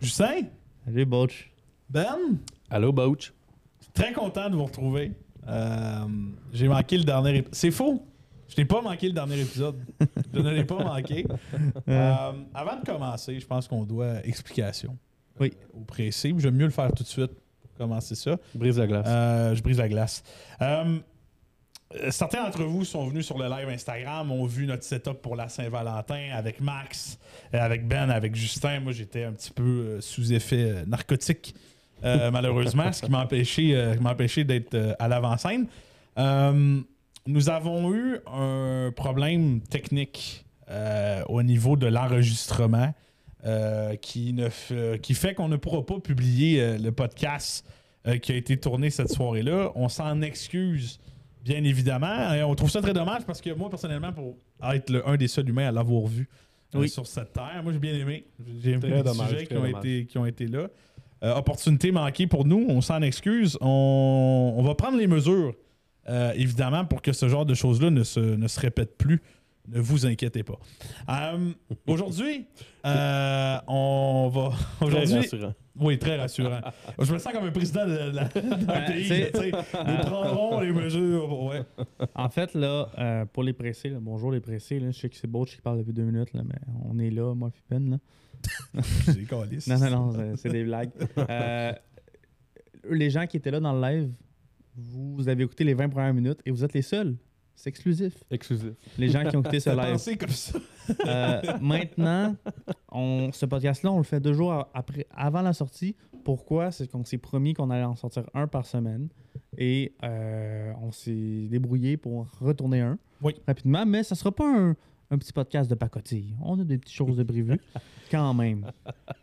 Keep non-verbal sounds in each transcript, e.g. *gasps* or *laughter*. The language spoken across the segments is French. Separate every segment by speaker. Speaker 1: Justin,
Speaker 2: Salut, Botch.
Speaker 1: Ben,
Speaker 3: Allô, Bouch?
Speaker 1: très content de vous retrouver. Euh, J'ai manqué le dernier épisode. C'est faux. Je n'ai pas manqué le dernier épisode. Je ne l'ai pas manqué. Euh, avant de commencer, je pense qu'on doit explication
Speaker 2: Oui.
Speaker 1: euh, au principe. J'aime mieux le faire tout de suite pour commencer ça.
Speaker 3: Brise la glace.
Speaker 1: Euh, je brise la glace. Euh, euh, certains d'entre vous sont venus sur le live Instagram, ont vu notre setup pour la Saint-Valentin avec Max, euh, avec Ben, avec Justin. Moi, j'étais un petit peu euh, sous effet euh, narcotique, euh, malheureusement, ce qui m'a empêché, euh, qui m'a empêché d'être euh, à l'avant-scène. Euh, nous avons eu un problème technique euh, au niveau de l'enregistrement euh, qui, ne f- qui fait qu'on ne pourra pas publier euh, le podcast euh, qui a été tourné cette soirée-là. On s'en excuse, bien évidemment. Et on trouve ça très dommage parce que moi, personnellement, pour être le, un des seuls humains à l'avoir vu euh,
Speaker 2: Oui.
Speaker 1: sur cette terre, moi, j'ai bien aimé.
Speaker 2: Ah,
Speaker 1: J'ai aimé
Speaker 3: Très
Speaker 1: les
Speaker 3: dommage,
Speaker 1: sujets qui
Speaker 3: très
Speaker 1: ont,
Speaker 2: *laughs*
Speaker 3: dommage.
Speaker 1: été, qui ont été là. Euh, opportunité manquée pour nous, on s'en excuse. On, on va prendre les mesures, euh, évidemment, pour que ce genre de choses-là ne se, ne se répète plus. Ne vous inquiétez pas. Euh, aujourd'hui, euh, on va.
Speaker 3: Très
Speaker 1: Aujourd'hui,
Speaker 3: rassurant.
Speaker 1: oui, très rassurant. Je me sens comme un président de la- d'un
Speaker 2: Ben,
Speaker 1: pays.
Speaker 2: tu
Speaker 1: là,
Speaker 2: sais-
Speaker 1: tu sais. Nous *laughs* prendrons les mesures. Ouais.
Speaker 2: En fait, là, euh, pour les pressés, là, bonjour les pressés, là, je sais que c'est Botch qui parle depuis deux minutes, là, mais on est là, moi, puis Ben. Là.
Speaker 1: C'est caliste.
Speaker 2: Non, non, non, c'est- c'est
Speaker 1: *laughs*
Speaker 2: des blagues. Euh, les gens qui étaient là dans le live, vous avez écouté les 20 premières minutes et vous êtes les seuls. C'est exclusif.
Speaker 3: Exclusif.
Speaker 2: Les gens qui
Speaker 1: *laughs*
Speaker 2: ont écouté ce
Speaker 1: T'as
Speaker 2: live.
Speaker 1: pensé comme ça.
Speaker 2: Euh, maintenant, on, ce podcast-là, on le fait deux jours a- après, avant la sortie. Pourquoi? C'est qu'on s'est promis qu'on allait en sortir un par semaine. Et euh, on s'est débrouillé pour en retourner un
Speaker 1: Oui.
Speaker 2: rapidement. Mais ça sera pas un, un petit podcast de pacotille. On a des petites choses de prévues quand même.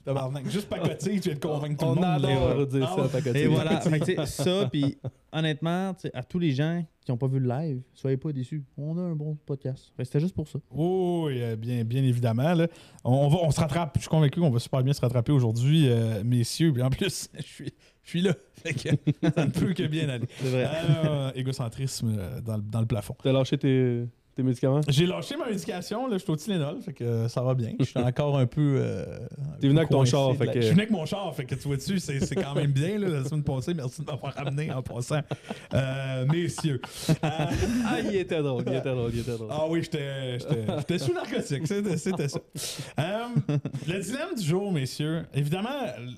Speaker 1: Tabarnak. Juste pacotille, tu viens de convaincre tout le
Speaker 3: On
Speaker 1: monde. là.
Speaker 3: adore dire
Speaker 1: Ah
Speaker 3: ça,
Speaker 1: ouais.
Speaker 3: Pacotti.
Speaker 2: Et voilà. Fait que, tu sais, ça, puis honnêtement, tu sais, à tous les gens qui n'ont pas vu le live, soyez pas déçus. On a un bon podcast. Fait que C'était juste pour ça.
Speaker 1: Oui, oui, euh, bien, bien évidemment. là. On, on va, on se rattrape. Je suis convaincu qu'on va super bien se rattraper aujourd'hui, euh, messieurs. Puis en plus, *laughs* je suis, je suis là. Fait que ça ne peut que bien aller.
Speaker 2: C'est vrai.
Speaker 1: Euh, égocentrisme euh, dans, le- dans le plafond.
Speaker 3: T'as lâché tes, tes médicaments?
Speaker 1: J'ai lâché ma médication, là, je suis au Tylenol, fait que euh, ça va bien. Je
Speaker 3: *laughs*
Speaker 1: suis encore un peu. euh, un
Speaker 3: T'es venu
Speaker 1: peu
Speaker 3: avec ton
Speaker 1: coincé
Speaker 3: char,
Speaker 1: de la-
Speaker 3: fait que-
Speaker 1: Je suis venu avec mon char, fait que tu vois-tu, c'est c'est quand même bien, là, la semaine passée. Merci de m'avoir ramené en passant, Euh, messieurs. Euh,
Speaker 3: *laughs* Ah, il était drôle, il était drôle, il était drôle.
Speaker 1: ah oui, j'étais j'étais- j'étais sous narcotique, c'était c'était ça. Euh, le dilemme du jour, messieurs. Évidemment,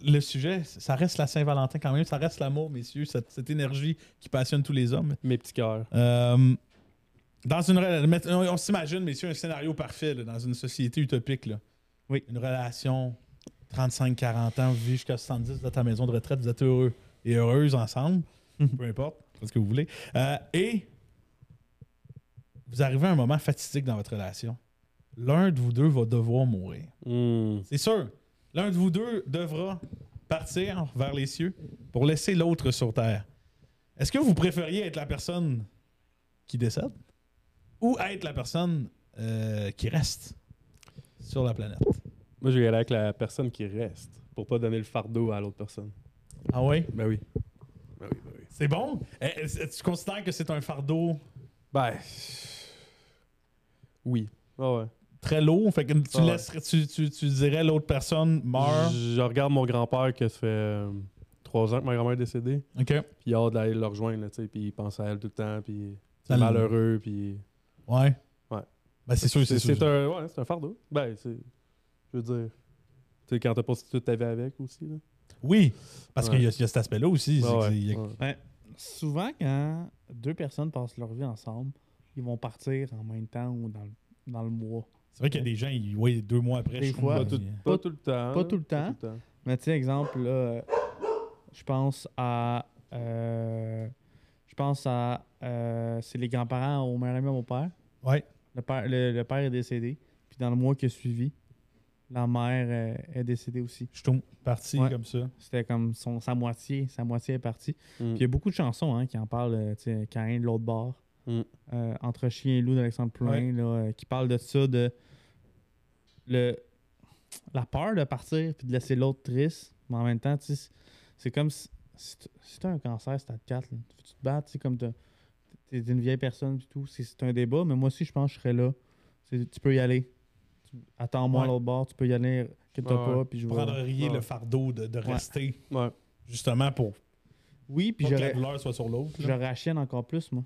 Speaker 1: le sujet, ça reste la Saint-Valentin quand même, ça reste l'amour, messieurs, cette- cette énergie qui passionne tous les hommes.
Speaker 3: Mes petits cœurs.
Speaker 1: Euh, dans une rela- met- on, on s'imagine, messieurs, un scénario parfait là, dans une société utopique. là.
Speaker 2: Oui.
Speaker 1: Une relation 35-40 ans, vous vivez jusqu'à 70 dans ta maison de retraite, vous êtes heureux et heureuse ensemble, peu importe, c'est ce que vous voulez. Euh, et vous arrivez à un moment fatidique dans votre relation. L'un de vous deux va devoir mourir.
Speaker 3: Hmm.
Speaker 1: C'est sûr. L'un de vous deux devra partir vers les cieux pour laisser l'autre sur terre. Est-ce que vous préfériez être la personne qui décède ou être la personne euh, qui reste sur la planète?
Speaker 3: Moi, je vais aller avec la personne qui reste pour pas donner le fardeau à l'autre personne.
Speaker 1: Ah oui?
Speaker 3: Ben oui. Ben oui, ben oui.
Speaker 1: C'est bon? Est-ce- est-ce- Tu considères que c'est un fardeau
Speaker 3: Ben. Oui. Ah ouais.
Speaker 1: très lourd? Fait que tu,
Speaker 3: Ah ouais.
Speaker 1: laisserais, tu, tu- tu dirais l'autre personne meurt.
Speaker 3: Je, je regarde mon grand-père que ça fait euh, trois ans que ma grand-mère est décédée.
Speaker 1: OK.
Speaker 3: Puis il a hâte d'aller le rejoindre, là, tu sais. Puis il pense à elle tout le temps. Puis
Speaker 1: Ça
Speaker 3: c'est
Speaker 1: le-
Speaker 3: malheureux. Puis.
Speaker 1: Ouais.
Speaker 3: Ouais.
Speaker 1: Ben, c'est sûr, c'est sûr.
Speaker 3: C'est un, ouais, c'est un fardeau. Ben, c'est. Je veux dire. Tu sais, quand t'as passé toute ta vie avec aussi, là.
Speaker 1: Oui, parce
Speaker 3: Ouais.
Speaker 1: qu'il y, a- il y a cet aspect-là aussi. c'est
Speaker 3: Ah
Speaker 1: que
Speaker 3: ouais,
Speaker 1: c'est- il y a-
Speaker 3: ouais.
Speaker 2: souvent, quand deux personnes passent leur vie ensemble, ils vont partir en même temps ou dans le, dans le mois.
Speaker 1: C'est vrai qu'il y a des gens, ils, ouais, deux mois après,
Speaker 2: Des
Speaker 1: je
Speaker 2: fois.
Speaker 1: comprends.
Speaker 3: Pas,
Speaker 2: Pas-
Speaker 3: tout le temps.
Speaker 2: pas tout le temps.
Speaker 3: Pas tout le temps.
Speaker 2: Mais tu sais, exemple, là, euh, je pense à. euh, je pense à. euh, c'est les grands-parents au meilleur ami à mon père.
Speaker 1: Ouais.
Speaker 2: Le père, le, le père est décédé. Puis dans le mois qui a suivi, la mère euh, est décédée aussi.
Speaker 1: Je tombe parti
Speaker 2: Ouais.
Speaker 1: comme ça.
Speaker 2: C'était comme son, sa moitié. Sa moitié est partie.
Speaker 3: Mm.
Speaker 2: Puis il y a beaucoup de chansons hein, qui en parlent, euh, tu sais, Caïn de l'autre bord,
Speaker 3: Mm.
Speaker 2: Euh, Entre chien et loup d'Alexandre Poulain, là, euh, qui parle de ça, de le, la peur de partir puis de laisser l'autre triste. Mais en même temps, tu sais, c'est- c'est comme si, si t- si t'as un cancer stade 4, là, tu tu te bats, tu sais, comme t'as- t'es une vieille personne puis tout. C'est c'est un débat, mais moi aussi, je pense que je serais là. C'est- Tu peux y aller. Tu attends-moi
Speaker 1: Ouais.
Speaker 2: à l'autre bord, tu peux y aller que t'as
Speaker 3: Ouais, ouais.
Speaker 2: pas, puis je vais-
Speaker 1: prendriez
Speaker 3: Ouais.
Speaker 1: le fardeau de, de
Speaker 2: Ouais.
Speaker 1: rester,
Speaker 3: Ouais.
Speaker 1: justement, pour
Speaker 2: Oui, puis
Speaker 1: pas que la
Speaker 2: j'aurais-
Speaker 1: douleur soit sur l'autre. là.
Speaker 2: j'aurais achienne encore plus, moi.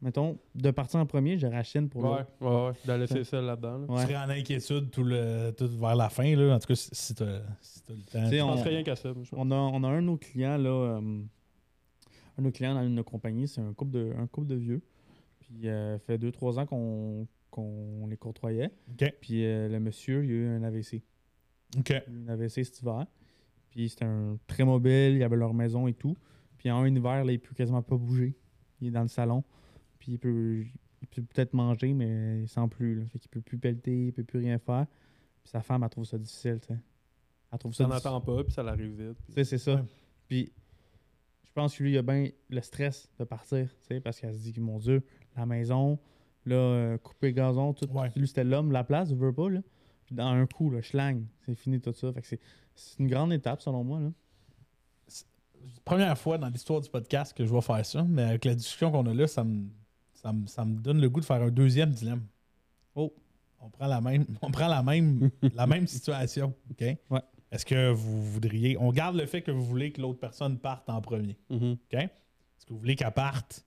Speaker 2: Mettons, de partir en premier, j'aurais achienne pour
Speaker 3: Ouais,
Speaker 2: l'autre.
Speaker 3: ouais, ouais. D'aller laisser ça là-dedans. là.
Speaker 1: Tu
Speaker 2: Ouais.
Speaker 1: serais en inquiétude tout le, tout vers la fin, là. en tout cas, si, si t'as si t'as le temps.
Speaker 2: Tu sais,
Speaker 3: Je
Speaker 2: on-
Speaker 3: penserais rien qu'à ça, moi, je pense.
Speaker 2: On a, on a un de nos clients, là, euh, un de nos clients dans une de nos compagnies, c'est un couple de, un couple de vieux. Puis, euh, fait 2-3 ans qu'on qu'on les courtoyait.
Speaker 1: OK.
Speaker 2: Puis, euh, le monsieur, il a eu un AVC.
Speaker 1: OK.
Speaker 2: Il a eu un AVC cet hiver. Puis, c'était un très mobile, il avait leur maison et tout. Puis, en un hiver, là, il peut quasiment pas bouger. Il est dans le salon. Puis, il peut, il peut peut-être manger, mais il sent plus. Là. Fait qu'il peut plus pelleter, il peut plus rien faire. Puis, sa femme, elle trouve ça difficile, tu sais. Elle trouve ça
Speaker 3: Ça
Speaker 2: difficile.
Speaker 3: n'attend pas, puis ça l'arrive vite.
Speaker 2: Tu
Speaker 3: puis-
Speaker 2: sais, c'est ça.
Speaker 1: Ouais.
Speaker 2: Puis, je pense que lui, il a bien le stress de partir, tu sais, parce qu'elle se dit, mon Dieu, la maison, là, euh, couper le gazon, tout.
Speaker 1: Ouais.
Speaker 2: Lui, c'était l'homme, la place, je veux pas, là. Puis, dans un coup, là, schlang, c'est fini tout ça. Fait que c'est- c'est une grande étape, selon moi, là.
Speaker 1: Première fois dans l'histoire du podcast que je vais faire ça, mais avec la discussion qu'on a là, ça me, ça, me, ça me donne le goût de faire un deuxième dilemme.
Speaker 2: Oh.
Speaker 1: On prend la même, *laughs* on prend la même, la même situation. OK?
Speaker 2: Ouais.
Speaker 1: Est-ce que vous voudriez. On garde le fait que vous voulez que l'autre personne parte en premier.
Speaker 3: Mhm.
Speaker 1: Est-ce que vous voulez qu'elle parte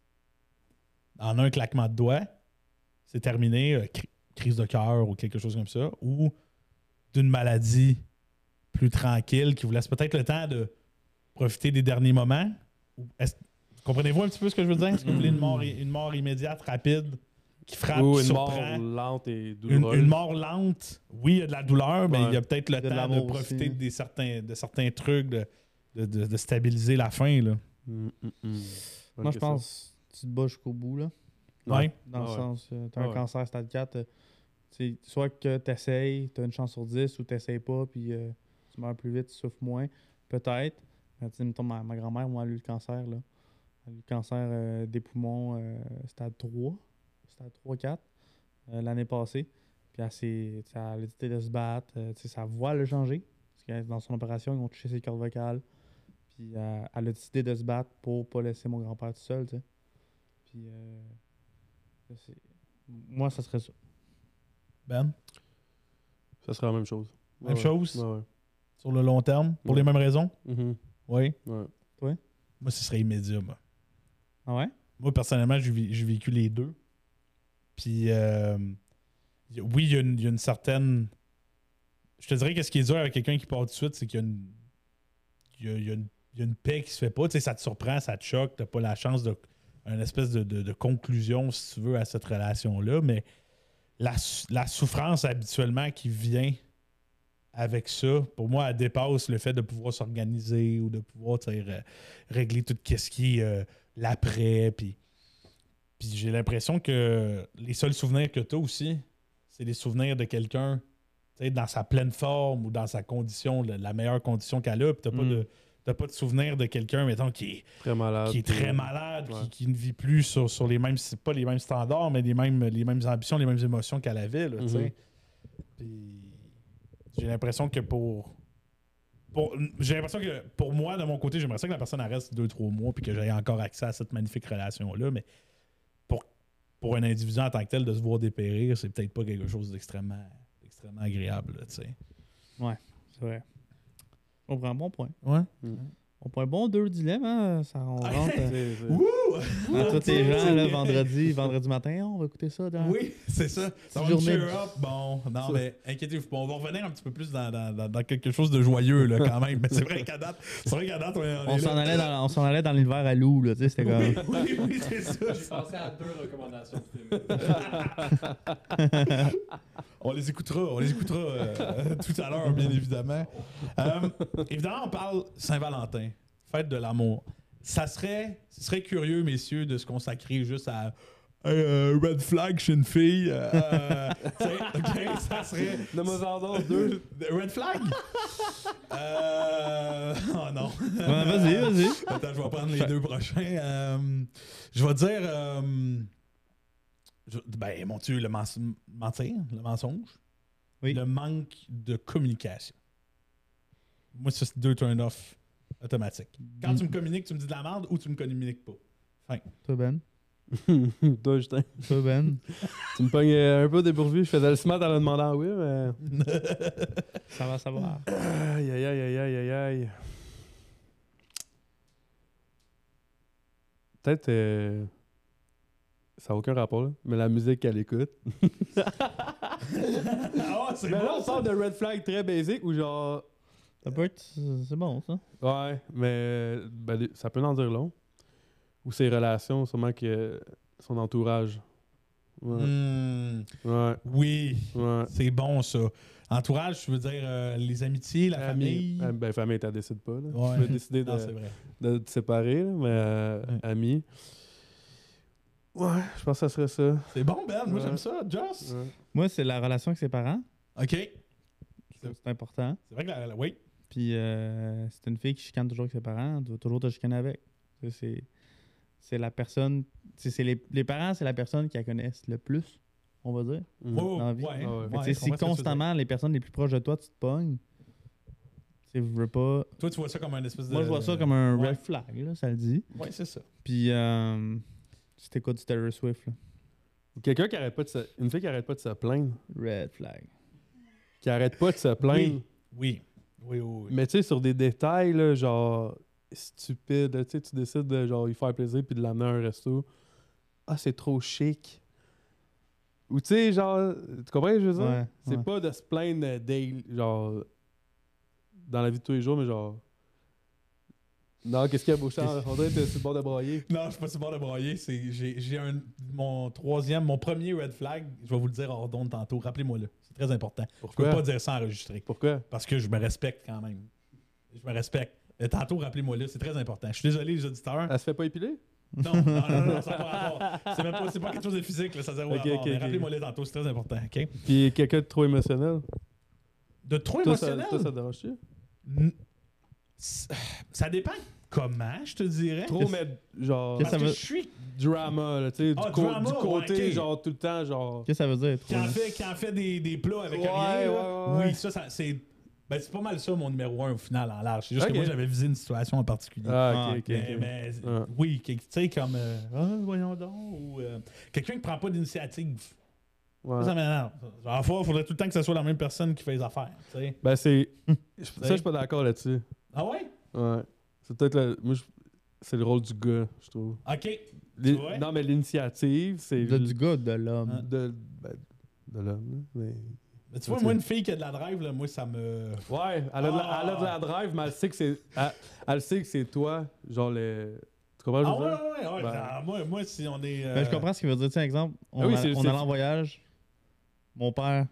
Speaker 1: en un claquement de doigts, c'est terminé, euh, cri- crise de cœur ou quelque chose comme ça, ou d'une maladie plus tranquille qui vous laisse peut-être le temps de profiter des derniers moments? Ou est-ce- Comprenez-vous un petit peu ce que je veux dire? Est-ce que vous voulez une mort, i- une mort immédiate, rapide, qui frappe,
Speaker 3: Ou
Speaker 1: qui
Speaker 3: une mort
Speaker 1: surprend?
Speaker 3: lente et
Speaker 1: Une,
Speaker 3: douloureuse.
Speaker 1: une mort lente, oui, il y a de la douleur, mais
Speaker 3: Ouais.
Speaker 1: il y a peut-être le
Speaker 2: Il y a de
Speaker 1: temps de,
Speaker 2: l'amour
Speaker 1: profiter
Speaker 2: aussi.
Speaker 1: des certains, de certains trucs, de, de- de- de stabiliser la fin. Là.
Speaker 3: Mhm, mhm. Bonne
Speaker 2: moi, je
Speaker 3: question.
Speaker 2: pense, tu te bats jusqu'au bout, là.
Speaker 3: Ouais.
Speaker 1: Ouais.
Speaker 2: Dans le
Speaker 3: Ah ouais.
Speaker 2: sens, euh, t'as
Speaker 3: Ah
Speaker 2: un
Speaker 3: ouais.
Speaker 2: cancer stade 4, euh, tu sais, soit que t'essayes, t'as une chance sur 10, ou t'essayes pas, puis euh, tu meurs plus vite, tu souffres moins, peut-être. Mais tu sais, mettons, ma, ma grand-mère, moi, elle a eu le cancer, là. Elle a eu le cancer euh, des poumons euh, stade 3, stade 3-4, euh, l'année passée. Puis elle, s'est- tu sais, elle a décidé de se battre, euh, tu sais, sa voix l'a changé. Parce que dans son opération, ils ont touché ses cordes vocales. Puis euh, elle a décidé de se battre pour pas laisser mon grand-père tout seul, tu sais. Puis... euh, ça, c'est- Moi, ça serait ça.
Speaker 1: Ben?
Speaker 3: Ça serait la même chose.
Speaker 1: Même chose?
Speaker 3: Ouais, ouais.
Speaker 1: sur le long terme, pour
Speaker 3: Ouais.
Speaker 1: les mêmes raisons.
Speaker 3: Mhm,
Speaker 1: Oui.
Speaker 3: ouais.
Speaker 1: Moi, ce serait immédiat. Moi,
Speaker 2: Ah ouais?
Speaker 1: Moi, personnellement, j'ai vi- j'ai vécu les deux. Puis, euh, y a- oui, il y, a une- il y a une certaine. Je te dirais que ce qui est dur avec quelqu'un qui part tout de suite, c'est qu'il y a une. Il y a, il y a une... il y a une paix qui se fait pas. Tu sais, ça te surprend, ça te choque. T'as pas la chance de. Une espèce de, de- de conclusion, si tu veux, à cette relation-là. Mais la, sou- la souffrance habituellement qui vient avec ça, pour moi, elle dépasse le fait de pouvoir s'organiser ou de pouvoir tu sais, ré- régler tout ce qui est euh, l'après. Puis, puis j'ai l'impression que les seuls souvenirs que tu as aussi, c'est les souvenirs de quelqu'un tu sais, dans sa pleine forme ou dans sa condition, la, la meilleure condition qu'elle a. Puis t'as pas
Speaker 2: Mm.
Speaker 1: de. t'as pas de souvenir de quelqu'un, mettons, qui est,
Speaker 3: Très malade.
Speaker 1: qui est
Speaker 3: puis- euh,
Speaker 1: très malade,
Speaker 3: Ah, Ouais.
Speaker 1: qui, qui ne vit plus sur, sur les mêmes, c'est pas les mêmes standards, mais les mêmes, les mêmes ambitions, les mêmes émotions qu'elle avait. là, tu sais.
Speaker 3: Mhm.
Speaker 1: Puis j'ai l'impression que pour. pour j'ai l'impression que pour moi, de mon côté, j'aimerais ça que la personne elle reste deux, trois mois puis que j'aie encore accès à cette magnifique relation-là, mais pour, pour un individu en tant que tel, de se voir dépérir, c'est peut-être pas quelque chose d'extrêmement extrêmement agréable, là, tu sais.
Speaker 2: C'est vrai. On prend un bon point.
Speaker 1: Ouais.
Speaker 2: On prend un bon deux dilemmes, hein? Ça, on
Speaker 1: Ah, *laughs*
Speaker 2: rentre
Speaker 3: Tu
Speaker 2: euh,
Speaker 3: sais, c'est-
Speaker 2: dans tous les gens, là, vendredi, vendredi matin. On va écouter ça. dans-
Speaker 1: Oui, *laughs* c'est ça. Ça va me
Speaker 2: journée.
Speaker 1: cheer up. Bon, non, mais inquiétez-vous pas. On va revenir un petit peu plus dans, dans- dans- dans quelque chose de joyeux, là, quand même. *laughs* Mais c'est vrai qu'à date, c'est vrai qu'à date, on, est- on
Speaker 2: On
Speaker 1: est
Speaker 2: s'en
Speaker 1: là.
Speaker 2: allait dans, on s'en allait dans l'hiver à loup, là. Tu sais, c'était
Speaker 1: Oui,
Speaker 2: comme.
Speaker 1: oui, oui, c'est
Speaker 4: J'ai
Speaker 1: ça.
Speaker 4: pensé à deux recommandations de films.
Speaker 1: *laughs* On les écoutera, on les écoutera euh, *laughs* tout à l'heure, bien évidemment. Euh, évidemment, on parle Saint-Valentin, fête de l'amour. Ça serait, ce serait curieux, messieurs, de se consacrer juste à Hey, euh, red flag chez une fille. euh, euh, tu sais, *laughs* ok, ça serait.
Speaker 3: De mauvais ordre, deux.
Speaker 1: Red flag? euh... *laughs* Oh non.
Speaker 2: Ouais, vas-y, vas-y.
Speaker 1: Attends, je vais prendre les deux prochains. Euh, je vais dire. euh, je- ben, mon Dieu, le mens- mentir, le mensonge.
Speaker 2: Oui.
Speaker 1: Le manque de communication. Moi, ça, c'est deux turn-off automatiques. Quand tu me communiques, tu me dis de la merde ou tu me communiques pas.
Speaker 2: Toi, Ben.
Speaker 3: *laughs* Toi, Justin.
Speaker 2: Toi, Ben.
Speaker 3: Tu me pognes euh, un peu dépourvu. Je faisais le smart en le demandant oui, mais.
Speaker 2: Ça va savoir.
Speaker 3: Aïe, aïe, aïe, aïe, aïe, aïe, aïe. Peut-être. euh, Ça n'a aucun rapport, là, mais la musique qu'elle écoute.
Speaker 1: *laughs* Ah, c'est
Speaker 3: Mais là,
Speaker 1: bon,
Speaker 3: on
Speaker 1: ça.
Speaker 3: parle de red flag très basic ou genre.
Speaker 2: Ça peut être. C'est bon, ça.
Speaker 3: Ouais, mais euh, ben, des- ça peut en dire long. Ou ses relations, sûrement que euh, son entourage. Ouais,
Speaker 1: Hmm,
Speaker 3: ouais,
Speaker 1: oui,
Speaker 3: ouais.
Speaker 1: c'est bon ça. Entourage, tu veux dire euh, les amitiés, la
Speaker 3: Amis.
Speaker 1: famille.
Speaker 3: Ah, Ben, famille, t'en décides pas. Là.
Speaker 1: Ouais.
Speaker 3: Tu peux décider de,
Speaker 1: Non, c'est vrai.
Speaker 3: de te séparer, là, mais euh,
Speaker 1: Ouais.
Speaker 3: amis. Ouais, je pense que ça serait ça.
Speaker 1: C'est bon, Ben. Moi,
Speaker 3: Ouais.
Speaker 1: j'aime ça. Joss.
Speaker 3: Ouais.
Speaker 2: Moi, c'est la relation avec ses parents.
Speaker 1: OK. C'est
Speaker 2: C'est important.
Speaker 1: vrai que la. la- oui.
Speaker 2: Puis, euh, c'est une fille qui chicane toujours avec ses parents. Tu vas toujours te chicaner avec. Ça, C'est c'est la personne. tu sais, c'est les, les parents, c'est la personne qui la connaissent le plus, on va dire.
Speaker 3: Mm.
Speaker 1: Oh,
Speaker 2: Dans la vie.
Speaker 1: ouais.
Speaker 3: Ah ouais.
Speaker 2: Fait
Speaker 1: Ouais,
Speaker 2: que, tu sais,
Speaker 1: je
Speaker 2: si
Speaker 1: comprends ce que tu veux dire.
Speaker 2: constamment les personnes les plus proches de toi, tu te pognes, tu sais, veux pas.
Speaker 1: Toi, tu vois ça comme un espèce de.
Speaker 2: Moi, je vois ça comme un
Speaker 1: euh, ouais.
Speaker 2: red flag, là, ça le dit.
Speaker 1: Oui, c'est ça.
Speaker 2: Puis, euh, c'était quoi du Taylor Swift, là?
Speaker 3: Quelqu'un qui arrête pas de se... Une fille qui arrête pas de se plaindre.
Speaker 2: Red flag.
Speaker 3: Qui arrête pas de se plaindre.
Speaker 1: Oui. Oui, oui, oui.
Speaker 3: Mais tu sais, sur des détails, là, genre, stupides. Tu sais, tu décides de genre, lui faire plaisir puis de l'amener à un resto. Ah, c'est trop chic. Ou tu sais, genre, tu comprends ce que je veux dire?
Speaker 2: Ouais,
Speaker 3: c'est
Speaker 2: ouais.
Speaker 3: pas de se plaindre euh, daily, genre, dans la vie de tous les jours, mais genre. Non, qu'est-ce qu'il y a, Beauchamp? On dirait que t'es sur le bord de broyer.
Speaker 1: Non, je suis pas sur le bord de broyer. c'est- J'ai j'ai un mon troisième, mon premier red flag, je vais vous le dire hors d'onde tantôt. Rappelez-moi-le. C'est très important. Je peux
Speaker 3: Pourquoi?
Speaker 1: pas dire ça enregistré.
Speaker 3: Pourquoi?
Speaker 1: Parce que je me respecte quand même. Je me respecte. Mais tantôt, rappelez-moi-le, c'est très important. Je suis désolé, les auditeurs.
Speaker 2: Ah.
Speaker 3: Elle se fait pas épiler?
Speaker 1: Non, non, non, non, ça n'a pas rapport. C'est même pas, c'est pas quelque chose de physique, là, ça n'a zéro
Speaker 3: Ok,
Speaker 1: rapport.
Speaker 3: ok,
Speaker 1: Mais
Speaker 3: ok.
Speaker 1: Rappelez-moi-le tantôt, c'est très important. ok?
Speaker 3: Puis quelqu'un de trop émotionnel.
Speaker 1: De trop
Speaker 3: Toi, ça,
Speaker 1: émotionnel,
Speaker 3: toi, ça te dérange-tu?
Speaker 1: n- c- *sighs* ça dépend comment, je te dirais.
Speaker 3: Trop, mais genre.
Speaker 2: Qu'est-ce
Speaker 1: Parce
Speaker 2: ça
Speaker 1: que
Speaker 2: veut-
Speaker 1: je suis
Speaker 3: drama, là, tu sais,
Speaker 1: Ah,
Speaker 3: du, co-
Speaker 1: drama,
Speaker 3: du côté,
Speaker 1: ouais, ok.
Speaker 3: genre, tout le temps, genre.
Speaker 2: Qu'est-ce que ça veut dire?
Speaker 1: qui en fait, qui en fait des, des plats avec
Speaker 3: Ouais,
Speaker 1: rien. là.
Speaker 3: ouais, ouais, ouais.
Speaker 1: Oui, ça, ça- c'est. Ben, c'est pas mal ça, mon numéro un au final en large. C'est juste
Speaker 3: Ok.
Speaker 1: que moi, j'avais visé une situation en particulier.
Speaker 3: Ah, ok, ok.
Speaker 1: Mais,
Speaker 3: ok.
Speaker 1: mais,
Speaker 3: Ah.
Speaker 1: oui, que- tu sais, comme. euh, Ah, voyons donc. Ou euh, quelqu'un qui prend pas d'initiative.
Speaker 3: Ouais.
Speaker 1: Ça, ça m'énerve. Genre, il faudrait tout le temps que ce soit la même personne qui fait les affaires. tu sais.
Speaker 3: Ben, c'est. je-
Speaker 1: sais.
Speaker 3: ça, je suis pas d'accord là-dessus.
Speaker 1: Ah ouais?
Speaker 3: Ouais. C'est peut-être le. Moi, je- c'est le rôle du gars, je trouve.
Speaker 1: Ok.
Speaker 3: Les-
Speaker 1: vois?
Speaker 3: Non, mais l'initiative, c'est.
Speaker 2: De- du gars, de l'homme.
Speaker 3: De, ben, de l'homme, là, mais.
Speaker 1: Mais tu vois, moi, une fille qui a de la drive, là, moi, ça me.
Speaker 3: Ouais, elle a, de la,
Speaker 1: Ah.
Speaker 3: elle a de la drive, mais elle sait que c'est. Elle, elle sait que c'est toi, genre, le. Tu comprends,
Speaker 1: Ah ouais,
Speaker 3: je
Speaker 1: ouais,
Speaker 3: veux
Speaker 1: ouais.
Speaker 3: dire?
Speaker 1: ouais.
Speaker 3: Ben.
Speaker 1: Ah, moi, moi, si on est. euh,
Speaker 2: Ben, je comprends ce qu'il veut dire. Tiens, exemple, on,
Speaker 3: Ah oui,
Speaker 2: a-
Speaker 3: c'est-
Speaker 2: on
Speaker 3: c'est-
Speaker 2: allait en voyage. Mon père,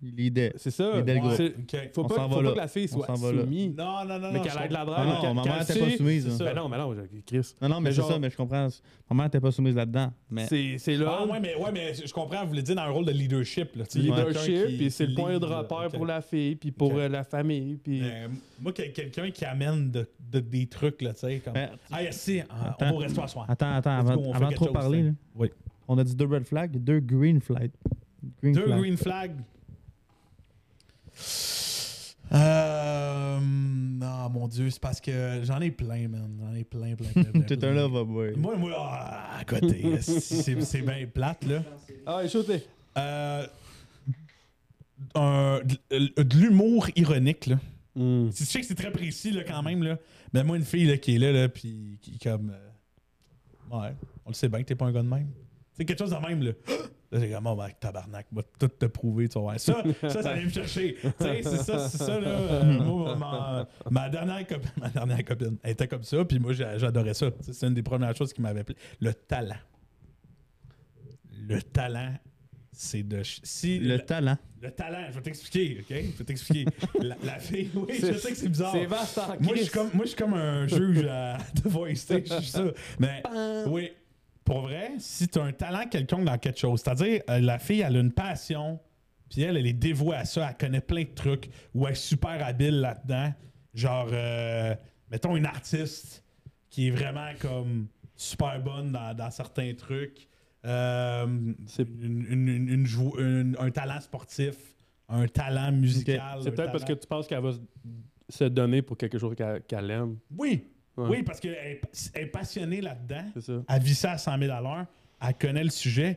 Speaker 2: il leadait.
Speaker 3: C'est ça.
Speaker 2: Les
Speaker 1: ouais,
Speaker 2: Delgo.
Speaker 3: C'est-
Speaker 1: ok.
Speaker 3: Faut
Speaker 2: On
Speaker 3: pas,
Speaker 2: s'en
Speaker 3: faut
Speaker 2: va
Speaker 3: pas
Speaker 2: là.
Speaker 3: que la fille soit
Speaker 2: s'en va là.
Speaker 3: soumise.
Speaker 1: Non, non, non.
Speaker 3: mais
Speaker 1: non,
Speaker 3: qu'elle
Speaker 1: je
Speaker 3: ait de la
Speaker 2: Ah
Speaker 3: drive.
Speaker 2: non,
Speaker 3: qu'elle-
Speaker 2: ma
Speaker 3: qu'elle
Speaker 2: mère était pas
Speaker 3: sait-
Speaker 2: soumise.
Speaker 1: c'est
Speaker 2: hein.
Speaker 1: ça.
Speaker 3: Ben non, mais non, je- Chris.
Speaker 2: Non, non, mais,
Speaker 3: Mais
Speaker 2: c'est
Speaker 3: genre-
Speaker 2: ça, mais je comprends. Ma mère était pas soumise là-dedans. Mais
Speaker 3: C'est c'est
Speaker 1: Ah
Speaker 3: là.
Speaker 1: ouais mais, ouais, mais je comprends, vous voulez dire dans un rôle de leadership. Là, tu sais, quelqu'un
Speaker 3: leadership,
Speaker 1: qui-
Speaker 3: puis c'est
Speaker 1: qui
Speaker 3: le point de
Speaker 1: lead, là,
Speaker 3: repère
Speaker 1: ok.
Speaker 3: pour la fille, puis pour
Speaker 1: Ok.
Speaker 3: euh, la famille, puis...
Speaker 1: Euh, moi, quel- quelqu'un qui amène de, de- des trucs, là, tu sais, comme.
Speaker 2: Ben,
Speaker 1: Ah, yes, si, ah, on
Speaker 2: Attends.
Speaker 1: va au resto à soir.
Speaker 2: attends, attends,
Speaker 1: Let's
Speaker 2: avant,
Speaker 1: go, on fait
Speaker 2: avant de
Speaker 1: quelque
Speaker 2: trop
Speaker 1: chose,
Speaker 2: parler,
Speaker 1: hein.
Speaker 2: là,
Speaker 1: Oui.
Speaker 2: on a dit deux red flags et deux green flags. Green
Speaker 1: Deux
Speaker 2: flags.
Speaker 1: green flags. Euh, non, mon Dieu, c'est parce que j'en ai plein, man. J'en ai plein, plein, plein.
Speaker 2: *laughs*
Speaker 1: plein,
Speaker 2: T'es
Speaker 1: plein.
Speaker 2: un love boy.
Speaker 1: Moi, moi, ah, à côté, si, c'est c'est bien plate, là.
Speaker 3: Ah, écoutez,
Speaker 1: Euh, un- de de l'humour ironique, là.
Speaker 3: Mm.
Speaker 1: Tu sais que c'est très précis, là, quand même, là. Mais moi, une fille, là, qui est là, là, puis qui, comme... euh, ouais, on le sait bien que t'es pas un gars de même. C'est quelque chose de même, là. *gasps* Là, j'ai comme, oh, ben, tabarnak, va tout te prouver, tu vas voir. Ça, ça, ça allait me chercher. Tu sais, c'est ça, c'est ça, là. Euh, moi, ma, ma dernière copine, ma dernière copine, elle était comme ça, puis moi, j'a- j'adorais ça. Tu sais, C'est une des premières choses qui m'avait plu. Le talent. Le talent, c'est de... ch- Si
Speaker 2: Le
Speaker 1: la-
Speaker 2: talent.
Speaker 1: le talent, je vais t'expliquer, OK? Je vais t'expliquer. la, la fille, oui, je sais que c'est bizarre.
Speaker 3: C'est vaste en
Speaker 1: Moi, je
Speaker 3: Chris.
Speaker 1: suis comme, moi, je suis comme un juge à The Voice, tu sais, je suis ça. Mais oui, pour vrai, si tu as un talent quelconque dans quelque chose, c'est-à-dire euh, la fille, elle a une passion, puis elle, elle est dévouée à ça, elle connaît plein de trucs, ou elle est super habile là-dedans, genre, euh, mettons, une artiste qui est vraiment comme super bonne dans, dans certains trucs, euh,
Speaker 3: C'est-
Speaker 1: une- une- une- une jou- une- un talent sportif, un talent musical.
Speaker 3: C'est
Speaker 1: un
Speaker 3: peut-être parce que
Speaker 1: talent-
Speaker 3: tu penses qu'elle va se- se donner pour quelque chose qu'elle qu'elle aime.
Speaker 1: Oui,
Speaker 3: Ouais.
Speaker 1: oui, parce qu'elle est- elle est passionnée là-dedans
Speaker 3: C'est ça.
Speaker 1: elle vit ça à 100 000 à l'heure. elle connaît le sujet.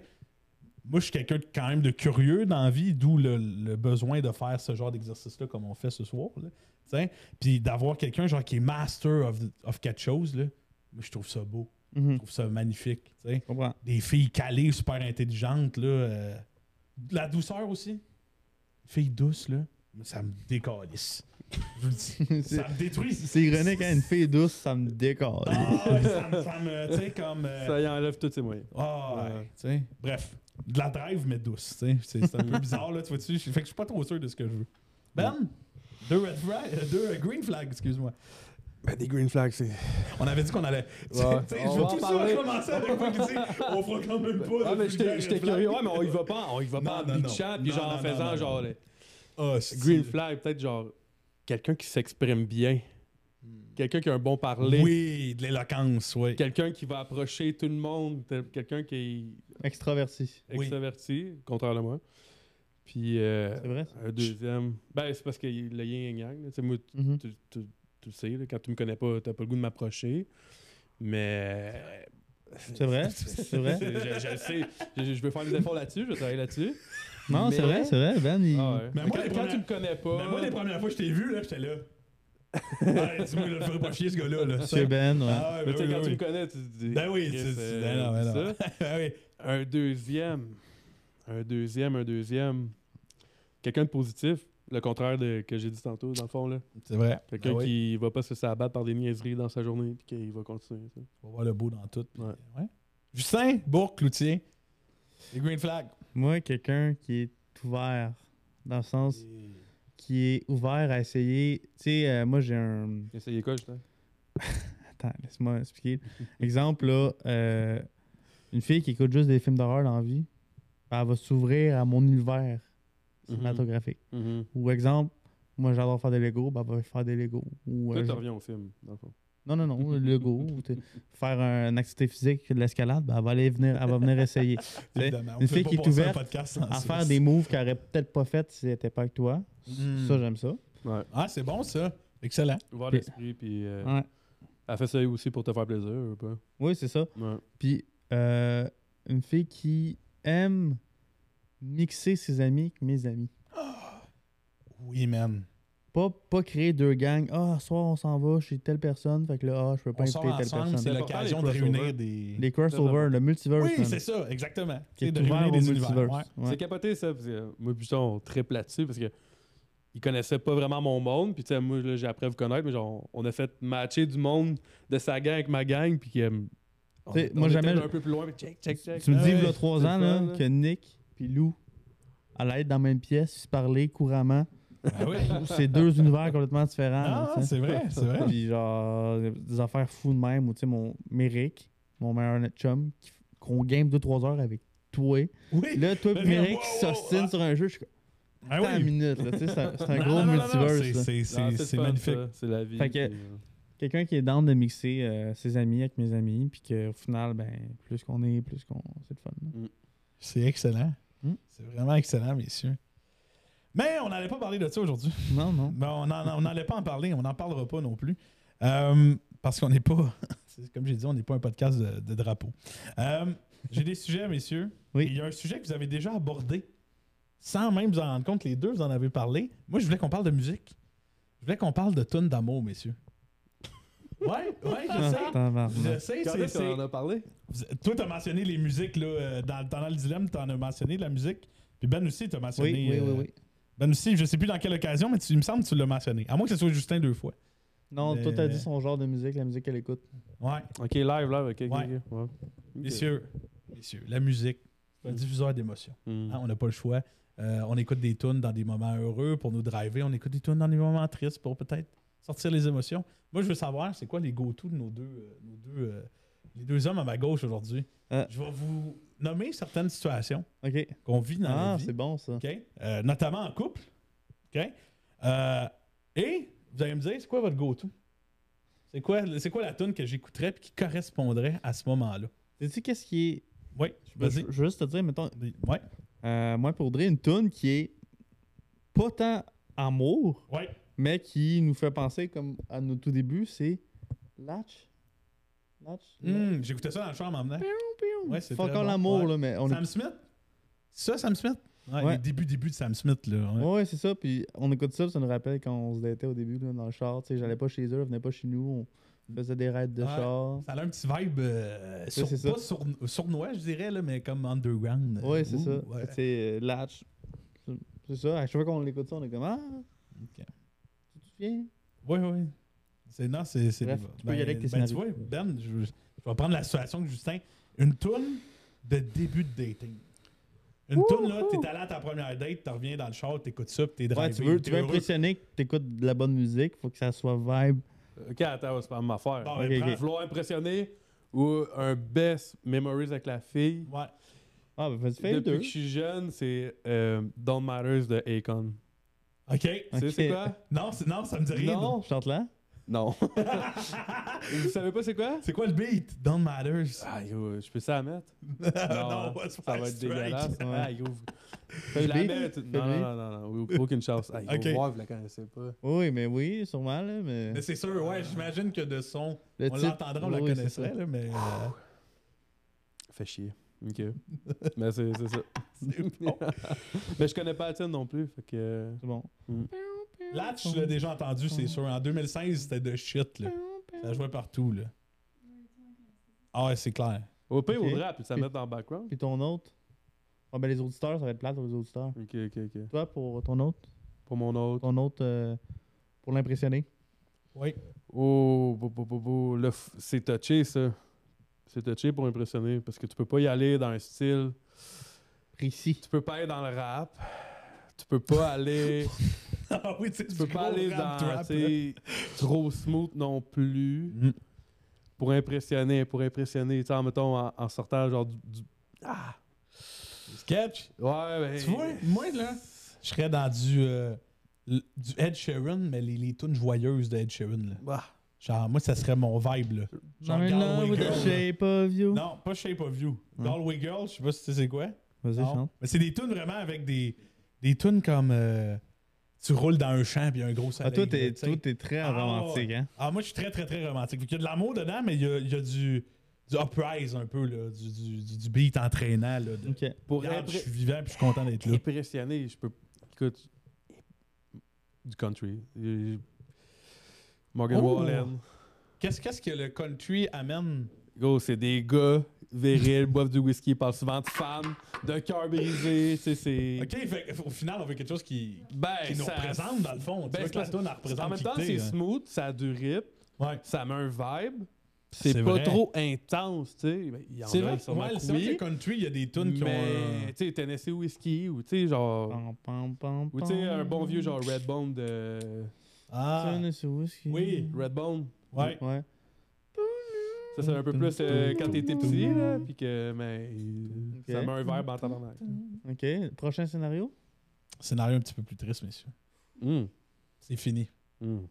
Speaker 1: Moi, je suis quelqu'un de- quand même de curieux dans la vie, d'où le, le besoin de faire ce genre d'exercice-là comme on fait ce soir. là. Tu sais, Puis d'avoir quelqu'un genre qui est master of, of quelque chose, là, moi, je trouve ça beau. Je
Speaker 2: Mhm.
Speaker 1: trouve ça magnifique. tu sais.
Speaker 2: Je comprends.
Speaker 1: Des filles calées, super intelligentes. Là, euh, de la douceur aussi. Une fille douce, là, ça me décalisse. Je vous le dis.
Speaker 2: *laughs* C'est
Speaker 1: ça me détruit.
Speaker 2: c'est ironique, hein, une fille douce, ça me décolle.
Speaker 1: Ah, ouais, ça me, ça me- tu sais, comme. euh,
Speaker 3: Ça y enlève tous ses moyens.
Speaker 1: ah,
Speaker 3: Ouais.
Speaker 1: ouais, tu sais. Bref, de la drive, mais douce. tu sais. C'est c'est un peu bizarre, là, tu vois-tu. Fait que je suis pas trop sûr de ce que je veux. Ben, deux, red flag- euh, deux euh, green flags, excuse-moi.
Speaker 3: Ben, des green flags, eh? c'est.
Speaker 1: On avait dit qu'on allait. tu sais,
Speaker 3: Ouais.
Speaker 1: tu sais,
Speaker 3: On
Speaker 1: je veux
Speaker 3: va en
Speaker 1: tout
Speaker 3: parler.
Speaker 1: ça commencer avec vous qui dit on fera quand même pas.
Speaker 3: Ah,
Speaker 1: de
Speaker 3: mais
Speaker 1: Oh, vulgaire
Speaker 3: j'étais j'étais
Speaker 1: red flag.
Speaker 3: curieux. Ouais, mais on y va pas, on y va
Speaker 1: Non,
Speaker 3: pas
Speaker 1: non,
Speaker 3: en
Speaker 1: non.
Speaker 3: bitchant, puis
Speaker 1: Non,
Speaker 3: genre en
Speaker 1: non, non,
Speaker 3: faisant
Speaker 1: non,
Speaker 3: genre.
Speaker 1: non.
Speaker 3: les-
Speaker 1: Ah, c'est-
Speaker 3: Green flag, peut-être genre. Quelqu'un qui s'exprime bien. Quelqu'un qui a un bon parler.
Speaker 1: Oui, de l'éloquence, oui.
Speaker 3: Quelqu'un qui va approcher tout le monde. T'as Quelqu'un qui
Speaker 2: Extraverti.
Speaker 3: est
Speaker 1: Oui.
Speaker 3: extraverti, contrairement à moi. Puis. euh,
Speaker 2: C'est vrai? ça?
Speaker 3: un deuxième. Ben, c'est parce que le yin et yang. là. Tu sais, moi, tu-
Speaker 2: Mhm.
Speaker 3: tu, tu- tu le sais, là, quand tu me connais pas, t'as pas le goût de m'approcher. Mais. euh,
Speaker 2: C'est
Speaker 3: *laughs*
Speaker 2: vrai? C'est vrai?
Speaker 3: Je, je le sais. Je, je veux faire des efforts là-dessus, je vais travailler là-dessus.
Speaker 2: Non, c'est
Speaker 3: Mais-
Speaker 2: vrai, c'est vrai. Ben, il...
Speaker 3: Ah ouais.
Speaker 1: Mais
Speaker 3: Mais
Speaker 1: moi,
Speaker 3: quand,
Speaker 1: les
Speaker 3: quand
Speaker 1: premières-
Speaker 3: tu me connais pas.
Speaker 1: Ben, moi, les premières fois que je t'ai vu, là, j'étais
Speaker 3: *laughs*
Speaker 1: là. Ouais, Dis-moi, là, je ferais pas chier ce gars-là. Là,
Speaker 2: Monsieur Ben, ouais.
Speaker 1: Ah, ouais,
Speaker 3: Mais
Speaker 1: ben
Speaker 3: tu sais,
Speaker 1: oui,
Speaker 3: quand
Speaker 1: ben
Speaker 3: tu
Speaker 1: oui.
Speaker 3: me connais, tu te dis.
Speaker 1: Ben oui,
Speaker 3: Chris,
Speaker 1: tu- tu-
Speaker 3: euh,
Speaker 1: ben non, ben non.
Speaker 3: ça.
Speaker 1: *laughs* Ben oui.
Speaker 3: Un deuxième. Un deuxième, un deuxième. Quelqu'un de positif. Le contraire de que j'ai dit tantôt, dans le fond. là.
Speaker 1: C'est vrai.
Speaker 3: Quelqu'un
Speaker 2: Ben
Speaker 1: Ah oui.
Speaker 3: qui va pas se faire abattre par des niaiseries dans sa journée puis qu'il va continuer. ça.
Speaker 1: On va voir le beau dans tout. puis-
Speaker 3: Ouais.
Speaker 1: ouais. Justin, Bourg, Cloutier. Les green flags.
Speaker 2: Moi, quelqu'un qui est ouvert, dans le sens qui est ouvert à essayer. Tu sais, euh, moi, j'ai un.
Speaker 3: Essayez quoi, Justin?
Speaker 2: Attends, laisse-moi
Speaker 3: *laughs*
Speaker 2: expliquer. Exemple, là, euh, une fille qui écoute juste des films d'horreur dans la vie, ben, elle va s'ouvrir à mon univers
Speaker 3: Mhm.
Speaker 2: cinématographique.
Speaker 3: Mhm.
Speaker 2: Ou exemple, moi j'adore faire des Lego, ben, elle va faire des Lego. Ou,
Speaker 3: Toi,
Speaker 2: euh,
Speaker 3: tu
Speaker 2: je-
Speaker 3: reviens au film, dans le fond.
Speaker 2: Non, non, non, Lego. ou t'es- faire un- une activité physique, de l'escalade, ben, elle, va aller venir, elle va
Speaker 1: *laughs*
Speaker 2: venir essayer. sais,
Speaker 1: Évidemment.
Speaker 2: une fille qui est ouverte
Speaker 1: Ah,
Speaker 2: à faire des moves qu'elle aurait peut-être pas fait si elle n'était pas avec toi.
Speaker 1: Hmm.
Speaker 2: Ça, j'aime ça.
Speaker 3: Ouais.
Speaker 1: Ah, c'est bon, ça. Excellent.
Speaker 3: Ouvert
Speaker 2: Puis-
Speaker 3: l'esprit, puis euh,
Speaker 2: Ouais.
Speaker 3: elle fait ça aussi pour te faire plaisir, ou pas?
Speaker 2: Oui, c'est ça.
Speaker 3: Ouais.
Speaker 2: Puis euh, une fille qui aime mixer ses amis avec mes amis.
Speaker 1: Oui, man.
Speaker 2: Pas, pas créer deux gangs. Ah, ce soir, on s'en va chez telle personne. Fait que là, ah, je peux pas
Speaker 1: On sort
Speaker 2: inviter telle
Speaker 1: ensemble,
Speaker 2: personne.
Speaker 1: c'est
Speaker 3: C'est
Speaker 1: l'occasion de
Speaker 3: important, les
Speaker 1: réunir
Speaker 3: crossovers.
Speaker 1: des.
Speaker 2: Les crossovers, le multiverse.
Speaker 1: Oui,
Speaker 2: man,
Speaker 1: c'est ça, exactement.
Speaker 2: Qui est
Speaker 1: de
Speaker 2: ouvert
Speaker 1: réunir
Speaker 2: au
Speaker 1: des univers. ouais.
Speaker 2: multiverse. Ouais.
Speaker 3: C'est capoté, ça. Parce que, euh, moi, putain, on triple là-dessus parce que ils connaissaient pas vraiment mon monde. Puis, tu sais, moi, là, j'ai appris à vous connaître, mais genre, on a fait matcher du monde de sa gang avec ma gang. Puis, que, euh, on,
Speaker 2: T'sais,
Speaker 3: on
Speaker 2: moi,
Speaker 3: était
Speaker 2: jamais-
Speaker 3: un peu plus loin, mais check, check, check.
Speaker 2: Tu me dis,
Speaker 3: Ah
Speaker 2: il y a
Speaker 3: ouais,
Speaker 2: trois
Speaker 3: c'est
Speaker 2: ans,
Speaker 3: le
Speaker 2: là,
Speaker 3: fun, là.
Speaker 2: que Nick puis Lou allaient être dans la même pièce, se parler couramment.
Speaker 1: Ah
Speaker 2: *laughs*
Speaker 1: oui. *laughs*
Speaker 2: c'est deux univers complètement différents. là,
Speaker 1: Ah,
Speaker 2: tu sais.
Speaker 1: c'est vrai, c'est vrai.
Speaker 2: Puis genre, des affaires fous de même. Ou tu sais, mon Merrick, mon meilleur net chum, qui- qu'on game 2-3 heures avec toi.
Speaker 1: Oui.
Speaker 2: Là, toi et
Speaker 1: Mais
Speaker 2: Merrick
Speaker 1: wow,
Speaker 2: qui
Speaker 1: wow,
Speaker 2: s'obstinent
Speaker 1: ah.
Speaker 2: sur un jeu, je suis comme,
Speaker 1: Ah
Speaker 2: Attends une
Speaker 1: oui.
Speaker 2: minute, là, tu sais, c'est un, c'est un
Speaker 1: Non,
Speaker 2: gros
Speaker 1: non, non, non,
Speaker 2: multiverse.
Speaker 1: c'est-
Speaker 2: là.
Speaker 1: c'est-
Speaker 3: Ah,
Speaker 1: C'est
Speaker 3: le
Speaker 1: c'est
Speaker 3: fun,
Speaker 1: magnifique.
Speaker 3: ça. C'est la vie.
Speaker 2: Fait que-
Speaker 3: puis, euh,
Speaker 2: Quelqu'un qui est down de mixer euh, ses amis avec mes amis, puis qu'au final, ben, plus qu'on est, plus qu'on. C'est le fun. là.
Speaker 1: C'est excellent.
Speaker 2: Hmm.
Speaker 1: C'est vraiment excellent, messieurs. Mais on n'allait pas parler de ça aujourd'hui.
Speaker 2: Non, non.
Speaker 1: Ben, on n'en- on n'allait pas en parler. On n'en parlera pas non plus. Euh, parce qu'on n'est pas, *laughs* c'est- comme j'ai dit, on n'est pas un podcast de, de drapeau. Euh, j'ai des sujets, messieurs.
Speaker 2: Oui.
Speaker 1: Et Il y a un sujet que vous avez déjà abordé sans même vous en rendre compte. Les deux, vous en avez parlé. Moi, je voulais qu'on parle de musique. Je voulais qu'on parle de tonnes d'amour, messieurs. Ouais, ouais, je
Speaker 2: Ah,
Speaker 1: sais. Je
Speaker 2: tabarnak.
Speaker 1: sais,
Speaker 3: Quand
Speaker 1: c'est-
Speaker 3: est-ce qu'on
Speaker 1: c'est.
Speaker 3: en a parlé?
Speaker 1: Vous- Toi, t'as mentionné les musiques, là, euh, dans, dans le dilemme, t'en as mentionné de la musique. Puis Ben aussi, t'as mentionné.
Speaker 2: Oui, oui, oui,
Speaker 1: euh,
Speaker 2: oui.
Speaker 1: Ben aussi, je sais plus dans quelle occasion, mais tu, il me semble que tu l'as mentionné. À moins que ce soit Justin deux fois.
Speaker 2: Non,
Speaker 1: Mais-
Speaker 2: toi, t'as dit son genre de musique, la musique qu'elle écoute.
Speaker 1: Ouais.
Speaker 3: Ok, live, live, ok, ok,
Speaker 1: Ouais.
Speaker 3: ok, ouais.
Speaker 1: Messieurs, messieurs, la musique, c'est un diffuseur d'émotions.
Speaker 3: Mm.
Speaker 1: hein,
Speaker 2: Ah.
Speaker 1: on n'a pas le choix. Euh, on écoute des tunes dans des moments heureux pour nous driver. On écoute des tunes dans des moments tristes pour peut-être sortir les émotions. Moi, je veux savoir, c'est quoi les go-to de nos deux, euh, nos deux, euh, les deux hommes à ma gauche aujourd'hui?
Speaker 2: Ah.
Speaker 1: Je vais vous nommer certaines situations
Speaker 2: Ok.
Speaker 1: qu'on vit dans la
Speaker 2: Ah,
Speaker 1: vie.
Speaker 2: c'est bon ça.
Speaker 1: OK? Euh, notamment en couple. OK? Euh, et vous allez me dire, c'est quoi votre go-to? C'est quoi, c'est quoi la tune que j'écouterais et qui correspondrait à ce moment-là?
Speaker 2: Sais-tu qu'est-ce qui est.
Speaker 1: Oui,
Speaker 2: Je
Speaker 1: vas-y.
Speaker 2: je veux juste te dire, mettons,
Speaker 1: Ouais.
Speaker 2: euh, moi pour Audrey, une tune qui est pas tant amour,
Speaker 1: Ouais.
Speaker 2: mais qui nous fait penser comme à nos tout débuts, c'est Latch. Notch.
Speaker 1: Hum, J'écoutais ça dans le char en m'emmenant. Ouais, c'est
Speaker 2: Fuck
Speaker 1: très
Speaker 2: all
Speaker 1: bon.
Speaker 2: l'amour,
Speaker 1: Ouais.
Speaker 2: là, mais on
Speaker 1: Sam Smith? Ça, Sam Smith? Ouais,
Speaker 2: Ouais.
Speaker 1: Les débuts, débuts de Sam Smith, là. ouais.
Speaker 2: Ouais, ouais, c'est ça. Puis on écoute ça, puis ça nous rappelle quand on se datait au début là, dans le char. Tu sais, j'allais pas chez eux, elle venait pas chez nous. On faisait des raids de
Speaker 1: Ouais.
Speaker 2: char.
Speaker 1: Ça a un petit vibe, euh, sur-
Speaker 2: c'est ça.
Speaker 1: pas sur, sournois, je dirais, là, mais comme underground. euh,
Speaker 2: Ouais, c'est
Speaker 1: ouh,
Speaker 2: ça.
Speaker 1: ouais.
Speaker 2: Tu sais, euh, Latch. C'est- C'est ça. À chaque fois qu'on l'écoute ça, on est comme Ah,
Speaker 1: Ok.
Speaker 2: tu te souviens
Speaker 1: Oui, oui. C'est non, c'est. c'est-
Speaker 2: Bref, tu peux y aller avec tes
Speaker 1: ben, tu vois,
Speaker 2: scénarios.
Speaker 1: Ben, je, je vais prendre la situation que Justin. Une toune de début de dating. Une toune, là, t'es allé à ta première date, t'en reviens dans le char, t'écoutes ça, pis t'es
Speaker 2: Ouais,
Speaker 1: drivé,
Speaker 2: tu veux,
Speaker 1: t'es
Speaker 2: tu veux
Speaker 1: heureux.
Speaker 2: impressionner que t'écoutes de la bonne musique. Faut que ça soit vibe.
Speaker 3: Ok, attends, c'est pas ma affaire.
Speaker 1: Bon,
Speaker 2: Ok,
Speaker 1: ben,
Speaker 2: ok.
Speaker 1: prends-
Speaker 3: Vouloir impressionner ou un best memories avec la fille.
Speaker 1: Ouais.
Speaker 2: Ah, ben vas-y, fais les
Speaker 3: Depuis
Speaker 2: deux.
Speaker 3: que je suis jeune, c'est euh, Don't Matters de Akon.
Speaker 1: OK.
Speaker 3: Tu sais, c'est
Speaker 2: Ok. *laughs*
Speaker 3: quoi?
Speaker 1: Non, c'est- non, ça me dit rien.
Speaker 3: Non.
Speaker 2: Je chante là.
Speaker 3: Non. *laughs* Vous savez pas c'est quoi?
Speaker 1: C'est quoi le beat? Don't
Speaker 2: *laughs*
Speaker 1: matters.
Speaker 3: Ah, yo, je peux ça la mettre?
Speaker 1: non,
Speaker 3: hein,
Speaker 1: what's
Speaker 3: ça va
Speaker 1: my
Speaker 3: être
Speaker 1: strike?
Speaker 3: dégueulasse.
Speaker 2: Ah, Ouais.
Speaker 3: Ah, yo, vous-
Speaker 2: Fais
Speaker 3: je
Speaker 2: le
Speaker 3: la
Speaker 2: beat.
Speaker 3: mets.
Speaker 2: Fais
Speaker 3: tout-
Speaker 2: le
Speaker 3: Non, non,
Speaker 2: beat.
Speaker 3: non, non, non, oui, aucune chance. Ah, yo,
Speaker 1: Ok.
Speaker 3: voir, vous la connaissez pas.
Speaker 2: Oui, mais oui, sûrement, là. Mais.
Speaker 1: Mais c'est sûr, ouais, j'imagine que de son,
Speaker 2: Ah. Le
Speaker 1: on
Speaker 2: titre,
Speaker 1: l'entendra, on la
Speaker 2: oui, c'est ça. Ah,
Speaker 1: connaisserait, là, mais. euh,
Speaker 3: Fait chier. Ok. Mais c'est c'est ça.
Speaker 2: *laughs*
Speaker 1: c'est
Speaker 3: *laughs*
Speaker 1: bon.
Speaker 3: Mais je connais pas la tienne non plus. Fait que. euh,
Speaker 2: C'est bon.
Speaker 1: Latch, je l'ai déjà entendu,
Speaker 2: Ah.
Speaker 1: c'est sûr. En 2016, c'était de shit, là. Ça jouait partout, là. Ah ouais, c'est clair.
Speaker 3: Au pire,
Speaker 2: Ok.
Speaker 3: au rap, puis ça met dans le background.
Speaker 2: Puis ton autre. Ah, ben les auditeurs, ça va être plate aux auditeurs.
Speaker 3: Ok, ok, ok.
Speaker 2: Toi, pour ton autre.
Speaker 3: Pour mon autre.
Speaker 2: ton autre euh, pour l'impressionner.
Speaker 1: Oui.
Speaker 3: Oh, bo, bo, bo, bo. Là, f- c'est touché, ça. C'est touché pour impressionner. Parce que tu peux pas y aller dans un style.
Speaker 2: Précis.
Speaker 3: Tu peux pas aller dans le rap. Tu peux pas
Speaker 1: *laughs*
Speaker 3: aller.
Speaker 1: *laughs* ah oui, sais,
Speaker 3: tu peux pas aller dans. tu sais, Trop smooth non plus.
Speaker 1: Mm.
Speaker 3: Pour impressionner, pour impressionner. Tu sais, en, mettons, en, en sortant, genre du. du- Ah!
Speaker 1: Sketch.
Speaker 3: Ouais, ben.
Speaker 1: Tu vois, moi, là, je serais dans du, euh, l- du Ed Sheeran, mais les, les tunes joyeuses de Ed Sheeran, là.
Speaker 3: Bah.
Speaker 1: Genre, moi, ça serait mon vibe, là. Genre
Speaker 2: I'm in
Speaker 1: Galway
Speaker 2: love with the
Speaker 1: Girl,
Speaker 2: shape of you.
Speaker 1: Non, pas Shape of You.
Speaker 3: Hein?
Speaker 1: Galway Girl, je sais pas si tu sais c'est quoi.
Speaker 2: Vas-y,
Speaker 1: Non.
Speaker 2: chante.
Speaker 1: Mais c'est des tunes vraiment avec des. Des tunes comme. euh, tu roules dans un champ, puis il y a un gros
Speaker 2: Ah,
Speaker 1: soleil.
Speaker 2: toi, t'es,
Speaker 1: là, tu sais.
Speaker 2: toi, t'es très
Speaker 1: Ah,
Speaker 2: romantique,
Speaker 1: ouais.
Speaker 2: hein?
Speaker 1: Ah, moi, je suis très, très, très romantique. Il y a de l'amour dedans, mais il y a, il y a du, du uprise un peu, là, du, du- du- du beat entraînant. Là, de-
Speaker 2: Ok.
Speaker 3: Pour
Speaker 1: Regarde,
Speaker 3: impré-
Speaker 1: je suis vivant puis je suis content d'être là.
Speaker 3: impressionné, je peux. Écoute, du country. Euh, Morgan
Speaker 1: Oh.
Speaker 3: Wallen.
Speaker 1: *laughs* Qu'est-ce qu'est-ce que le country amène?
Speaker 3: Gros, c'est des gars virils, boivent du whisky, parlent souvent de femmes, de cœur brisé. Tu sais, c'est.
Speaker 1: OK, fait, au final, on veut quelque chose qui,
Speaker 3: Ben,
Speaker 1: qui nous
Speaker 3: ça-
Speaker 1: représente, dans le fond.
Speaker 3: Ben,
Speaker 1: tu veux
Speaker 3: c'est
Speaker 1: que la
Speaker 3: parce-
Speaker 1: toune, elle
Speaker 3: En
Speaker 1: représente
Speaker 3: même
Speaker 1: qui
Speaker 3: temps,
Speaker 1: t'es,
Speaker 3: c'est
Speaker 1: hein.
Speaker 3: smooth, ça a du rythme,
Speaker 1: Ouais.
Speaker 3: ça met un vibe. C'est
Speaker 1: C'est
Speaker 3: pas
Speaker 1: vrai.
Speaker 3: trop intense, tu sais. Ben, il y en
Speaker 1: C'est
Speaker 3: a
Speaker 1: vrai, que-
Speaker 3: sûrement
Speaker 1: ouais,
Speaker 3: que
Speaker 1: c'est vrai que
Speaker 3: oui,
Speaker 1: le country, il y a des tunes qui ont... euh, un-
Speaker 3: Mais, tu sais, Tennessee Whiskey ou, tu sais, genre.
Speaker 2: Pam, pam, pam,
Speaker 3: Ou, tu sais,
Speaker 2: pam.
Speaker 3: un bon vieux, genre Redbone de.
Speaker 1: Ah,
Speaker 2: Turn us a whiskey.
Speaker 1: Oui.
Speaker 3: Redbone.
Speaker 1: ouais.
Speaker 2: Ouais.
Speaker 3: Ça, c'est un peu plus euh, quand t'es petit, là, puis que, mais
Speaker 2: Ok.
Speaker 3: ça met un verbe en tabarnak.
Speaker 2: Ok. Prochain scénario?
Speaker 1: Scénario un petit peu plus triste, messieurs.
Speaker 3: Hum,
Speaker 1: C'est fini.
Speaker 3: hum.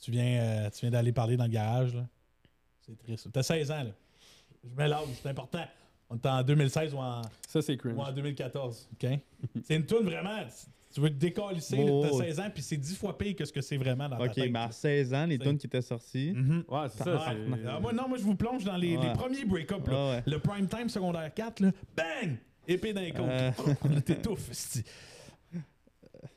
Speaker 1: Tu viens, euh, tu viens d'aller parler dans le garage, là. C'est triste. T'as 16 ans, là. Je mets l'âge, c'est important. On est en 2016 ou en,
Speaker 3: Ça, c'est cringe.
Speaker 1: ou en 2014, OK?
Speaker 2: *laughs*
Speaker 1: c'est une toune vraiment... tu- Tu veux te décalisser,
Speaker 2: Oh,
Speaker 1: là, t'as
Speaker 2: oh.
Speaker 1: 16 ans, puis c'est 10 fois pire que ce que c'est vraiment dans ta
Speaker 2: Ok,
Speaker 1: tête.
Speaker 2: mais à 16 ans, les
Speaker 1: C'est-
Speaker 2: tunes qui étaient sorties.
Speaker 1: Mhm.
Speaker 3: Ouais, c'est ça.
Speaker 1: Ouais.
Speaker 3: c'est-
Speaker 1: Ah, moi, non, moi, je vous plonge dans les,
Speaker 2: Ouais.
Speaker 1: les premiers break-up, là.
Speaker 2: Ah ouais.
Speaker 1: Le prime time secondaire 4, là, bang! Épée d'un côte.
Speaker 2: Euh.
Speaker 1: *laughs* Là, T'étouffes, c'ti.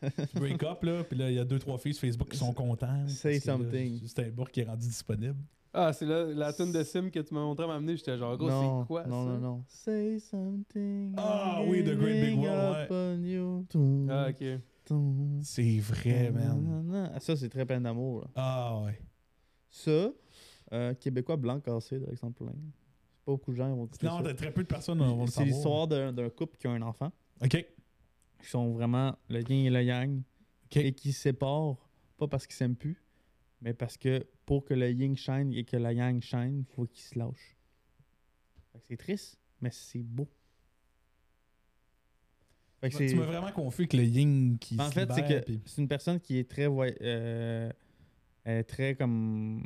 Speaker 1: Tu break up, là, puis là, il y a deux, trois filles sur Facebook qui sont contentes.
Speaker 2: Say
Speaker 1: parce que, là,
Speaker 2: something.
Speaker 1: C'est un bourg qui est rendu disponible.
Speaker 3: Ah, c'est la, la tune de Sim que tu m'as montré à m'amener. J'étais genre, gros,
Speaker 2: non,
Speaker 3: c'est quoi
Speaker 2: non,
Speaker 3: ça?
Speaker 2: non, non. Say something.
Speaker 1: Ah oui, The Great Big World, ouais.
Speaker 2: World. You. Tum,
Speaker 3: Ah, ok.
Speaker 2: tum,
Speaker 1: C'est vrai, man.
Speaker 2: nanana. Ah, Ça, c'est très peine d'amour, là.
Speaker 1: Ah ouais.
Speaker 2: Ça, euh, Québécois blanc cassé, par exemple. Hein. C'est pas beaucoup de gens qui vont écouter
Speaker 1: Non,
Speaker 2: ça.
Speaker 1: t'as très peu de personnes euh, vont le
Speaker 2: C'est
Speaker 1: savoir.
Speaker 2: l'histoire d'un d'un couple qui a un enfant,
Speaker 1: OK.
Speaker 2: qui sont vraiment le yin et le yang,
Speaker 1: OK.
Speaker 2: et qui se séparent, pas parce qu'ils s'aiment plus, mais parce que pour que le yin shine et que le yang shine, il faut qu'ils se lâchent. Fait que C'est triste, mais c'est beau. Fait que
Speaker 1: Tu
Speaker 2: c'est-
Speaker 1: m'as vraiment confus que le yin qui
Speaker 2: en
Speaker 1: se
Speaker 2: fait, c'est
Speaker 1: libère,
Speaker 2: que
Speaker 1: puis-
Speaker 2: c'est une personne qui est très voy- euh, elle est très comme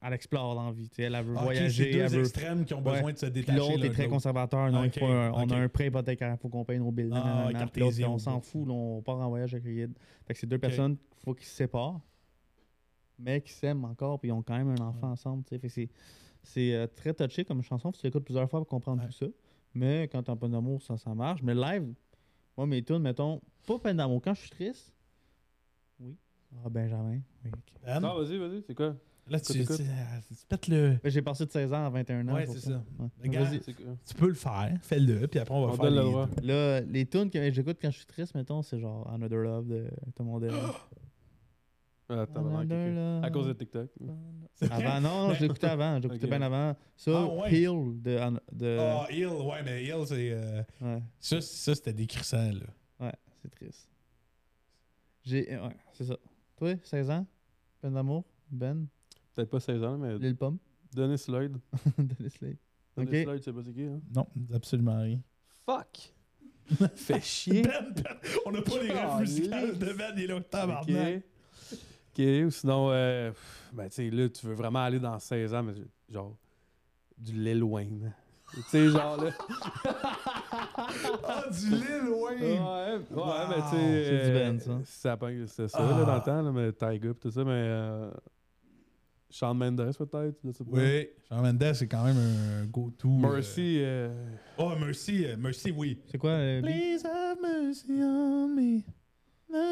Speaker 2: elle explore dans la vie, tu sais, elle, elle veut
Speaker 1: Ah, ok,
Speaker 2: voyager,
Speaker 1: c'est
Speaker 2: elle
Speaker 1: deux
Speaker 2: veut
Speaker 1: extrêmes qui ont besoin
Speaker 2: Ouais.
Speaker 1: de se
Speaker 2: Puis
Speaker 1: détacher.
Speaker 2: l'autre
Speaker 1: l'un
Speaker 2: est très
Speaker 1: de l'autre.
Speaker 2: conservateur. Non, il
Speaker 1: Ok,
Speaker 2: faut un- on
Speaker 1: ok.
Speaker 2: a un prêt hypothécaire, il faut qu'on paye nos billes.
Speaker 1: Ah,
Speaker 2: nanana, puis l'autre,
Speaker 1: cartésien au
Speaker 2: on s'en
Speaker 1: bout.
Speaker 2: fout, là, on part en voyage avec Riyad. Fait que c'est deux personnes qu'il faut qu'ils se séparent, mais qui s'aiment encore, puis ils ont quand même un enfant ensemble. tu sais. Fait que c'est- C'est euh, très touché comme chanson. Faut que tu l'écoutes plusieurs fois pour comprendre
Speaker 1: Ouais.
Speaker 2: tout ça. Mais quand t'es en peine d'amour, ça, ça marche. Mais live, moi, mes tunes, mettons, pas peine d'amour. Quand je suis triste, oui. Ah, Benjamin. Oui, ok.
Speaker 1: Ben,
Speaker 3: Non, vas-y, vas-y, c'est quoi?
Speaker 1: là, tu, tu,
Speaker 3: écoute, écoute.
Speaker 1: tu- tu pètes le.
Speaker 2: Mais J'ai passé de 16 ans à 21 ans.
Speaker 1: Ouais,
Speaker 2: pour
Speaker 1: c'est ça.
Speaker 2: Ouais.
Speaker 1: Regarde,
Speaker 2: Vas-y.
Speaker 3: C'est quoi?
Speaker 1: tu peux le faire, fais-le, puis après on va
Speaker 3: On
Speaker 1: faire
Speaker 3: donne le
Speaker 1: les
Speaker 3: droit.
Speaker 1: deux.
Speaker 2: Là, les tunes que j'écoute quand je suis triste, mettons, c'est genre Another Love de Tom Odell.
Speaker 3: Ah, t'as marre, ok,
Speaker 2: Another
Speaker 3: ok.
Speaker 2: Love.
Speaker 3: À cause de TikTok.
Speaker 1: C'est vrai?
Speaker 2: Avant, non, je l'écoutais avant. Je l'écoutais
Speaker 3: Ok.
Speaker 2: bien avant. Ça,
Speaker 1: Ah, ouais.
Speaker 2: Heal de. An- de
Speaker 1: *laughs* Ah, Hill, ouais, mais Hill, c'est. euh,
Speaker 2: ouais,
Speaker 1: Ça, ça c'était décrissant, là.
Speaker 2: ouais, c'est triste. J'ai. Ouais, c'est ça. Toi, 16 ans, peine d'amour, Ben,
Speaker 3: Peut-être pas 16 ans,
Speaker 1: Euh.
Speaker 3: mais
Speaker 2: Lil *laughs* Pomme,
Speaker 3: Dennis Lloyd.
Speaker 2: de Leslie.
Speaker 3: Dennis
Speaker 2: Ok.
Speaker 3: Lloyd, c'est pas c'est qui, hein?
Speaker 1: Non, absolument rien.
Speaker 3: Fuck! *laughs* Fait
Speaker 2: *laughs*
Speaker 3: chier.
Speaker 1: Ben, ben, on n'a pas les rêves
Speaker 2: Oh,
Speaker 3: Caliste.
Speaker 1: musicales de Ben, il est là, tabarnak.
Speaker 3: OK. OK, ou sinon, euh, pff, ben, tu sais, là, tu veux vraiment aller dans 16 ans, mais genre, du Lil Wayne. Tu sais, genre, là.
Speaker 1: Ah, du Lil
Speaker 2: Oh,
Speaker 3: Ouais,
Speaker 1: Wayne!
Speaker 3: ouais,
Speaker 1: Wow.
Speaker 3: mais tu sais.
Speaker 2: C'est du
Speaker 3: euh,
Speaker 2: Ben, ça.
Speaker 3: ça pogne- C'était ça,
Speaker 1: Ah.
Speaker 3: là, dans le temps, là, mais Tiger, pis tout ça, mais. Euh, Shawn Mendes, peut-être, je sais pas.
Speaker 1: Oui, Jean Mendes, c'est quand même un go-to.
Speaker 3: Mercy. euh,
Speaker 1: euh. Oh, Mercy, euh, Mercy, oui.
Speaker 2: C'est quoi euh, le beat?
Speaker 1: Please have mercy on me.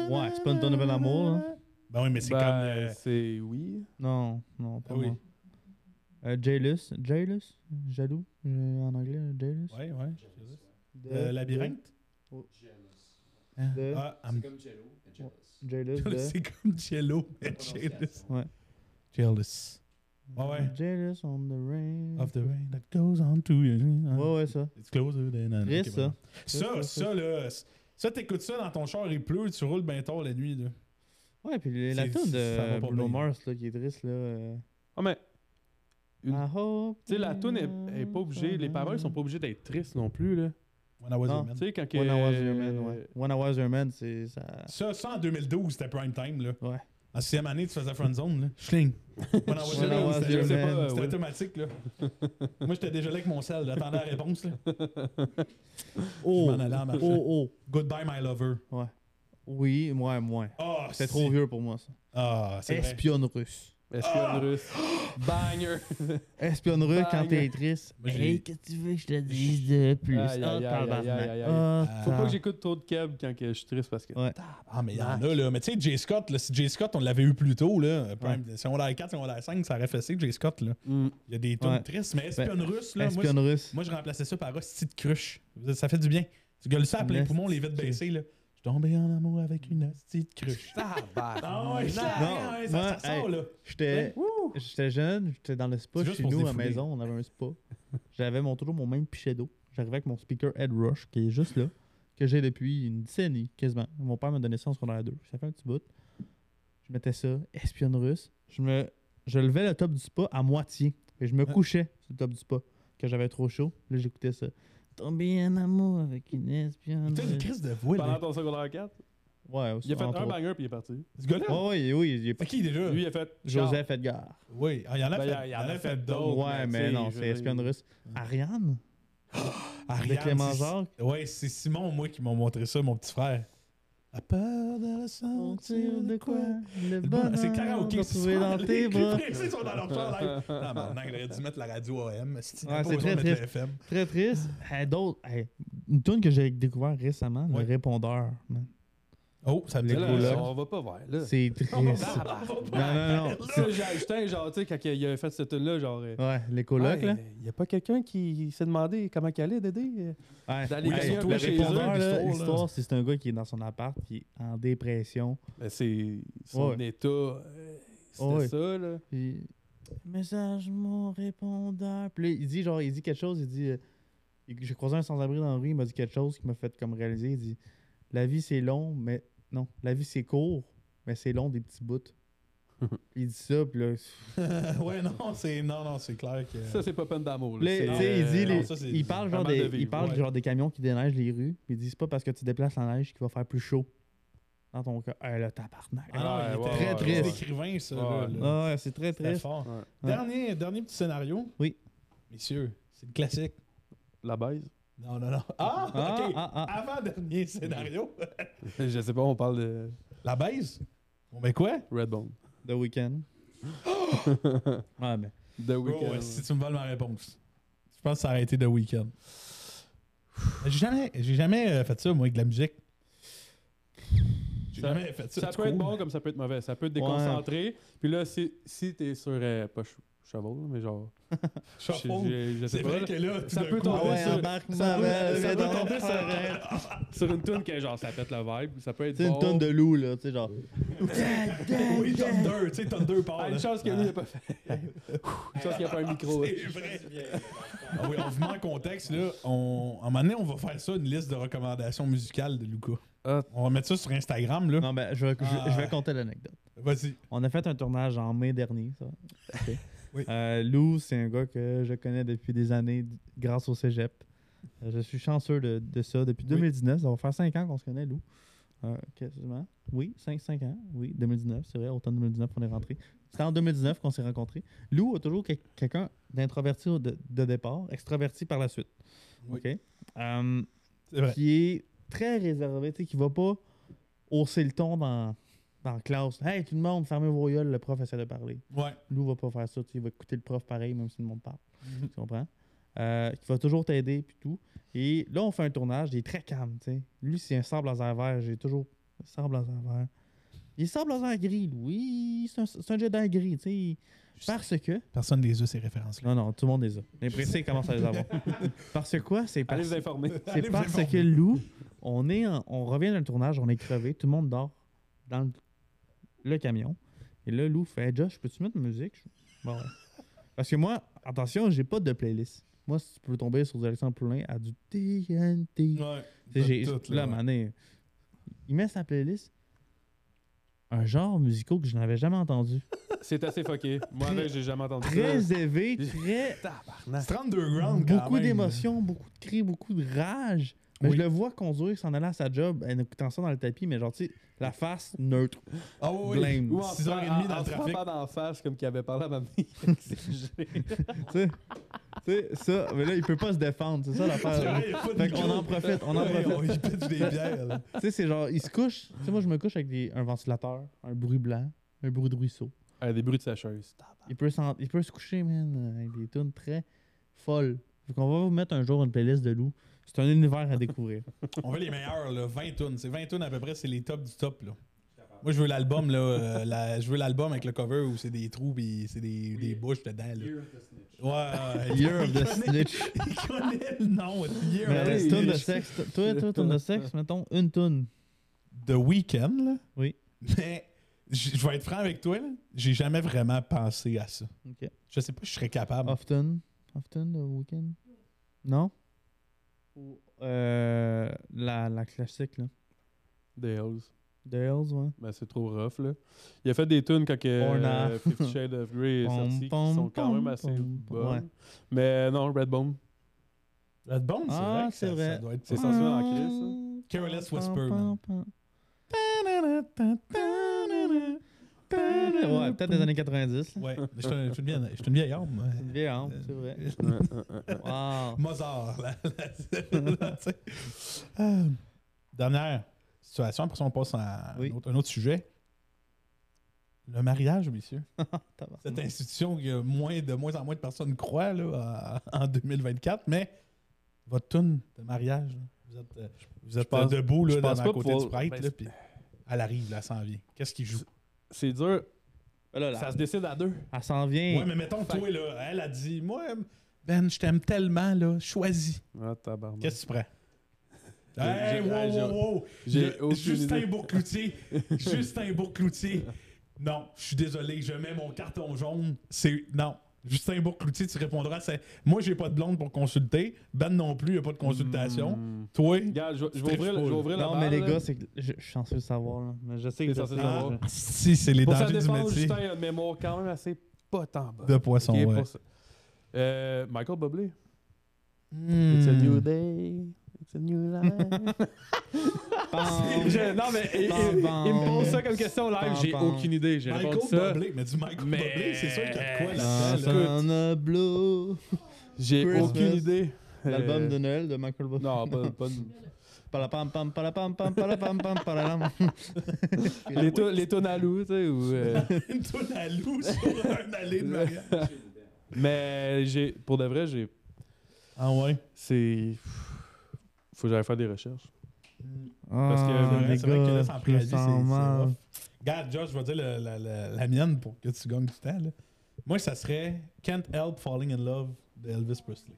Speaker 2: Ouais, c'est pas une tonne de bel amour, là.
Speaker 1: Ben oui, mais c'est
Speaker 3: ben,
Speaker 1: comme. euh,
Speaker 3: C'est oui.
Speaker 2: Non, non, pas
Speaker 1: Ah oui.
Speaker 2: moi. Euh, Jailus, Jailus, jaloux, euh, en anglais, Jailus.
Speaker 1: Ouais, ouais.
Speaker 2: De-
Speaker 1: Euh, labyrinthe.
Speaker 2: De,
Speaker 1: Ah,
Speaker 4: C'est
Speaker 1: I'm-
Speaker 4: comme Jello et Jealous.
Speaker 2: Jailus,
Speaker 1: *laughs*
Speaker 2: de-
Speaker 1: c'est comme Jello, mais jealous.
Speaker 4: Prononciation.
Speaker 2: Ouais.
Speaker 1: Jealous. Ouais, ouais.
Speaker 2: Jealous on the rain.
Speaker 1: Of the rain that goes on to you.
Speaker 2: Mm. Ouais, ouais, ça.
Speaker 1: It's closer than an-
Speaker 2: Triste,
Speaker 3: ben
Speaker 1: Ok,
Speaker 2: ça.
Speaker 1: bon. Ça, ça, là. c- Ça, t'écoutes ça dans ton char, il pleut, tu roules bien tard la nuit, là.
Speaker 2: Ouais, puis les- la
Speaker 1: C'est-
Speaker 2: tune
Speaker 1: ça va pas
Speaker 2: de Bruno
Speaker 1: bien.
Speaker 2: Mars là, qui est triste, là. euh,
Speaker 3: Ah, mais. Une-
Speaker 2: I hope
Speaker 3: Tu sais, la
Speaker 2: you
Speaker 3: tune est, est pas obligée, les paroles sont pas obligées d'être tristes non plus, là.
Speaker 1: When I was
Speaker 2: Non,
Speaker 1: a man.
Speaker 3: Tu sais, quand que.
Speaker 2: When I was your man, ouais. When I was your man, c'est ça.
Speaker 1: Ça, ça, en 2012, c'était prime time, là.
Speaker 2: Ouais.
Speaker 1: En sixième année, tu faisais front zone, là. Schling. When I was
Speaker 2: When
Speaker 1: a
Speaker 2: I
Speaker 1: man,
Speaker 2: was
Speaker 1: c'était-
Speaker 2: your
Speaker 1: c'était pas-
Speaker 2: man.
Speaker 1: c'était
Speaker 3: Ah Ouais.
Speaker 1: automatique, là. Moi, j'étais déjà là avec mon sel, j'attendais la réponse, là.
Speaker 2: Oh,
Speaker 1: m'en allais en marchant.
Speaker 2: oh,
Speaker 1: Goodbye, my lover.
Speaker 2: oh. Ouais. Oui, moi, moi.
Speaker 1: Ah,
Speaker 2: C'était trop vieux pour moi, ça.
Speaker 1: Ah, c'est vrai.
Speaker 2: Espionne russe.
Speaker 1: Ah.
Speaker 3: Espionne russe. *gasps* Banger! *laughs*
Speaker 2: Espionne russe quand
Speaker 3: Bang.
Speaker 2: t'es triste.
Speaker 1: Moi, j'ai-
Speaker 2: Hey, qu'est-ce que tu veux que je te dise de plus?
Speaker 3: Aïe, aïe,
Speaker 2: Ah,
Speaker 3: aïe, aïe,
Speaker 2: tabarnak.
Speaker 3: aïe, aïe, aïe.
Speaker 2: Ah,
Speaker 1: Faut
Speaker 3: Faut pas
Speaker 2: tabarnak.
Speaker 3: que j'écoute trop de câbles quand que je suis triste parce que.
Speaker 2: Ouais.
Speaker 1: Ah, mais il y en a, là. Mais tu sais, Jay Scott, là, si Jay Scott, on l'avait eu plus tôt, là. Prime, Si on l'a 4, si on l'a 5, ça aurait fait ça, Jay Scott, là.
Speaker 3: Mm.
Speaker 1: Il y a des tunes
Speaker 2: Ouais.
Speaker 1: tristes, mais Ben, espionne russe, là. Moi,
Speaker 2: Espionne russe.
Speaker 1: Moi, je remplaçais ça par hostie de cruche. Ça fait du bien. Tu gueules ça à plein
Speaker 2: Une
Speaker 1: poumon, les vides
Speaker 2: hostie de-
Speaker 1: baissés, là. Je suis tombé en amour avec une hostie de cruche. Ah ouais,
Speaker 3: Tabarnak.
Speaker 1: ça,
Speaker 2: Non,
Speaker 1: ouais,
Speaker 2: moi,
Speaker 1: ça, ça ressort,
Speaker 2: hey,
Speaker 1: là.
Speaker 2: J'étais j'étais jeune, j'étais dans le spa
Speaker 1: C'est juste
Speaker 2: chez
Speaker 1: pour se
Speaker 2: nous à la
Speaker 1: défouler.
Speaker 2: maison, on avait un spa. J'avais mon toujours mon même pichet d'eau. J'arrivais avec mon speaker Head Rush qui est juste là, que j'ai depuis une décennie quasiment. Mon père m'a donné ça en secondaire 2. Ça fait un petit bout. Je mettais ça, espionne russe. Je me je levais le top du spa à moitié et je me
Speaker 1: Ah.
Speaker 2: couchais sur le top du spa quand j'avais trop chaud. Là, j'écoutais ça. Tomber en amour avec une espionne.
Speaker 1: Putain, une
Speaker 2: russe.
Speaker 1: crise de voix,
Speaker 3: Pendant
Speaker 1: là.
Speaker 3: ton secondaire 4,
Speaker 2: Ouais,
Speaker 3: il a fait
Speaker 2: entre
Speaker 3: un
Speaker 2: autres.
Speaker 3: banger puis il est parti.
Speaker 1: Ce gars-là,
Speaker 2: Ouais, ouais, Oh. oui, il est
Speaker 1: c'est
Speaker 2: pas-
Speaker 1: qui déjà?
Speaker 3: Lui, il a fait.
Speaker 2: Joseph Edgar.
Speaker 1: Oui, ah, il y en a
Speaker 3: Ben,
Speaker 1: fait,
Speaker 3: il y a- il y en a fait d'autres.
Speaker 2: Ouais,
Speaker 3: mais
Speaker 2: mais
Speaker 3: tu sais,
Speaker 2: non,
Speaker 3: je
Speaker 2: c'est
Speaker 3: veux
Speaker 2: espionne
Speaker 3: dire-
Speaker 2: russe. Ariane?
Speaker 1: Ariane,
Speaker 2: De Clément
Speaker 1: c'est-
Speaker 2: Jacques?
Speaker 1: Ouais, c'est Simon, moi, qui m'ont montré ça, mon petit frère. La peur de ressentir de quoi?
Speaker 2: Le
Speaker 1: Le bonheur-
Speaker 2: bonheur
Speaker 1: C'est karaoké,
Speaker 2: de
Speaker 1: c'est
Speaker 2: trouver
Speaker 1: soir,
Speaker 2: dans
Speaker 1: les-
Speaker 2: *laughs* tes
Speaker 1: les *laughs*
Speaker 2: bras.
Speaker 1: Français sont dans leur plan live. Non, maintenant, il aurait dû mettre la radio AM. C'est
Speaker 2: Ouais, c'est très triste.
Speaker 1: FM.
Speaker 2: Très triste. *laughs* Hey, D'autres. hey, une tune que j'ai découvert récemment,
Speaker 1: Ouais.
Speaker 2: le répondeur. man.
Speaker 1: Oh, ça me dit
Speaker 3: Là,
Speaker 1: quoi,
Speaker 2: gros
Speaker 1: là?
Speaker 2: là.
Speaker 3: on va pas voir, là.
Speaker 2: C'est triste. Non, non, non.
Speaker 3: Tu sais, j'ai- J'étais genre, tu sais, quand il a fait cette tune-là, genre. euh,
Speaker 2: Ouais, les colocs,
Speaker 3: ouais,
Speaker 2: là.
Speaker 3: Il y a pas quelqu'un qui s'est demandé comment qu'elle allait, Dédé?
Speaker 2: Ouais.
Speaker 3: d'aller
Speaker 2: Ouais,
Speaker 1: gagner un
Speaker 2: le
Speaker 1: peu chez
Speaker 2: répondeur,
Speaker 1: eux,
Speaker 2: là,
Speaker 1: l'histoire, là.
Speaker 2: l'histoire, c'est c'est un gars qui est dans son appart, qui est en dépression.
Speaker 3: Ben, c'est son
Speaker 2: Ouais.
Speaker 3: état. euh, C'était
Speaker 2: Ouais.
Speaker 3: ça, là.
Speaker 2: Puis, message mon répondeur. Puis là, il dit genre, il dit quelque chose, il dit, euh, il- j'ai croisé un sans-abri dans la rue, il m'a dit quelque chose qui m'a fait comme réaliser, il dit, la vie c'est long, mais non, la vie c'est court, mais c'est long des petits bouts. il dit ça, puis là,
Speaker 1: *laughs* ouais, non, c'est non, non, c'est clair que.
Speaker 3: Ça, c'est pas peine d'amour.
Speaker 2: Là,
Speaker 3: là. C'est,
Speaker 2: tu sais, il
Speaker 3: euh,
Speaker 2: dit,
Speaker 1: non,
Speaker 2: les-
Speaker 1: ça, c'est
Speaker 2: il parle, genre
Speaker 3: vraiment
Speaker 2: des,
Speaker 3: de
Speaker 2: il
Speaker 3: vivre,
Speaker 2: parle
Speaker 3: ouais.
Speaker 2: genre des camions qui déneigent les rues, puis il dit, c'est pas parce que tu déplaces la neige qu'il va faire plus chaud dans ton cas. Hey, le tabarnak.
Speaker 1: Ah non, il
Speaker 3: Ouais,
Speaker 1: était
Speaker 2: ouais,
Speaker 1: très
Speaker 2: ouais,
Speaker 1: triste.
Speaker 2: ouais.
Speaker 1: écrivain, ça.
Speaker 3: Ouais.
Speaker 1: là, là.
Speaker 2: Ah ouais, c'est très
Speaker 1: C'était
Speaker 2: triste.
Speaker 1: fort.
Speaker 3: ouais.
Speaker 2: Ouais.
Speaker 1: Dernier, dernier petit scénario.
Speaker 2: Oui.
Speaker 1: Messieurs, c'est le classique.
Speaker 3: La baise. *laughs*
Speaker 1: Non, non, non. *laughs* Ah,
Speaker 2: Ah,
Speaker 1: ok.
Speaker 2: ah, ah.
Speaker 1: Avant-dernier scénario.
Speaker 3: Je sais pas, on parle de
Speaker 1: La baise. Bon, ben quoi?
Speaker 3: Redbone.
Speaker 2: The Weeknd. ouais, ben. mais
Speaker 3: The Weeknd.
Speaker 1: Bro, Oh, si tu me voles ma réponse, je pense que ça aurait été The Weeknd. J'ai jamais, j'ai jamais euh, fait ça, moi, avec de la musique. J'ai
Speaker 3: Ça-
Speaker 1: jamais fait ça.
Speaker 3: Ça
Speaker 1: C'est
Speaker 3: peut être
Speaker 1: cool.
Speaker 3: bon comme ça peut être mauvais. Ça peut te déconcentrer. Puis là, si, si t'es sur. euh, pas ch- cheval, mais genre.
Speaker 1: Shuffle.
Speaker 3: je- je- je sais
Speaker 1: C'est
Speaker 3: pas,
Speaker 1: vrai
Speaker 3: là,
Speaker 1: que là, tout
Speaker 3: Ça
Speaker 1: d'un
Speaker 3: peut
Speaker 1: coup,
Speaker 3: tomber
Speaker 1: ah ouais,
Speaker 3: sur-
Speaker 2: embarque-moi,
Speaker 3: ça doit-
Speaker 2: va-
Speaker 3: ça
Speaker 2: va
Speaker 3: doit
Speaker 2: donc
Speaker 3: tomber sur-
Speaker 2: faire un-
Speaker 3: Sur une tune que genre ça pète le vibe. Ça peut être.
Speaker 2: C'est
Speaker 3: bon.
Speaker 2: une tonne de loup, là, tu sais, genre.
Speaker 1: Oui, Thunder, tu sais, Thunder
Speaker 3: Ah,
Speaker 1: parle.
Speaker 3: une chance que lui, il a pas fait.
Speaker 2: *laughs*
Speaker 3: une chance qu'il n'y a pas un
Speaker 1: *laughs*
Speaker 3: micro.
Speaker 1: C'est vrai. Ah oui, on vous met en contexte, là. On... À un moment donné, on va faire ça, une liste de recommandations musicales de Luca.
Speaker 3: Ah.
Speaker 1: On va mettre ça sur Instagram, là.
Speaker 2: Non, ben, je vais, je-
Speaker 1: Ah.
Speaker 2: je vais compter l'anecdote.
Speaker 1: Vas-y.
Speaker 2: On a fait un tournage en mai dernier, ça. Ok.
Speaker 1: Oui.
Speaker 2: Euh, Lou, c'est un gars que je connais depuis des années d- grâce au cégep. Euh, Je suis chanceux de, de ça. Depuis
Speaker 1: Oui.
Speaker 2: 2019, ça va faire 5 ans qu'on se connaît, Lou. Euh, quasiment. Oui, 5, 5 ans. Oui, 2019, c'est vrai. Automne 2019, on est rentré. C'était en 2019 qu'on s'est rencontrés. Lou a toujours quel- quelqu'un d'introverti au- de, de départ, extraverti par la suite.
Speaker 1: Oui.
Speaker 2: OK? Euh,
Speaker 1: C'est vrai.
Speaker 2: qui est très réservé, tu sais, qui va pas hausser le ton dans, dans la classe. Hey, tout le monde, fermez vos gueules, le prof essaie de parler.
Speaker 1: Ouais.
Speaker 2: Lou va pas faire ça, tu sais, il va écouter le prof pareil, même si le monde parle. Tu comprends? Euh, qui va toujours t'aider, puis tout. Et là, on fait un tournage, il est très calme, tu sais. Lui, c'est un sable laser vert, j'ai toujours. Sable laser vert. Il est sable laser gris, lui. C'est un, c'est un Jedi gris, tu sais. Parce que.
Speaker 1: Personne les a ces références-là.
Speaker 2: Non, non, tout le monde les a. Les pressés commencent à les avoir. *laughs* Parce que quoi? C'est
Speaker 3: Allez
Speaker 2: parce
Speaker 3: vous informer.
Speaker 2: c'est parce que Lou, on, est en- on revient d'un tournage, on est crevé, tout le monde dort dans le, le camion. Et là, Lou fait hey, Josh, peux-tu mettre de musique Je- Bon, ouais. Parce que moi, attention, j'ai pas de playlist. Moi, si tu peux tomber sur du Alexandre Poulain à du TNT.
Speaker 1: Ouais.
Speaker 2: Tu sais, j'ai-
Speaker 1: T'as
Speaker 2: là, à un moment donné, il met sa playlist. Un genre musical que je n'avais jamais entendu.
Speaker 3: C'est assez fucké. Moi, là, j'ai jamais entendu ça.
Speaker 2: Très élevé, très.
Speaker 3: Tabarnak.
Speaker 1: C'est underground, quand
Speaker 2: Beaucoup
Speaker 1: même.
Speaker 2: d'émotions, beaucoup de cris, beaucoup de rage. Mais
Speaker 1: Oui.
Speaker 2: je le vois conduire, s'en aller à sa job, en écoutant ça dans le tapis, mais genre, tu sais, la face neutre.
Speaker 1: Ah oui, oui. *laughs*
Speaker 2: Blame.
Speaker 1: Ou
Speaker 3: en
Speaker 1: 6h30
Speaker 3: en-
Speaker 1: dans
Speaker 3: en
Speaker 1: le
Speaker 3: se
Speaker 1: trafic.
Speaker 3: frappant d'en face, comme qu'il avait parlé à ma
Speaker 2: *laughs*
Speaker 3: *laughs*
Speaker 2: tu sais, Tu sais, ça, mais là, il peut pas se défendre, c'est ça
Speaker 1: C'est
Speaker 2: l'affaire.
Speaker 1: vrai, y a pas de
Speaker 2: Fait qu'on
Speaker 1: micro.
Speaker 2: en profite, on en
Speaker 1: Ouais,
Speaker 2: profite.
Speaker 1: on y pitch
Speaker 2: *laughs*
Speaker 1: des bières. là.
Speaker 2: Tu sais, c'est genre, il se couche, tu sais, moi, je me couche avec des- un ventilateur, un bruit blanc, un bruit de ruisseau.
Speaker 3: des bruits de sacheuse.
Speaker 2: Il peut, s'en- il peut se coucher, man, avec des tunes très folles. Fait qu'on va vous mettre un jour une playlist de loup. C'est un univers à découvrir.
Speaker 1: On veut les meilleurs, là. 20 tonnes. C'est 20 tonnes à peu près, c'est les tops du top, là. Moi, je veux l'album, là. euh, la- je veux l'album avec le cover où c'est des trous pis c'est des, des bouches dedans, là.
Speaker 4: Year of the Snitch.
Speaker 1: Ouais, euh,
Speaker 2: Year of
Speaker 1: *laughs*
Speaker 2: the
Speaker 1: Il connaît-
Speaker 2: Snitch.
Speaker 1: Il connaît le nom. Year
Speaker 2: Mais
Speaker 1: of the
Speaker 3: allez,
Speaker 2: une toune de
Speaker 1: Snitch.
Speaker 2: sexe, toi, toi, toune de sexe, mettons, une toune.
Speaker 1: The Weeknd, là.
Speaker 2: Oui.
Speaker 1: Mais j- je vais être franc avec toi, là. J'ai jamais vraiment pensé à ça.
Speaker 2: Ok.
Speaker 1: Je sais pas si je serais
Speaker 2: Ah
Speaker 1: capable.
Speaker 2: Often. Often, le week-end. Non? Ou euh, la, la classique, là.
Speaker 3: Des Hells.
Speaker 2: The Hells, ouais.
Speaker 3: Mais c'est trop rough, là. Il a fait des tunes quand que, euh,
Speaker 2: Orna.
Speaker 3: Fifty Shades of Grey est
Speaker 2: *laughs* Pom,
Speaker 3: sorti, qui
Speaker 2: pom,
Speaker 3: sont quand
Speaker 2: pom,
Speaker 3: même assez
Speaker 2: pom, pom.
Speaker 3: bonnes.
Speaker 2: Ouais.
Speaker 3: Mais non, Redbone. *laughs*
Speaker 1: Redbone, c'est
Speaker 2: Ah,
Speaker 1: vrai. que
Speaker 2: c'est
Speaker 1: ça-
Speaker 2: vrai.
Speaker 1: ça doit être
Speaker 3: C'est
Speaker 1: pas-
Speaker 3: sensuel en crise, ça.
Speaker 1: Careless Whisper, man.
Speaker 2: Ouais, peut-être des années 90. là.
Speaker 1: Ouais, mais je suis un- je suis une vieille- je suis une vieille homme. ouais.
Speaker 2: C'est une vieille hampe,
Speaker 1: Euh,
Speaker 2: c'est vrai. Wow. *laughs*
Speaker 1: Mozart. la- la- la- tu sais. Euh, Dernière situation, après ça, on passe à
Speaker 2: Oui.
Speaker 1: un, autre, un autre sujet. Le mariage, messieurs.
Speaker 2: Tabarnak.
Speaker 1: Cette institution que moins de moins en moins de personnes croient là, à- en 2024, mais votre tune de mariage, là, vous êtes, euh, vous êtes
Speaker 3: pense-
Speaker 1: euh, debout là,
Speaker 3: je pense
Speaker 1: devant
Speaker 3: pas
Speaker 1: à côté
Speaker 3: pouvoir-
Speaker 1: du prêtre,
Speaker 3: ben,
Speaker 1: là,
Speaker 3: c'est-
Speaker 1: puis elle arrive, là, elle s'en vient. Qu'est-ce qu'il joue?
Speaker 3: C'est dur.
Speaker 2: Là, là,
Speaker 3: Ça se décide à deux.
Speaker 2: Elle s'en vient.
Speaker 1: Ouais, mais mettons, toi, là, elle a dit, moi, Ben, je t'aime tellement, là, choisis.
Speaker 3: Ah, tabarnak.
Speaker 1: Qu'est-ce que tu prends?
Speaker 3: J'ai-
Speaker 1: Hey, wow,
Speaker 3: j'ai-
Speaker 1: wow, wow!
Speaker 3: j'ai
Speaker 1: Le-
Speaker 3: aucune
Speaker 1: Justin
Speaker 3: idée. *laughs*
Speaker 1: Bourcloutier! Justin Bourcloutier! Non, je suis désolé, je mets mon carton jaune. C'est. Non. Justin Bourcloutier, tu répondras à ça. Moi, j'ai pas de blonde pour consulter. Ben non plus, il a pas de consultation.
Speaker 3: Hmm.
Speaker 1: Toi.
Speaker 3: Regarde, je vais- je vais
Speaker 1: Strip
Speaker 3: ouvrir, je vais
Speaker 1: full.
Speaker 3: ouvrir la
Speaker 2: Non,
Speaker 3: barre,
Speaker 2: mais les
Speaker 3: là.
Speaker 2: gars, c'est que je je suis chanceux de savoir. Là. Mais je sais que
Speaker 3: T'es
Speaker 2: je
Speaker 3: censé
Speaker 2: sais,
Speaker 3: savoir.
Speaker 2: je-
Speaker 1: Si, c'est les
Speaker 3: Pour sa
Speaker 1: dangers du
Speaker 3: défense,
Speaker 1: métier.
Speaker 3: Justin a une mémoire quand même assez pas tant bonne.
Speaker 1: De poisson,
Speaker 3: Ok,
Speaker 1: ouais.
Speaker 3: pour ça. Euh, Michael Bublé.
Speaker 1: Hmm.
Speaker 3: day, it's a new *laughs* life.
Speaker 2: Pam.
Speaker 3: non, mais il,
Speaker 2: Bam,
Speaker 3: il- il me
Speaker 2: bam.
Speaker 3: pose ça comme question live,
Speaker 2: Bam,
Speaker 3: j'ai
Speaker 2: bam.
Speaker 3: aucune idée. J'ai
Speaker 1: Michael
Speaker 3: répondu ça.
Speaker 1: Bublé, mais du Michael
Speaker 3: Mais-
Speaker 1: Bublé, c'est sûr qu'il y a de quoi
Speaker 3: Dans
Speaker 1: là-dedans. là.
Speaker 3: un-
Speaker 2: Dans un bleu.
Speaker 3: J'ai
Speaker 2: Christmas.
Speaker 3: aucune idée.
Speaker 2: L'album
Speaker 3: Euh,
Speaker 2: de Noël de Michael Bublé.
Speaker 3: Non, pas,
Speaker 1: *laughs*
Speaker 3: pas une-
Speaker 2: Palapam, pam, palapam, pam, palapam, pam, palalam.
Speaker 1: *laughs*
Speaker 3: les, tou- les tonalous, tu sais, ou. euh,
Speaker 1: Une toune à loup sur un allée de mariage.
Speaker 3: *laughs* Mais j'ai, pour de vrai, j'ai,
Speaker 1: Ah ouais?
Speaker 3: c'est, faut que j'aille faire des recherches.
Speaker 1: Hmm. Parce que euh,
Speaker 2: Ah,
Speaker 1: c'est vrai,
Speaker 2: les
Speaker 1: c'est vrai que là,
Speaker 2: gars,
Speaker 1: sans
Speaker 2: je me
Speaker 1: préavis, c'est-
Speaker 2: sens mal.
Speaker 1: c'est rough. Regarde, Josh, je vais dire le- la, la- la mienne pour que tu gagnes du temps. là. Moi, ça serait Can't Help Falling in Love de Elvis Presley.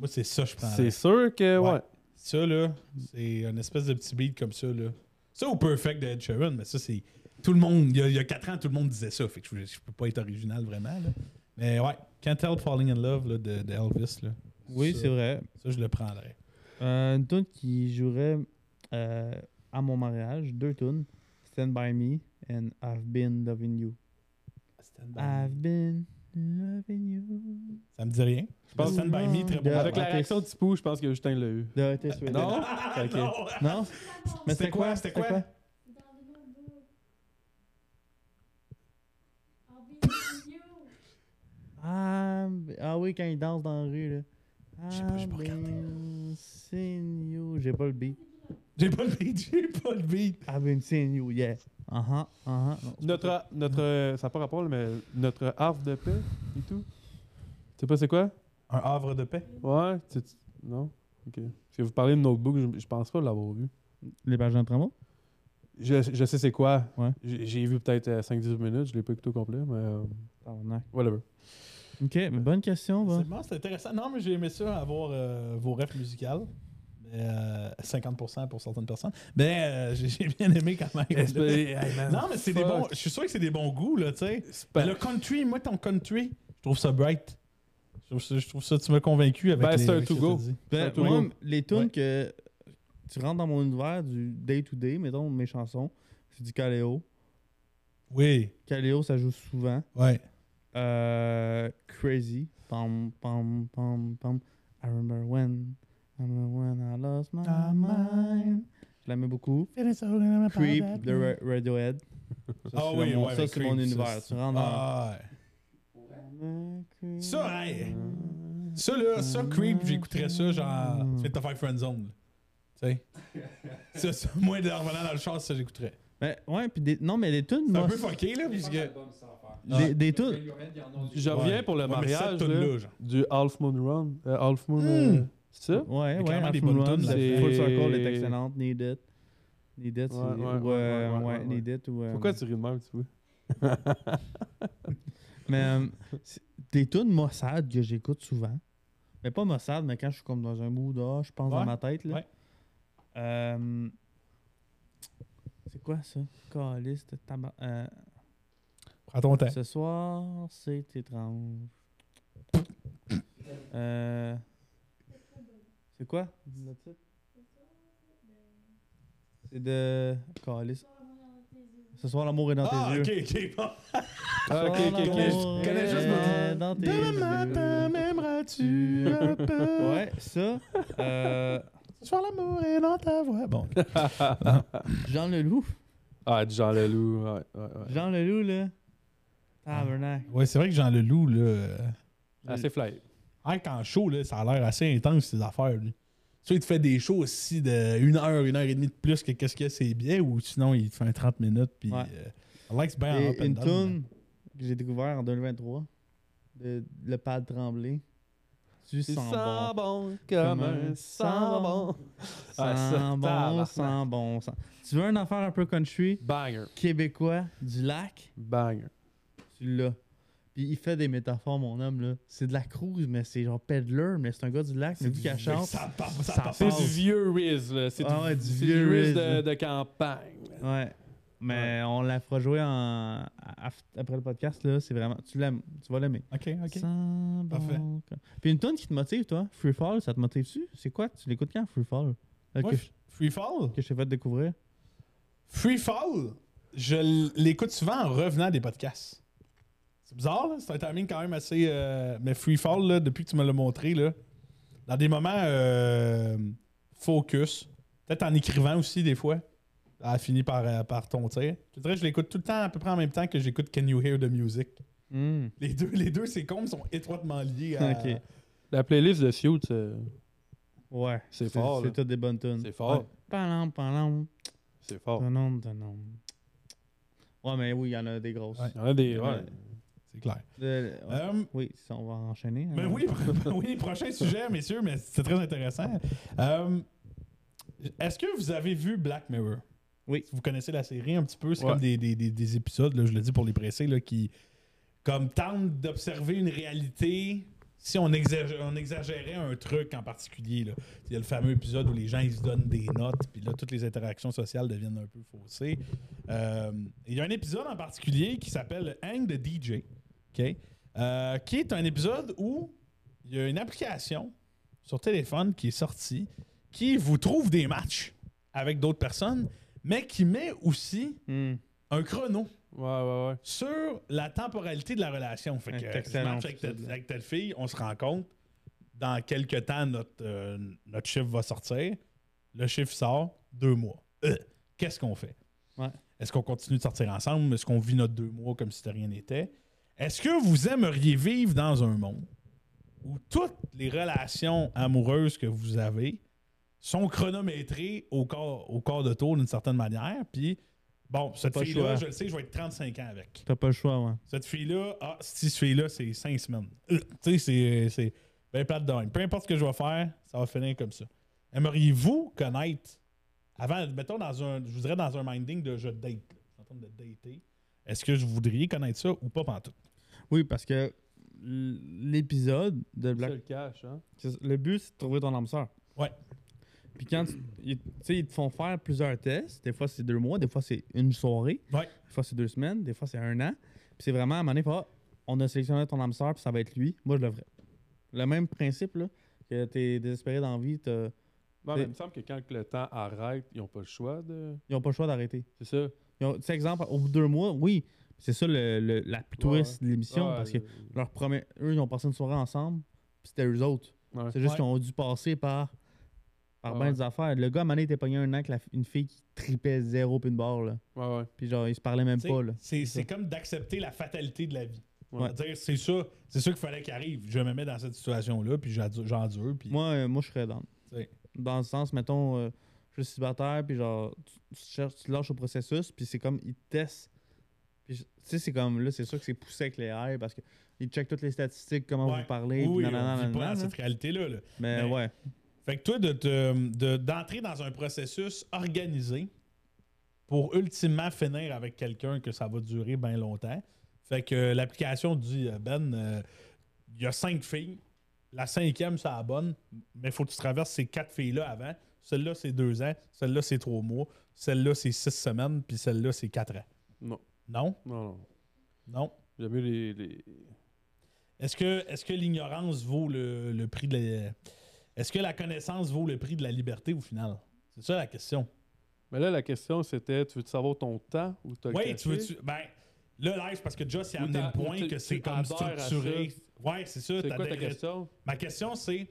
Speaker 1: Moi, c'est ça, je prends.
Speaker 3: C'est sûr que,
Speaker 1: Ouais.
Speaker 3: ouais.
Speaker 1: Ça, là, c'est une espèce de petit beat comme ça, là. Ça ou Perfect de Ed Sheeran, mais ça, c'est. Tout le monde, il y, a, il y a quatre ans, tout le monde disait ça. Fait que je, je peux pas être original vraiment, là. Mais ouais, Can't Help Falling in Love là, de, de Elvis, là.
Speaker 2: Oui,
Speaker 1: Ça-
Speaker 2: c'est vrai.
Speaker 1: Ça, je le prendrais.
Speaker 2: Euh, une tune qui jouerait euh, à mon mariage, deux tunes. Stand by me and I've been loving you. I've been loving you.
Speaker 1: Ça me dit rien. Je pense
Speaker 2: pense-
Speaker 1: Stand By Me, très bon.
Speaker 2: Yeah.
Speaker 1: Avec
Speaker 3: Avec la
Speaker 2: ok.
Speaker 3: réaction de Tipou, je pense que Justin l'a eu.
Speaker 2: Dorothy
Speaker 1: *laughs*
Speaker 2: Sweet.
Speaker 3: Non?
Speaker 1: la-
Speaker 3: Ok.
Speaker 1: Non.
Speaker 2: Euh, Non? Mais
Speaker 1: C'était quoi? C'était quoi?
Speaker 2: Ah, b- ah oui, quand il danse dans la rue, là.
Speaker 1: Je sais pas, j'ai pas
Speaker 2: I've
Speaker 1: regardé.
Speaker 2: been seeing you. J'ai pas le beat.
Speaker 1: J'ai pas le beat, *laughs* j'ai pas le beat.
Speaker 2: I've been seeing you, yeah. Uh-huh, uh-huh. Non, c'est pas ça.
Speaker 3: Notre, notre, euh, ça n'a pas rapport, là, mais notre havre de paix et tout. Tu sais pas c'est quoi?
Speaker 1: Un havre de paix.
Speaker 3: Ouais, tu- tu- non? Ok. Si vous parlez de Notebook, je, je pense pas l'avoir vu.
Speaker 2: Les pages d'entraînement?
Speaker 3: Je, je sais c'est quoi.
Speaker 2: Ouais.
Speaker 3: J'ai j'ai vu peut-être euh, 5-10 minutes, je l'ai pas écouté au complet, mais euh,
Speaker 1: *laughs*
Speaker 3: whatever.
Speaker 2: Ok, mais bonne question, va.
Speaker 1: C'est bon, c'est intéressant. Non, mais j'ai aimé ça, avoir euh, vos refs musicales. Mais, euh, 50% pour certaines personnes. Mais euh, *laughs* j'ai- j'ai bien aimé quand même.
Speaker 3: *laughs*
Speaker 1: Non, mais c'est des
Speaker 3: Fuck.
Speaker 1: bons. Je suis sûr que c'est des bons goûts, là, tu sais.
Speaker 3: C'est
Speaker 1: Mais
Speaker 3: pas-
Speaker 1: le country, moi, ton country, je trouve ça bright. Je trouve ça, je trouve ça- tu m'as convaincu avec
Speaker 3: Ben,
Speaker 1: les
Speaker 3: c'est un
Speaker 1: avec ce
Speaker 3: to
Speaker 1: que
Speaker 3: go.
Speaker 1: t'as dit.
Speaker 2: Ben,
Speaker 3: Surtout-
Speaker 2: moi, les tunes
Speaker 1: Ouais.
Speaker 2: que tu rentres dans mon univers du day-to-day, mettons mes chansons, c'est du Caléo.
Speaker 1: Oui,
Speaker 2: Caléo, ça joue souvent.
Speaker 1: ouais.
Speaker 2: Euh, crazy. Pam, pam, pam, pam. I remember when. I remember when I lost my mind. Je l'aimais beaucoup. Creep de Ra- Radiohead. Ça,
Speaker 1: Ah
Speaker 2: c'est
Speaker 1: oui,
Speaker 2: mon,
Speaker 1: ouais,
Speaker 2: ça,
Speaker 1: mais
Speaker 2: c'est
Speaker 1: Creep,
Speaker 2: mon
Speaker 1: ça,
Speaker 2: univers.
Speaker 1: c'est-
Speaker 2: Tu rentres dans.
Speaker 1: Ah, ouais. Ça, hey! Ça, là, ça, Creep, j'écouterais ça, genre. Tu viens de te faire friend zone. Tu sais? ça, ça, moi, de revenant dans le char, ça, j'écouterais.
Speaker 2: Mais, Ben, ouais, puis des... non, mais les tunes,
Speaker 1: C'est un
Speaker 2: moi,
Speaker 1: peu fucké, là, puisque.
Speaker 2: les- des tunes.
Speaker 3: Je reviens pour le
Speaker 1: Ouais, mais
Speaker 3: mariage
Speaker 1: cette toune-là,
Speaker 3: là,
Speaker 1: genre.
Speaker 3: du Half Moon Run. euh, Half Moon.
Speaker 1: Hmm.
Speaker 3: euh, c'est ça?
Speaker 2: Ouais,
Speaker 1: Mais
Speaker 2: ouais,
Speaker 1: clairement,
Speaker 2: Half
Speaker 1: des
Speaker 2: Moon
Speaker 1: bonnes
Speaker 2: Run,
Speaker 1: tunes,
Speaker 2: la
Speaker 3: c'est-
Speaker 2: Full Circle est excellente, Need It. Need It, c'est-
Speaker 3: Ouais,
Speaker 2: ou,
Speaker 3: ouais, ouais,
Speaker 2: euh,
Speaker 3: ouais, ouais,
Speaker 2: ouais,
Speaker 3: ouais,
Speaker 2: Need It ou... euh,
Speaker 3: Pourquoi tu ris de même, tu vois? *laughs*
Speaker 2: Mais euh, c'est- des tunes Mossad que j'écoute souvent, mais pas Mossad, mais quand je suis comme dans un mood, ah, je pense
Speaker 1: Ouais,
Speaker 2: dans ma tête, là.
Speaker 1: ouais.
Speaker 2: Euh, c'est quoi ça? Calice de tabac. euh,
Speaker 1: Prends ton temps.
Speaker 2: ce soir, c'est étrange. Euh, c'est quoi? le titre? C'est de. Calice. Ce soir, l'amour est dans
Speaker 1: Ah,
Speaker 2: tes
Speaker 1: ok,
Speaker 2: yeux.
Speaker 1: ok, bon.
Speaker 3: Ah, ok, ok,
Speaker 1: non,
Speaker 3: ok.
Speaker 1: je connais juste
Speaker 2: Euh, dans tes yeux.
Speaker 1: Demain matin, m'aimeras-tu un peu? *laughs*
Speaker 2: Ouais, ça. Euh,
Speaker 1: Ce soir, l'amour est dans ta voix. Bon.
Speaker 2: Jean Leloup.
Speaker 3: *laughs* Ah, du Jean Leloup, ouais, ouais, ouais.
Speaker 2: Jean Leloup, là. Tabernacle.
Speaker 1: *laughs* Ouais, c'est vrai que Jean Leloup, là. euh,
Speaker 3: Assez Ah, fly.
Speaker 1: Hey, quand chaud, là, ça a l'air assez intense, ces affaires. Lui. Soit il te fait des shows aussi de une heure, une heure et demie de plus que qu'est-ce que c'est bien, ou sinon il te fait un 30 minutes. Puis,
Speaker 2: Ouais.
Speaker 1: euh, Alex bien up and
Speaker 2: Et une
Speaker 1: down, là.
Speaker 2: tune que j'ai découvert en 2023. De, le pad tremblé. Tu
Speaker 3: C'est
Speaker 2: sens bon.
Speaker 3: bon comme un sang bon. Ah, ça,
Speaker 2: Sens bon,
Speaker 3: tabarnak.
Speaker 2: sens bon. sens- Tu veux un affaire un peu country,
Speaker 3: Banger.
Speaker 2: québécois, du lac,
Speaker 3: Banger.
Speaker 2: tu l'as. Puis il fait des métaphores, mon homme, là. C'est de la cruise, mais c'est genre peddler, mais c'est un gars du lac, mais vu qu'il chante.
Speaker 1: Ça part, ça
Speaker 2: ça
Speaker 1: part.
Speaker 3: C'est
Speaker 2: passe.
Speaker 3: du vieux Riz, là. C'est
Speaker 2: Ah
Speaker 3: du,
Speaker 2: ouais, du
Speaker 3: c'est
Speaker 2: vieux Riz,
Speaker 3: de,
Speaker 2: là.
Speaker 3: de campagne.
Speaker 2: Ouais. Mais on la fera jouer en... af- après le podcast, là. C'est vraiment. Tu l'aimes. Tu vas l'aimer.
Speaker 1: Ok, ok.
Speaker 2: Sans
Speaker 1: Parfait.
Speaker 2: bon cœur. Puis une tonne qui te motive, toi. Free Fall, ça te motive-tu? C'est quoi? Tu l'écoutes quand, Free Fall? Euh,
Speaker 1: Moi,
Speaker 2: que, je,
Speaker 1: Free Fall.
Speaker 2: que je t'ai fait découvrir.
Speaker 1: Free Fall, je l'écoute souvent en revenant des podcasts. C'est bizarre, là. C'est un timing quand même assez. euh, Mais Free Fall, là, depuis que tu me l'as montré, là, dans des moments euh, focus, peut-être en écrivant aussi des fois, elle a fini par, euh, par ton tir. Je te dirais que je l'écoute tout le temps à peu près en même temps que j'écoute Can You Hear the Music.
Speaker 3: Hmm.
Speaker 1: Les deux, les deux c'est comme sont étroitement liés à.
Speaker 2: Ok.
Speaker 3: La playlist de Feud, c'est-
Speaker 2: Ouais.
Speaker 3: C'est fort,
Speaker 2: C'est
Speaker 3: là.
Speaker 2: toutes des bonnes tunes.
Speaker 3: c'est fort.
Speaker 1: Ouais.
Speaker 2: Palam, palam.
Speaker 3: C'est fort.
Speaker 2: Tanom, tanom. Ouais, mais oui, il y en a des grosses.
Speaker 1: Ouais.
Speaker 3: Il y en a des.
Speaker 2: Ouais.
Speaker 3: Ouais.
Speaker 1: c'est clair.
Speaker 2: Le- ouais.
Speaker 1: Euh,
Speaker 2: oui, ça, on va enchaîner.
Speaker 1: Ben
Speaker 2: hein.
Speaker 1: oui, pro- *laughs* oui, prochain sujet, messieurs, mais c'est très intéressant. Euh, Est-ce que vous avez vu Black Mirror?
Speaker 2: Oui.
Speaker 1: Vous connaissez la série un petit peu, c'est
Speaker 3: Ouais.
Speaker 1: comme des, des- des- des épisodes, là, je le dis pour les pressés, là, qui comme tentent d'observer une réalité si on, exagé- on exagérait un truc en particulier. là. Il y a le fameux épisode où les gens ils se donnent des notes, puis là, toutes les interactions sociales deviennent un peu faussées. Euh, il y a un épisode en particulier qui s'appelle Hang the DJ, OK? Euh, qui est un épisode où il y a une application sur téléphone qui est sortie qui vous trouve des matchs avec d'autres personnes, mais qui met aussi
Speaker 2: Hmm.
Speaker 1: un chrono
Speaker 3: Ouais, ouais, ouais.
Speaker 1: sur la temporalité de la relation. Fait
Speaker 2: Ouais,
Speaker 1: que
Speaker 2: c'est
Speaker 1: euh, je
Speaker 2: excellent,
Speaker 1: match avec,
Speaker 2: cet
Speaker 1: telle-
Speaker 2: épisode-là.
Speaker 1: avec telle fille, on se rencontre. Dans quelques temps, notre, euh, notre chiffre va sortir. Le chiffre sort, deux mois. Euh, Qu'est-ce qu'on fait?
Speaker 2: Ouais.
Speaker 1: Est-ce qu'on continue de sortir ensemble? Est-ce qu'on vit notre deux mois comme si de rien n'était? Est-ce que vous aimeriez vivre dans un monde où toutes les relations amoureuses que vous avez sont chronométrées au corps, au corps de tour d'une certaine manière? Puis, bon, cette
Speaker 2: Pas le
Speaker 1: fille-là,
Speaker 2: choix.
Speaker 1: je le sais, je vais être 35 ans avec.
Speaker 2: T'as pas le choix, ouais.
Speaker 1: Cette fille-là, ah, cette fille-là, c'est cinq semaines. Euh, tu sais, c'est, c'est bien plate de même. Peu importe ce que je vais faire, ça va finir comme ça. Aimeriez-vous connaître, avant, mettons, dans un, je voudrais dans un minding de je date, là. je suis en train de dater, est-ce que je voudrais connaître ça ou pas pantoute?
Speaker 2: Oui, parce que l- l'épisode de
Speaker 3: C'est
Speaker 2: Black
Speaker 3: le cash, hein.
Speaker 2: C'est- Le but, c'est de trouver ton âme sœur.
Speaker 1: Ouais.
Speaker 2: Puis quand tu- ils, tu sais, ils te font faire plusieurs tests, des fois c'est deux mois, des fois c'est une soirée,
Speaker 1: Ouais.
Speaker 2: des fois c'est deux semaines, des fois c'est un an. Puis c'est vraiment à un moment donné, faut, ah, on a sélectionné ton âme sœur, puis ça va être lui. Moi, je le ferais. Le même principe, là, que t'es désespéré d'envie, t'as-
Speaker 3: Non, mais
Speaker 2: C'est-
Speaker 3: il me semble que quand le temps arrête, ils n'ont pas le choix de.
Speaker 2: ils ont pas le choix d'arrêter.
Speaker 3: C'est ça.
Speaker 2: Ils ont- Tu sais, exemple, au bout de deux mois, oui, c'est ça le, le- la twist de l'émission,
Speaker 3: Ouais,
Speaker 2: parce que
Speaker 3: euh,
Speaker 2: leur premier, eux, ils ont passé une soirée ensemble, puis c'était eux autres.
Speaker 3: ouais.
Speaker 2: C'est juste
Speaker 1: Ouais.
Speaker 2: qu'ils ont dû passer par, par
Speaker 3: Ouais,
Speaker 2: ben
Speaker 3: ouais.
Speaker 2: des affaires. Le gars, à un moment donné, était pogné un an avec la- une fille qui tripait zéro puis une barre, là.
Speaker 3: Ouais, ouais.
Speaker 2: Puis genre, ils se parlaient même
Speaker 1: Tu sais,
Speaker 2: pas, là.
Speaker 1: C'est,
Speaker 2: ça.
Speaker 1: c'est comme d'accepter la fatalité de la vie.
Speaker 3: Ouais.
Speaker 1: C'est-à-dire, C'est ça, c'est ça qu'il fallait qu'il arrive. Je me mets dans cette situation-là, puis j'adu- j'endure, puis
Speaker 2: Moi, euh, moi je serais dans.
Speaker 1: Tu sais.
Speaker 2: Dans le sens, mettons, euh, je suis célibataire, puis genre, tu, tu cherches, tu te lâches au processus, puis c'est comme, ils te testent. Puis, je- tu sais, c'est comme, là, c'est sûr que c'est poussé avec les airs, parce que ils checkent toutes les statistiques, comment
Speaker 1: Ouais.
Speaker 2: vous parlez,
Speaker 1: oui,
Speaker 2: puis
Speaker 1: on
Speaker 2: nanana,
Speaker 1: vit pas
Speaker 2: nanana,
Speaker 1: dans
Speaker 2: là.
Speaker 1: cette réalité-là. là.
Speaker 2: Mais
Speaker 1: Mais-
Speaker 2: ouais,
Speaker 1: Fait que toi, de te- de- d'entrer dans un processus organisé pour ultimement finir avec quelqu'un que ça va durer bien longtemps. Fait que euh, l'application dit euh, Ben, euh, il y a cinq filles, la cinquième, c'est la bonne, mais faut que tu traverses ces quatre filles-là avant. Celle-là, c'est deux ans, celle-là, c'est trois mois, celle-là, c'est six semaines, puis celle-là, c'est quatre ans.
Speaker 3: Non,
Speaker 1: Non?
Speaker 3: non, non.
Speaker 1: Non.
Speaker 3: J'aime mieux les. les...
Speaker 1: Est-ce que, est que l'ignorance vaut le, le prix de la... Est-ce que la connaissance vaut le prix de la liberté au final? C'est ça la question.
Speaker 3: Mais là, la question, c'était tu veux-tu savoir ton temps ou t'as le
Speaker 1: Oui,
Speaker 3: caché?
Speaker 1: tu veux. Tu, ben, le live, parce que Joss il a
Speaker 3: Ou
Speaker 1: amené
Speaker 3: t'as-
Speaker 1: le point
Speaker 3: ou t'as-
Speaker 1: que c'est
Speaker 3: tu
Speaker 1: comme
Speaker 3: adhères à ça.
Speaker 1: structuré. Oui, c'est ça.
Speaker 3: C'est quoi ta
Speaker 1: t'adhères-
Speaker 3: question
Speaker 1: Ma question, c'est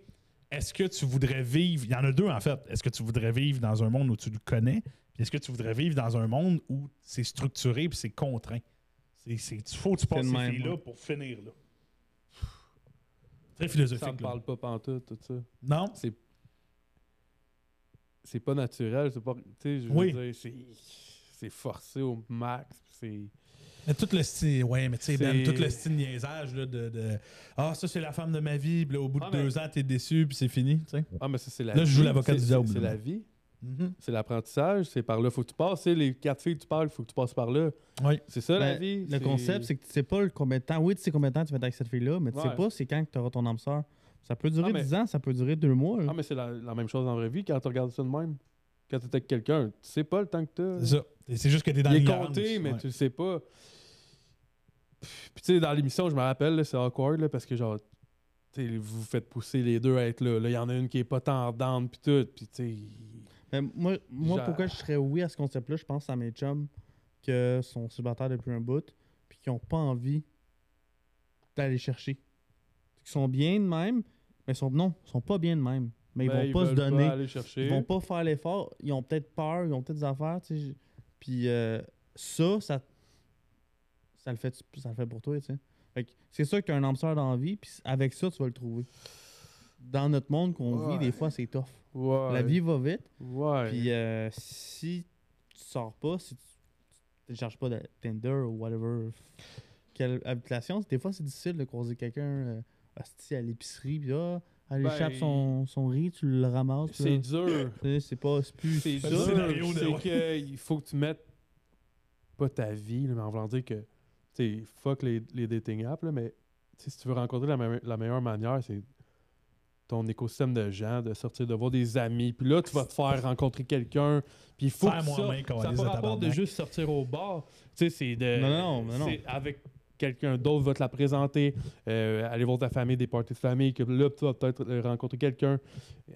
Speaker 1: est-ce que tu voudrais vivre. Il y en a deux, en fait. Est-ce que tu voudrais vivre dans un monde où tu le connais Puis est-ce que tu voudrais vivre dans un monde où c'est structuré puis c'est contraint Il faut que tu passes
Speaker 2: le
Speaker 1: ces
Speaker 2: même,
Speaker 1: filles-là
Speaker 2: ouais.
Speaker 1: pour finir. là. Très
Speaker 3: Ça me
Speaker 1: philosophique. là.
Speaker 3: parle pas pantoute, tout ça.
Speaker 1: Non
Speaker 3: C'est. C'est pas naturel, c'est pas. Tu sais, je veux
Speaker 1: Oui.
Speaker 3: dire, c'est. C'est forcé au max, puis c'est.
Speaker 1: Mais tout le style, ouais, mais tu sais, Ben,
Speaker 3: C'est-
Speaker 1: tout le style niaisage là, de, de Ah, ça, c'est la femme de ma vie, puis là, au bout
Speaker 3: Ah,
Speaker 1: de
Speaker 3: mais-
Speaker 1: deux ans, t'es déçu, puis c'est fini, tu sais.
Speaker 3: Ah, mais ça, c'est la
Speaker 1: Là, je joue
Speaker 3: vie.
Speaker 1: l'avocat
Speaker 3: C'est-
Speaker 1: du
Speaker 3: c'est-
Speaker 1: diable,
Speaker 3: C'est
Speaker 1: là.
Speaker 3: la vie,
Speaker 1: Mhm.
Speaker 3: c'est l'apprentissage, c'est par là. Faut que tu passes, c'est les quatre filles que tu parles, faut que tu passes par là.
Speaker 1: Oui.
Speaker 3: C'est ça, la
Speaker 2: Ben,
Speaker 3: vie.
Speaker 2: le concept, c'est que tu sais pas le combien de temps. Oui, tu sais combien de temps tu vas être avec cette fille-là, mais tu sais
Speaker 3: Ouais.
Speaker 2: pas c'est quand que tu auras ton âme sœur. Ça peut durer
Speaker 3: Ah, mais-
Speaker 2: 10 ans, ça peut durer 2 mois. là.
Speaker 3: Ah, mais c'est la, la même chose en vraie vie quand tu regardes ça de même. Quand tu avec quelqu'un, tu sais pas le temps que t'as.
Speaker 1: C'est ça. Et C'est juste que t'es dans
Speaker 3: Il est
Speaker 1: l'ignorance,
Speaker 3: compté, mais
Speaker 1: ouais.
Speaker 3: tu le sais pas. Puis tu sais, dans l'émission, je me rappelle, là, c'est awkward là, parce que genre, tu sais, vous vous faites pousser les deux à être là. Là, il y en a une qui est pas tendante, puis tout. Puis tu sais.
Speaker 2: Mais moi, moi
Speaker 3: Genre-
Speaker 2: pourquoi je serais oui à ce concept-là, je pense à mes chums que sont célibataires depuis un bout, puis qui n'ont pas envie d'aller chercher. Qui sont bien de même, mais sont, non, ils sont pas bien de même. Mais ils
Speaker 3: ben,
Speaker 2: vont pas se
Speaker 3: veulent
Speaker 2: donner.
Speaker 3: aller chercher.
Speaker 2: ils vont pas faire l'effort. Ils ont peut-être peur, ils ont peut-être des affaires. tu sais, je- Puis euh, ça, ça, ça, le fait, ça le fait pour toi. tu sais. Fait que C'est ça qu'un âme sœur dans la vie, puis avec ça, tu vas le trouver. Dans notre monde qu'on vit,
Speaker 3: Ouais.
Speaker 2: des fois, c'est tough.
Speaker 3: Ouais.
Speaker 2: La vie va vite.
Speaker 3: Ouais.
Speaker 2: Puis euh, si tu sors pas, si tu tu télécharges pas de Tinder ou whatever, quelle habitation. Des fois, c'est difficile de croiser quelqu'un euh, hostie à l'épicerie, puis là, elle
Speaker 3: Ben,
Speaker 2: échappe son, son riz, tu le ramasses. puis
Speaker 3: C'est
Speaker 2: là,
Speaker 3: dur.
Speaker 2: tu sais, C'est pas. C'est plus.
Speaker 3: C'est
Speaker 1: C'est
Speaker 3: dur.
Speaker 1: le scénario de-
Speaker 3: C'est
Speaker 1: ouais.
Speaker 3: que il faut que tu mettes pas ta vie, là, mais en voulant dire que tu sais, fuck les, les dating apps, là, mais tu sais, si tu veux rencontrer la, me- la meilleure manière, c'est ton écosystème de gens, de sortir, de voir des amis. Puis là, tu vas te faire rencontrer quelqu'un. Puis il faut
Speaker 1: Faire
Speaker 3: que
Speaker 1: moi
Speaker 3: ça,
Speaker 1: main,
Speaker 3: ça
Speaker 1: câlisse
Speaker 3: n'a
Speaker 1: de
Speaker 3: pas rapport de
Speaker 1: tabarnak.
Speaker 3: juste sortir au bar. Tu sais, c'est de...
Speaker 2: Non, non, non, non.
Speaker 3: c'est Avec quelqu'un d'autre va te la présenter. euh, aller voir ta famille, des parties de famille. Que là, tu vas peut-être euh, rencontrer quelqu'un.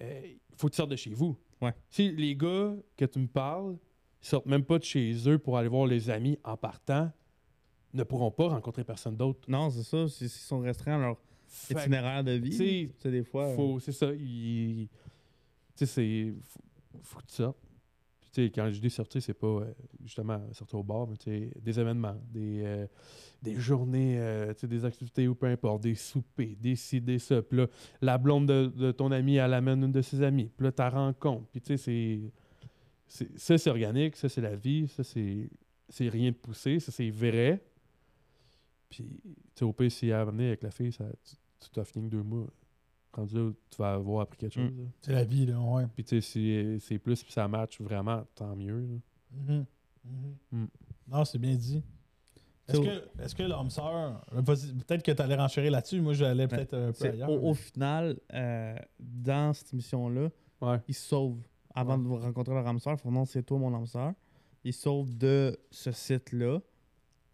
Speaker 3: Il faut que tu sortes de chez vous.
Speaker 2: Ouais.
Speaker 3: Si les gars que tu me parles, ils sortent même pas de chez eux pour aller voir les amis en partant, ne pourront pas rencontrer personne d'autre.
Speaker 2: Non, c'est ça. c'est- Ils sont restreints à leur
Speaker 3: Fait que-
Speaker 2: itinéraire de vie. Tu
Speaker 3: tu sais,
Speaker 2: sais, des fois. euh,
Speaker 3: faut, c'est ça. Il, tu sais, c'est. Faut, faut que tu sortes. Puis, tu sais, quand je dis sortir, c'est pas euh, justement sortir au bar, mais tu sais, des événements, des, euh, des journées, euh, tu sais, des activités ou peu importe, des soupers, des ci, des ça. Puis là, la blonde de, de ton ami, elle amène une de ses amies. Puis là, ta rencontre. Puis tu sais, c'est. c'est- Ça, c'est organique, ça, c'est la vie, ça, c'est. C'est rien de poussé, ça, c'est vrai. Puis, tu sais, au pire, si elle a amené avec la fille, ça, tu- tu t'as fini que deux mois rendu là, tu vas avoir appris quelque
Speaker 2: Mm.
Speaker 3: chose. là.
Speaker 1: C'est la vie, là, ouais.
Speaker 3: Puis tu sais, si c'est plus puis ça match vraiment, tant mieux. là.
Speaker 1: Mhm. Mhm.
Speaker 3: Mm.
Speaker 1: Non, c'est bien dit. Est-ce
Speaker 2: C'est
Speaker 1: que, est-ce que l'homme sœur, vas-y, peut-être que tu allais renchérir là-dessus, moi j'allais peut-être euh, un peu
Speaker 2: c'est-
Speaker 1: ailleurs.
Speaker 2: euh, au, au final, euh, dans cette mission-là,
Speaker 3: Ouais.
Speaker 2: ils se sauvent. Avant
Speaker 3: Ouais.
Speaker 2: de vous rencontrer leur âme sœur, ils font non, c'est toi mon âme sœur. Ils se sauvent de ce site-là.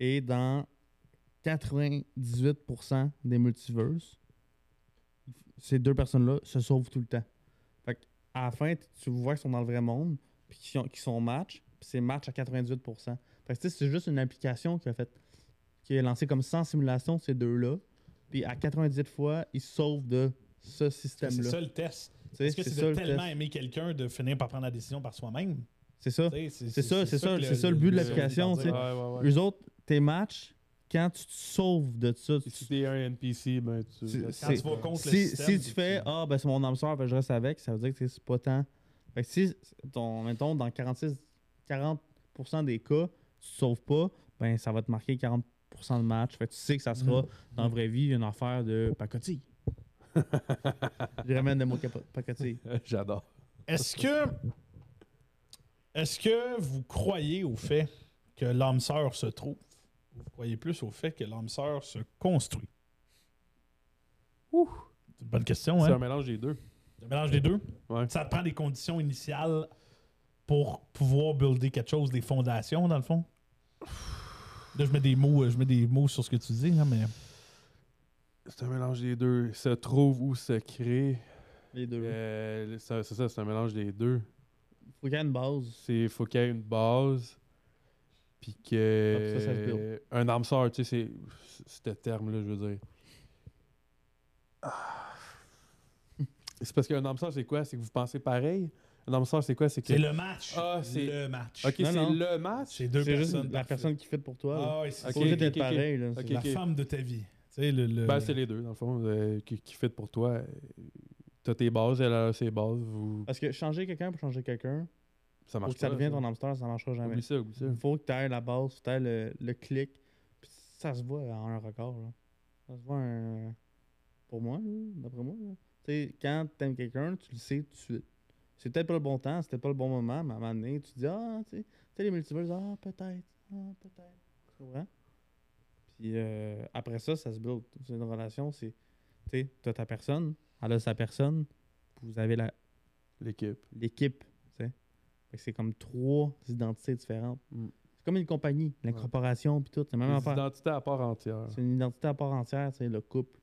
Speaker 2: Et dans 98% des multiverses, ces deux personnes-là se sauvent tout le temps. Fait que, à la fin, t- tu vois qu'ils sont dans le vrai monde, puis qu'ils ont- qu'ils sont match, puis c'est match à 98%. Fait que, tu sais, c'est juste une application qui a fait qui est lancée comme sans simulation ces deux-là. Puis à 98 fois, ils se sauvent de
Speaker 1: Est-ce
Speaker 2: ce
Speaker 1: que c'est
Speaker 2: système-là.
Speaker 1: ça le test.
Speaker 2: Tu sais,
Speaker 1: Est-ce que c'est,
Speaker 2: ça
Speaker 1: de
Speaker 2: le
Speaker 1: tellement
Speaker 2: test.
Speaker 1: aimer quelqu'un de finir par prendre la décision par soi-même?
Speaker 2: C'est ça.
Speaker 1: Tu sais,
Speaker 2: C'est ça, c'est ça,
Speaker 1: que
Speaker 2: c'est ça le but de l'application,
Speaker 1: l'enjeu
Speaker 2: tu sais.
Speaker 1: d'en dire.
Speaker 2: Eux autres, tes matchs, quand tu te sauves de ça, tu-
Speaker 3: Et Si t'es un NPC, ben tu.
Speaker 2: C'est-
Speaker 3: restes
Speaker 2: c'est-
Speaker 1: Quand
Speaker 3: avec,
Speaker 1: tu vas
Speaker 3: euh,
Speaker 1: contre le
Speaker 2: si,
Speaker 1: système.
Speaker 2: si tu fais Ah, ben c'est mon âme sœur, ben je reste avec, ça veut dire que tu sais, c'est pas tant. Fait que si, ton, mettons, dans 46, 40% des cas, tu te sauves pas, ben ça va te marquer 40% de match. Fait que tu sais que ça sera,
Speaker 3: Mm.
Speaker 2: dans la vraie vie, une affaire de
Speaker 3: *laughs*
Speaker 2: pacotille. je ramène le mot capo- pacotille.
Speaker 3: *laughs* J'adore.
Speaker 1: Est-ce que. Est-ce que vous croyez au fait que l'âme sœur se trouve? Ou vous croyez plus au fait que l'âme sœur se construit? C'est une bonne question,
Speaker 3: C'est un
Speaker 1: hein?
Speaker 3: mélange des deux.
Speaker 1: Le mélange des deux.
Speaker 3: Ouais.
Speaker 1: Ça te prend des conditions initiales pour pouvoir builder quelque chose, des fondations, dans le fond. Là, je mets des mots, euh, je mets des mots sur ce que tu dis, hein, mais.
Speaker 3: C'est un mélange des deux. Se trouve ou se crée.
Speaker 2: Les deux.
Speaker 3: Euh, le- ça- c'est ça, c'est un mélange des deux.
Speaker 2: Faut qu'il y ait une base.
Speaker 3: C'est faut qu'il y ait une base. Puis que.
Speaker 2: Ah, ça, ça se build.
Speaker 3: un âme sœur, tu sais, c'est. C'est ce terme-là, je veux dire. Ah. C'est parce qu'un âme sœur, c'est quoi C'est que vous pensez pareil Un âme sœur, c'est quoi C'est que.
Speaker 1: C'est le match.
Speaker 3: Ah, c'est-
Speaker 1: le match.
Speaker 3: Ok,
Speaker 2: Non,
Speaker 3: c'est
Speaker 2: non.
Speaker 3: le match.
Speaker 1: C'est deux
Speaker 2: C'est juste
Speaker 1: personnes.
Speaker 2: la personne qui fait pour toi. là.
Speaker 1: Ah, ouais, c'est
Speaker 3: Ok,
Speaker 2: Faut juste
Speaker 3: ok,
Speaker 2: être
Speaker 3: ok, ok.
Speaker 2: pareil. là.
Speaker 3: Ok.
Speaker 1: la femme de ta vie. Tu sais, le. le-
Speaker 3: Ben, c'est les deux, dans le fond, euh, qui, qui fit pour toi. Euh, T'as tes bases, elle a ses bases. Vous...
Speaker 2: Parce que changer quelqu'un pour changer quelqu'un,
Speaker 3: Ça marche
Speaker 2: pour que ça
Speaker 3: pas,
Speaker 2: devienne ton Mm-hmm. hamster, ça marchera jamais.
Speaker 3: Oublie ça, oublie ça.
Speaker 2: Il faut que tu ailles la base, tu ailles le, le clic. Puis ça se voit en un record. Là. Ça se voit un... pour moi, là, d'après moi. là. Tu sais, quand tu aimes quelqu'un, tu le sais tout de suite. C'est peut-être pas le bon temps, c'était pas le bon moment, mais à un moment donné, tu te dis Ah, tu sais, tu sais, les multivers, ah, peut-être, ah, peut-être. Tu comprends? Puis euh, après ça, ça se build. C'est une relation, c'est. Tu sais, t'as ta personne, elle a sa personne, puis vous avez la,
Speaker 3: L'équipe.
Speaker 2: l'équipe. tu sais. Fait que C'est comme trois identités différentes.
Speaker 3: Mm.
Speaker 2: C'est comme une compagnie, la
Speaker 3: Ouais.
Speaker 2: corporation, puis tout. C'est la même
Speaker 3: Des
Speaker 2: affaire.
Speaker 3: identités à part entière.
Speaker 2: C'est une identité à part entière, c'est le couple.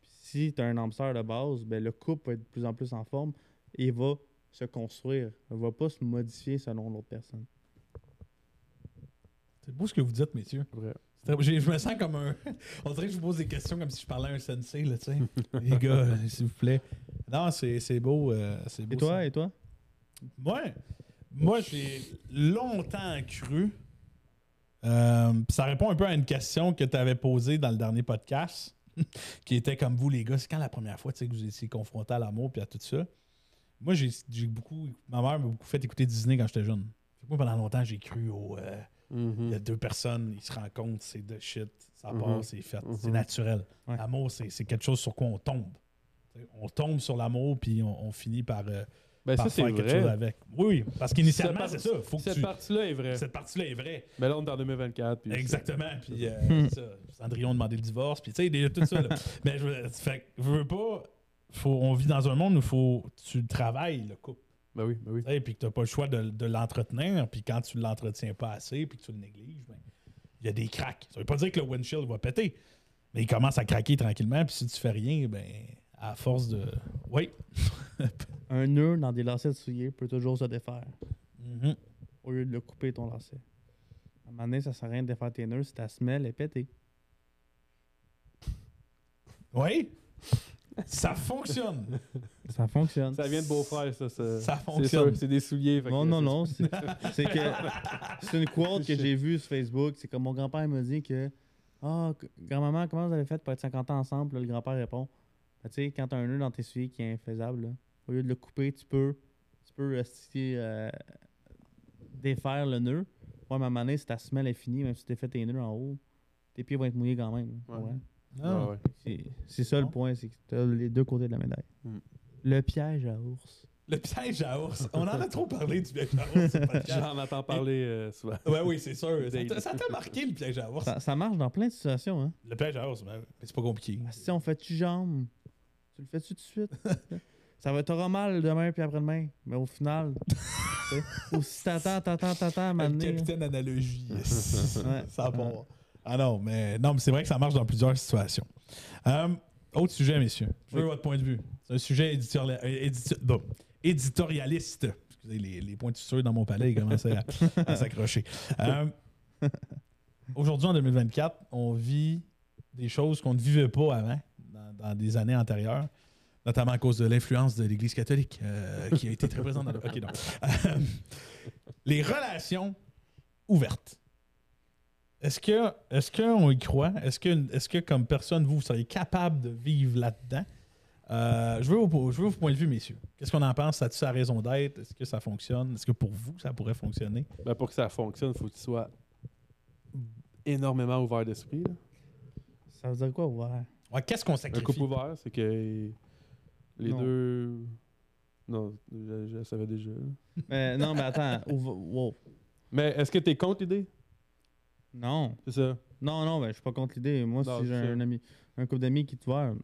Speaker 2: Puis si tu as un hamster de base, ben le couple va être de plus en plus en forme et va se construire. Il va pas se modifier selon l'autre personne.
Speaker 1: C'est beau ce que vous dites, messieurs.
Speaker 3: C'est vrai.
Speaker 1: C'est très- j'ai- Je me sens comme un. *laughs* On dirait que je vous pose des questions comme si je parlais à un sensei, là,
Speaker 2: *laughs*
Speaker 1: tu sais. Les gars, euh, s'il vous plaît. Non, c'est c'est beau. euh, c'est beau
Speaker 2: Et toi,
Speaker 1: ça.
Speaker 2: et toi?
Speaker 1: Ouais. Moi, j'ai longtemps cru. euh, pis ça répond un peu à une question que tu avais posée dans le dernier podcast, *laughs* qui était comme vous, les gars, c'est quand la première fois tu sais, que vous étiez confronté à l'amour puis à tout ça. Moi, j'ai j'ai beaucoup. Ma mère m'a beaucoup fait écouter Disney quand j'étais jeune. Fait que moi, pendant longtemps, j'ai cru au. euh, Il y
Speaker 3: Mhm.
Speaker 1: a deux personnes, ils se rencontrent, c'est de shit, ça
Speaker 3: Mhm.
Speaker 1: part, c'est fait, c'est
Speaker 3: Mhm.
Speaker 1: naturel.
Speaker 2: Ouais.
Speaker 1: L'amour, c'est c'est quelque chose sur quoi on tombe. T'sais, On tombe sur l'amour, puis on, on finit par, euh,
Speaker 3: Ben,
Speaker 1: par
Speaker 3: ça, c'est
Speaker 1: faire quelque chose
Speaker 3: vrai.
Speaker 1: avec. Oui, parce qu'initialement,
Speaker 3: Cette
Speaker 1: c'est
Speaker 3: part-
Speaker 1: ça. Faut que
Speaker 3: Cette
Speaker 1: tu-
Speaker 3: partie-là est vraie.
Speaker 1: Cette partie-là est vraie.
Speaker 3: Mais là, on est en 2024. puis-
Speaker 1: Exactement. Puis euh,
Speaker 3: *laughs*
Speaker 2: Hmm.
Speaker 1: ça, Cendrillon demandait le divorce, puis tu sais, des- tout ça. là. Mais je veux, fait que, je veux pas. Faut, on vit dans un monde où faut, tu travailles le couple.
Speaker 3: Ben oui, ben oui.
Speaker 1: tu sais, Puis que tu n'as pas le choix de, de l'entretenir. Puis quand tu ne l'entretiens pas assez, puis que tu le négliges, ben, il y a des cracks. Ça veut pas dire que le windshield va péter, mais il commence à craquer tranquillement. Puis si tu fais rien, ben, à force de. Oui.
Speaker 2: Un nœud dans des lacets de souliers peut toujours se défaire
Speaker 1: Mhm.
Speaker 2: au lieu de le couper ton lacet. À un moment donné, ça sert à rien de défaire tes nœuds si ta semelle est pétée.
Speaker 1: Oui. Ça fonctionne.
Speaker 2: Ça fonctionne.
Speaker 3: Ça vient de beau-frère, ça. Ça,
Speaker 1: Ça
Speaker 3: *laughs* c'est
Speaker 1: fonctionne.
Speaker 3: sûr, C'est des souliers. fait
Speaker 2: Non,
Speaker 3: que
Speaker 2: non,
Speaker 3: ça,
Speaker 2: non. C'est *laughs* c'est que c'est une quote que j'ai vue sur Facebook. C'est comme mon grand-père me dit que Ah, g- grand-maman, comment vous avez fait pour être 50 ans ensemble? Là, le grand-père répond Ben, Tu sais, quand t'as un nœud dans tes souliers qui est infaisable, là, au lieu de le couper, tu peux, tu peux euh, si, euh, défaire le nœud. Ouais, mais à un moment donné, si ta semelle est finie, même si tu t'es fait tes nœuds en haut, tes pieds vont être mouillés quand même.
Speaker 3: Ouais.
Speaker 2: Ouais.
Speaker 3: Ah, ouais.
Speaker 2: C'est- C'est ça le
Speaker 1: Bon.
Speaker 2: point, c'est que t'as les deux côtés de la médaille.
Speaker 3: Mm.
Speaker 2: Le piège à ours.
Speaker 1: Le piège à ours. On en a trop parlé du piège à ours. sur le podcast.
Speaker 3: *laughs* J'en entends parler euh, souvent.
Speaker 1: Ouais, oui, c'est sûr. Ça
Speaker 3: Daily. Ah.
Speaker 1: t'a- Ça t'a marqué le piège à ours.
Speaker 2: Ça, ça marche dans plein de situations, hein?
Speaker 1: Le piège à ours, ben, mais c'est pas compliqué.
Speaker 2: Ah, Si on fait-tu jambe, tu le fais-tu tout de
Speaker 3: *laughs*
Speaker 2: suite? ça va t'auras mal demain puis après-demain. Mais au
Speaker 3: *laughs*
Speaker 2: final, tu sais, ou si t'attends, t'attends, t'attends, à
Speaker 1: Le
Speaker 2: m'amener.
Speaker 1: capitaine analogie.
Speaker 3: *laughs*
Speaker 1: ça
Speaker 2: Ouais.
Speaker 1: part. Ah non, mais non, mais c'est vrai que ça marche dans plusieurs situations. Euh, autre sujet, messieurs. Je veux votre point de vue. C'est un sujet éditorial- euh, éditio- bon, éditorialiste. Excusez, les, les points de suture dans mon palais ils commencent à, à s'accrocher. Euh, Aujourd'hui, en 2024, on vit des choses qu'on ne vivait pas avant, dans, dans des années antérieures, notamment à cause de l'influence de l'Église catholique, euh, qui a été très présente dans le... OK, non. Euh, les relations ouvertes. Est-ce que est-ce qu'on y croit? Est-ce que, est que comme personne, vous, vous seriez capable de vivre là-dedans? Euh, je, veux vos, je veux vos points de vue, messieurs. Qu'est-ce qu'on en pense? Ça a-tu sa raison d'être? Est-ce que ça fonctionne? Est-ce que pour vous, ça pourrait fonctionner?
Speaker 3: Ben, pour que ça fonctionne, il faut que tu sois énormément ouvert d'esprit. là.
Speaker 2: Ça veut dire quoi ouvert?
Speaker 1: Ouais, Qu'est-ce qu'on
Speaker 3: Un couple
Speaker 1: sacrifie?
Speaker 3: ouvert, c'est que les
Speaker 2: Non.
Speaker 3: deux. Non, je, je le savais déjà.
Speaker 2: Mais non, mais attends. ouv- wow.
Speaker 3: Mais est-ce que t'es contre l'idée?
Speaker 2: Non.
Speaker 3: C'est ça.
Speaker 2: Non, non, mais je suis pas contre l'idée. Moi,
Speaker 3: Non,
Speaker 2: si j'ai
Speaker 3: c'est-
Speaker 2: un ami, un couple d'amis qui te voit,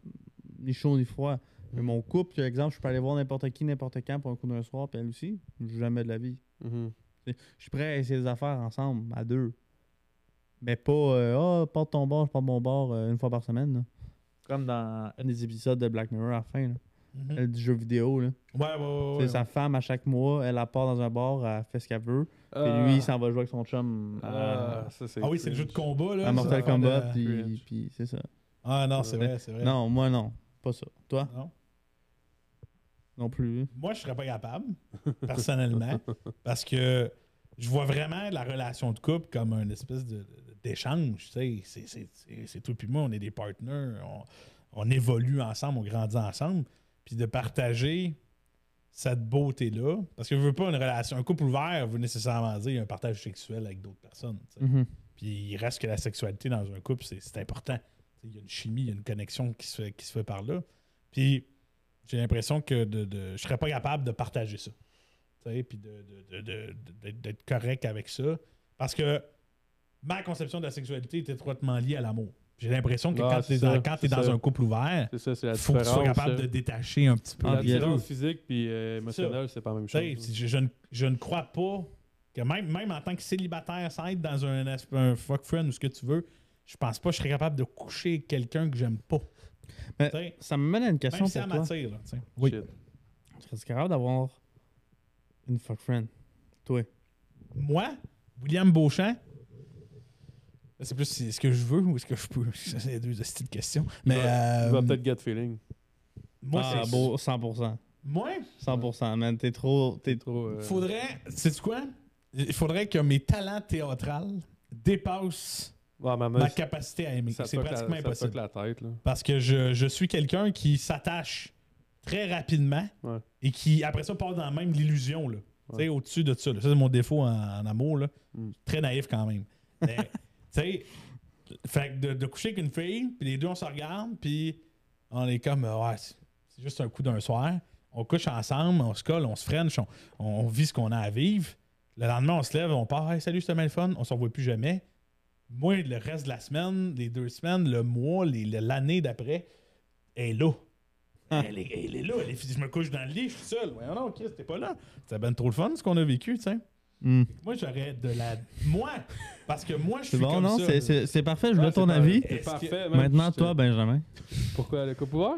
Speaker 2: ni chaud ni froid.
Speaker 3: Mm.
Speaker 2: Mais mon couple, par exemple, je peux aller voir n'importe qui, n'importe quand pour un coup d'un soir, puis elle aussi. Jamais de la vie.
Speaker 3: Mhm.
Speaker 2: Je suis prêt à essayer des affaires ensemble, à deux. Mais pas, euh, ah, porte ton bord, je porte mon bord euh, une fois par semaine. là. Comme dans un des épisodes de Black Mirror à la fin, là.
Speaker 1: Mhm.
Speaker 2: Mm. Elle, du jeu vidéo. Là.
Speaker 1: Ouais, ouais, ouais,
Speaker 2: C'est
Speaker 1: ouais.
Speaker 2: sa femme, à chaque mois, elle la part dans un bar, elle fait ce qu'elle veut.
Speaker 3: Ah.
Speaker 2: Puis lui, il s'en va jouer avec son chum à,
Speaker 3: Ah, ça,
Speaker 1: Ah oui, c'est le jeu de combat, là.
Speaker 2: à
Speaker 1: ça,
Speaker 2: Mortal
Speaker 1: de-
Speaker 2: Kombat,
Speaker 3: cringe.
Speaker 2: puis, puis c'est ça.
Speaker 1: Ah non, c'est vrai, c'est vrai.
Speaker 2: Non, moi non, pas ça. Toi
Speaker 1: Non?
Speaker 2: non plus.
Speaker 1: Moi, je serais pas capable, personnellement, parce que je vois vraiment la relation de couple comme une espèce de- de- d'échange. tu sais. C'est- c'est- C'est c'est toi puis moi, on est des partenaires, on, on évolue ensemble, on grandit ensemble. Puis de partager cette beauté-là, parce que je veux pas une relation, un couple ouvert veut nécessairement dire un partage sexuel avec d'autres personnes. tu sais.
Speaker 2: Mhm.
Speaker 1: Puis il reste que la sexualité dans un couple, c'est c'est important. Tu sais, Il y a une chimie, il y a une connexion qui se fait, qui se fait par là. Puis j'ai l'impression que de, de- je serais pas capable de partager ça. Tu sais, Puis de- de- de- de- de- d'être d'être correct avec ça. Parce que ma conception de la sexualité est étroitement liée à l'amour. J'ai l'impression que
Speaker 3: Ah,
Speaker 1: quand tu
Speaker 3: c'est
Speaker 1: es dans,
Speaker 3: ça,
Speaker 1: quand t'es
Speaker 3: c'est
Speaker 1: dans
Speaker 3: ça.
Speaker 1: un couple ouvert,
Speaker 3: C'est ça, c'est la
Speaker 1: il faut que tu sois
Speaker 3: différence.
Speaker 1: capable
Speaker 3: euh,
Speaker 1: de détacher un petit peu.
Speaker 2: Ah,
Speaker 3: La
Speaker 2: puis il y a
Speaker 3: différence
Speaker 2: tout.
Speaker 3: physique puis euh, émotionnelle, c'est pas la même
Speaker 1: Tu sais,
Speaker 3: chose. hein.
Speaker 1: je, je ne, je ne crois pas que même, même en tant que célibataire, sans être dans un, as- un fuck friend ou ce que tu veux, je pense pas que je serais capable de coucher avec quelqu'un que j'aime pas.
Speaker 2: Mais-
Speaker 1: Tu sais,
Speaker 2: Ça me mène à une question
Speaker 1: même si ça
Speaker 2: pour toi.
Speaker 1: m'attire. là, tu sais.
Speaker 3: Oui.
Speaker 2: Serais-tu capable d'avoir une fuck friend? Toi.
Speaker 1: Moi, William Beauchamp, là, c'est plus si- est-ce que je veux ou est-ce que je peux *laughs* Ça, C'est les deux astuces de questions. Mais
Speaker 3: Tu
Speaker 1: euh,
Speaker 3: vas peut-être gut feeling.
Speaker 1: moi,
Speaker 2: ah,
Speaker 1: c'est-
Speaker 2: beau, 100%.
Speaker 1: moi,
Speaker 2: 100%, man. T'es trop. T'es
Speaker 3: Trop, euh,
Speaker 1: faudrait, sais-tu quoi Il faudrait que mes talents théâtrales dépassent
Speaker 3: Ouais, mais
Speaker 1: ma
Speaker 3: même,
Speaker 1: capacité à aimer.
Speaker 3: ça
Speaker 1: C'est
Speaker 3: toque la-
Speaker 1: pratiquement
Speaker 3: ça toque
Speaker 1: impossible.
Speaker 3: la tête, là.
Speaker 1: Parce que je, je suis quelqu'un qui s'attache très rapidement
Speaker 3: Ouais.
Speaker 1: et qui, après ça, part dans même l'illusion. là. Tu sais, au-dessus de ça. là. Ça, c'est mon défaut en, en amour. Là.
Speaker 3: Mm.
Speaker 1: Très naïf quand même. Mais, *laughs* tu sais, fait que de, de coucher avec une fille, puis les deux, on se regarde, puis on est comme, euh, ouais, c'est c'est juste un coup d'un soir. On couche ensemble, on se colle, on se french, on, on vit ce qu'on a à vivre. Le lendemain, on se lève, on part, hey, salut, c'était bien le fun, on s'en voit plus jamais. Moi, le reste de la semaine, les deux semaines, le mois, les- le- l'année d'après, elle est là.
Speaker 2: Hein.
Speaker 1: Elle est, elle est là, elle est- je me couche dans le lit, je suis seul. Voyons non, Chris, t'es pas là. C'était ben trop le fun ce qu'on a vécu, tu sais.
Speaker 2: Hmm.
Speaker 1: Moi, j'aurais de la. Moi! Parce que moi, je suis
Speaker 2: C'est bon,
Speaker 1: comme
Speaker 2: non?
Speaker 1: ça.
Speaker 2: c'est- C'est c'est parfait, je
Speaker 3: Ah,
Speaker 2: veux
Speaker 3: c'est
Speaker 2: ton
Speaker 3: pas-
Speaker 2: avis.
Speaker 3: c'est
Speaker 1: Est-ce
Speaker 3: parfait,
Speaker 1: que-
Speaker 3: man.
Speaker 2: Maintenant,
Speaker 3: Je te-
Speaker 2: toi, Benjamin.
Speaker 3: Pourquoi le
Speaker 1: *laughs*
Speaker 3: coupe ouvert?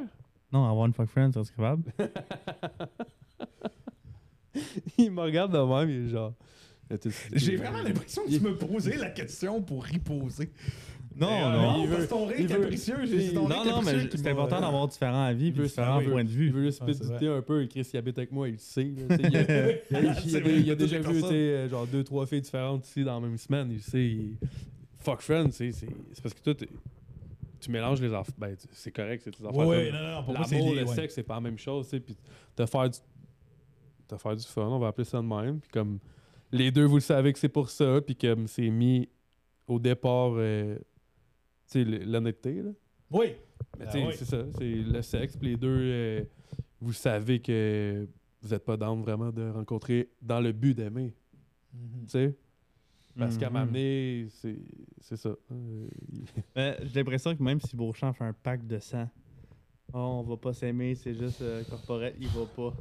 Speaker 2: Non, avoir une fuck friend, ça serait capable.
Speaker 3: il me regarde de même, il est genre.
Speaker 1: J'ai vraiment l'impression que tu me posais la question pour reposer.
Speaker 2: Non,
Speaker 1: Mais, euh,
Speaker 2: non.
Speaker 1: non, parce que ton
Speaker 3: il
Speaker 1: rire
Speaker 3: veut-
Speaker 1: capricieux,
Speaker 3: il-
Speaker 1: j'ai c'est ton rire
Speaker 2: Non, non, mais
Speaker 1: capricieux
Speaker 2: je-
Speaker 1: qui
Speaker 2: c'est
Speaker 1: m'a-
Speaker 2: important
Speaker 1: *laughs*
Speaker 2: d'avoir différents avis
Speaker 3: Il
Speaker 2: puis
Speaker 3: veut
Speaker 2: différents
Speaker 3: savoir.
Speaker 2: points de
Speaker 3: Il
Speaker 2: vue.
Speaker 3: veut juste
Speaker 1: Ouais, c'est
Speaker 3: péditer un peu, Chris, il habite avec moi, il le sait. là, tu sais,
Speaker 1: *laughs*
Speaker 3: il a- il a- *laughs* il a-
Speaker 1: C'est
Speaker 3: il a-
Speaker 1: vrai,
Speaker 3: il a
Speaker 1: il
Speaker 3: déjà
Speaker 1: touche
Speaker 3: vu tu
Speaker 1: personne.
Speaker 3: sais, euh, genre deux, trois filles différentes ici dans la même semaine, il sait. il- Fuck friend, c'est c'est- c'est parce que toi, t'es- tu mélanges les enfants. Ben, tu- c'est correct, c'est tes enfants.
Speaker 1: Ouais, non, non, non, pour moi, c'est
Speaker 3: L'amour,
Speaker 1: lié,
Speaker 3: le
Speaker 1: ouais.
Speaker 3: sexe, c'est pas la même chose, tu sais. Puis te faire du. te faire du fun, on va appeler ça de même. Puis comme les deux, vous le savez que c'est pour ça, puis comme c'est mis au départ, euh, tu sais, l- l'honnêteté, là.
Speaker 1: Oui.
Speaker 3: Mais
Speaker 1: Ah
Speaker 3: tu sais,
Speaker 1: oui.
Speaker 3: c'est ça, c'est le sexe. Puis les deux, euh, vous savez que vous n'êtes pas d'âme vraiment de rencontrer dans le but d'aimer, tu sais. Parce qu'à
Speaker 2: Mhm.
Speaker 3: m'amener, c'est c'est ça. Euh,
Speaker 2: Mais Ben, J'ai l'impression que même si Beauchamp fait un pacte de sang, oh, on va pas s'aimer, c'est juste euh, corporel, il va pas.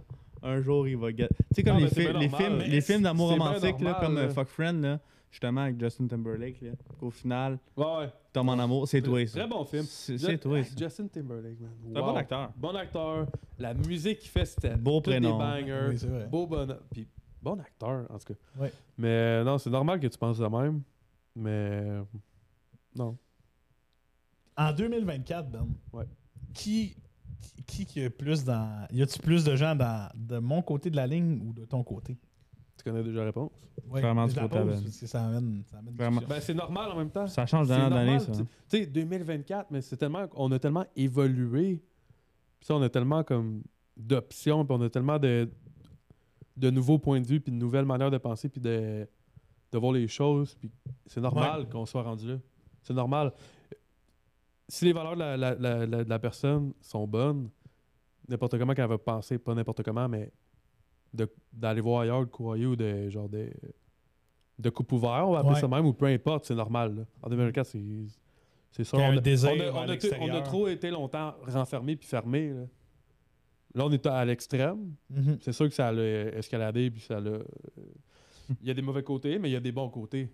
Speaker 2: Un jour, il va get. Tu sais, comme
Speaker 3: Non,
Speaker 2: les,
Speaker 3: mais c'est
Speaker 2: fi-
Speaker 3: bien
Speaker 2: les
Speaker 3: normal,
Speaker 2: films,
Speaker 3: mais
Speaker 2: les films d'amour
Speaker 3: c'est bien
Speaker 2: romantique, là,
Speaker 3: normal,
Speaker 2: comme euh,
Speaker 3: là.
Speaker 2: Fuck Friend, là, justement avec Justin Timberlake, là, qu'au final,
Speaker 3: ouais, ouais.
Speaker 2: tombe en amour, c'est toi. ça.
Speaker 3: Très bon film.
Speaker 2: C'est
Speaker 3: Ju-
Speaker 2: c'est toi.
Speaker 3: Hey,
Speaker 2: ça.
Speaker 3: Justin Timberlake, man.
Speaker 2: C'est un
Speaker 3: Wow.
Speaker 2: bon acteur.
Speaker 3: Bon acteur. La musique qu'il fait, c'était
Speaker 2: Beau
Speaker 3: tous des
Speaker 2: prénom.
Speaker 3: bangers.
Speaker 1: Oui, c'est vrai.
Speaker 3: Beau bon... Puis bon acteur, en tout cas.
Speaker 1: Ouais.
Speaker 3: Mais euh, non, c'est normal que tu penses de même. Mais euh, non.
Speaker 1: En 2024, Ben,
Speaker 3: Ouais.
Speaker 1: qui, qui, qui a plus dans. Y a-tu plus de gens dans, de mon côté de la ligne ou de ton côté?
Speaker 3: Tu connais déjà la réponse?
Speaker 1: Ouais,
Speaker 2: Vraiment
Speaker 1: je
Speaker 2: du
Speaker 1: la
Speaker 2: côté à
Speaker 1: pose
Speaker 2: Ben.
Speaker 1: parce que ça amène. Ça amène
Speaker 2: Vraiment.
Speaker 3: Ben, c'est normal en même temps.
Speaker 2: Ça change
Speaker 3: C'est
Speaker 2: d'année en année,
Speaker 3: normal,
Speaker 2: ça.
Speaker 3: tu- Tu sais, 2024, mais c'est tellement. On a tellement évolué. Puis ça, on a tellement comme d'options, puis on a tellement de, de nouveaux points de vue, puis de nouvelles manières de penser, puis de, de voir les choses. Puis c'est normal qu'on soit rendu là. C'est normal. Si les valeurs de la, la- la- la- de la personne sont bonnes, n'importe comment qu'elle va penser, pas n'importe comment, mais de- d'aller voir ailleurs, de courrier ou de genre de, de coupe ouvert, on va appeler
Speaker 1: Ouais.
Speaker 3: ça même, ou peu importe, c'est normal. là. En 2024, c'est c'est ça.
Speaker 1: Qu'il y a
Speaker 3: on
Speaker 1: un
Speaker 3: a-
Speaker 1: désir
Speaker 3: on a-
Speaker 1: à
Speaker 3: on a t- on a
Speaker 1: l'extérieur.
Speaker 3: trop été longtemps renfermé puis fermé. Là, Là, on est à l'extrême.
Speaker 1: Mhm.
Speaker 3: C'est sûr que ça l'a escaladé puis ça l'a. euh, Il y a des mauvais côtés, mais il y a des bons côtés.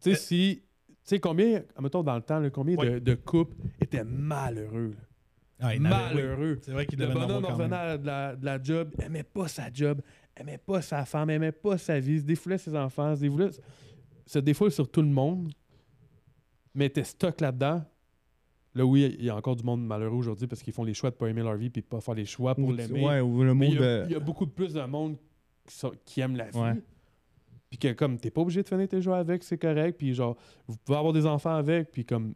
Speaker 3: Tu sais,
Speaker 1: Euh,
Speaker 3: si. Tu sais, combien, mettons dans le temps, là, combien de,
Speaker 1: Ouais.
Speaker 3: de couples étaient malheureux? là?
Speaker 1: Ah, il y en avait- oui.
Speaker 3: malheureux.
Speaker 1: C'est vrai qu'il
Speaker 3: Le
Speaker 1: devait en
Speaker 3: bonhomme
Speaker 1: avoir
Speaker 3: en
Speaker 1: quand
Speaker 3: revenant
Speaker 1: même.
Speaker 3: à de la, de la job, aimait pas sa job, aimait pas sa femme, aimait pas sa vie, se défoulait ses enfants, se défoulait, se défoule sur tout le monde, mettait stock là-dedans. Là, oui, il y a encore du monde malheureux aujourd'hui parce qu'ils font les choix de pas aimer leur vie puis de pas faire les choix pour
Speaker 2: Ou-
Speaker 3: l'aimer.
Speaker 2: Ouais, ou le
Speaker 3: Mais
Speaker 2: mot
Speaker 3: il y, a-
Speaker 2: de.
Speaker 3: il y a beaucoup plus de monde qui, sont- qui aime la vie.
Speaker 2: Ouais.
Speaker 3: Puis que comme t'es pas obligé de finir tes joies avec, c'est correct. Puis genre, vous pouvez avoir des enfants avec, puis comme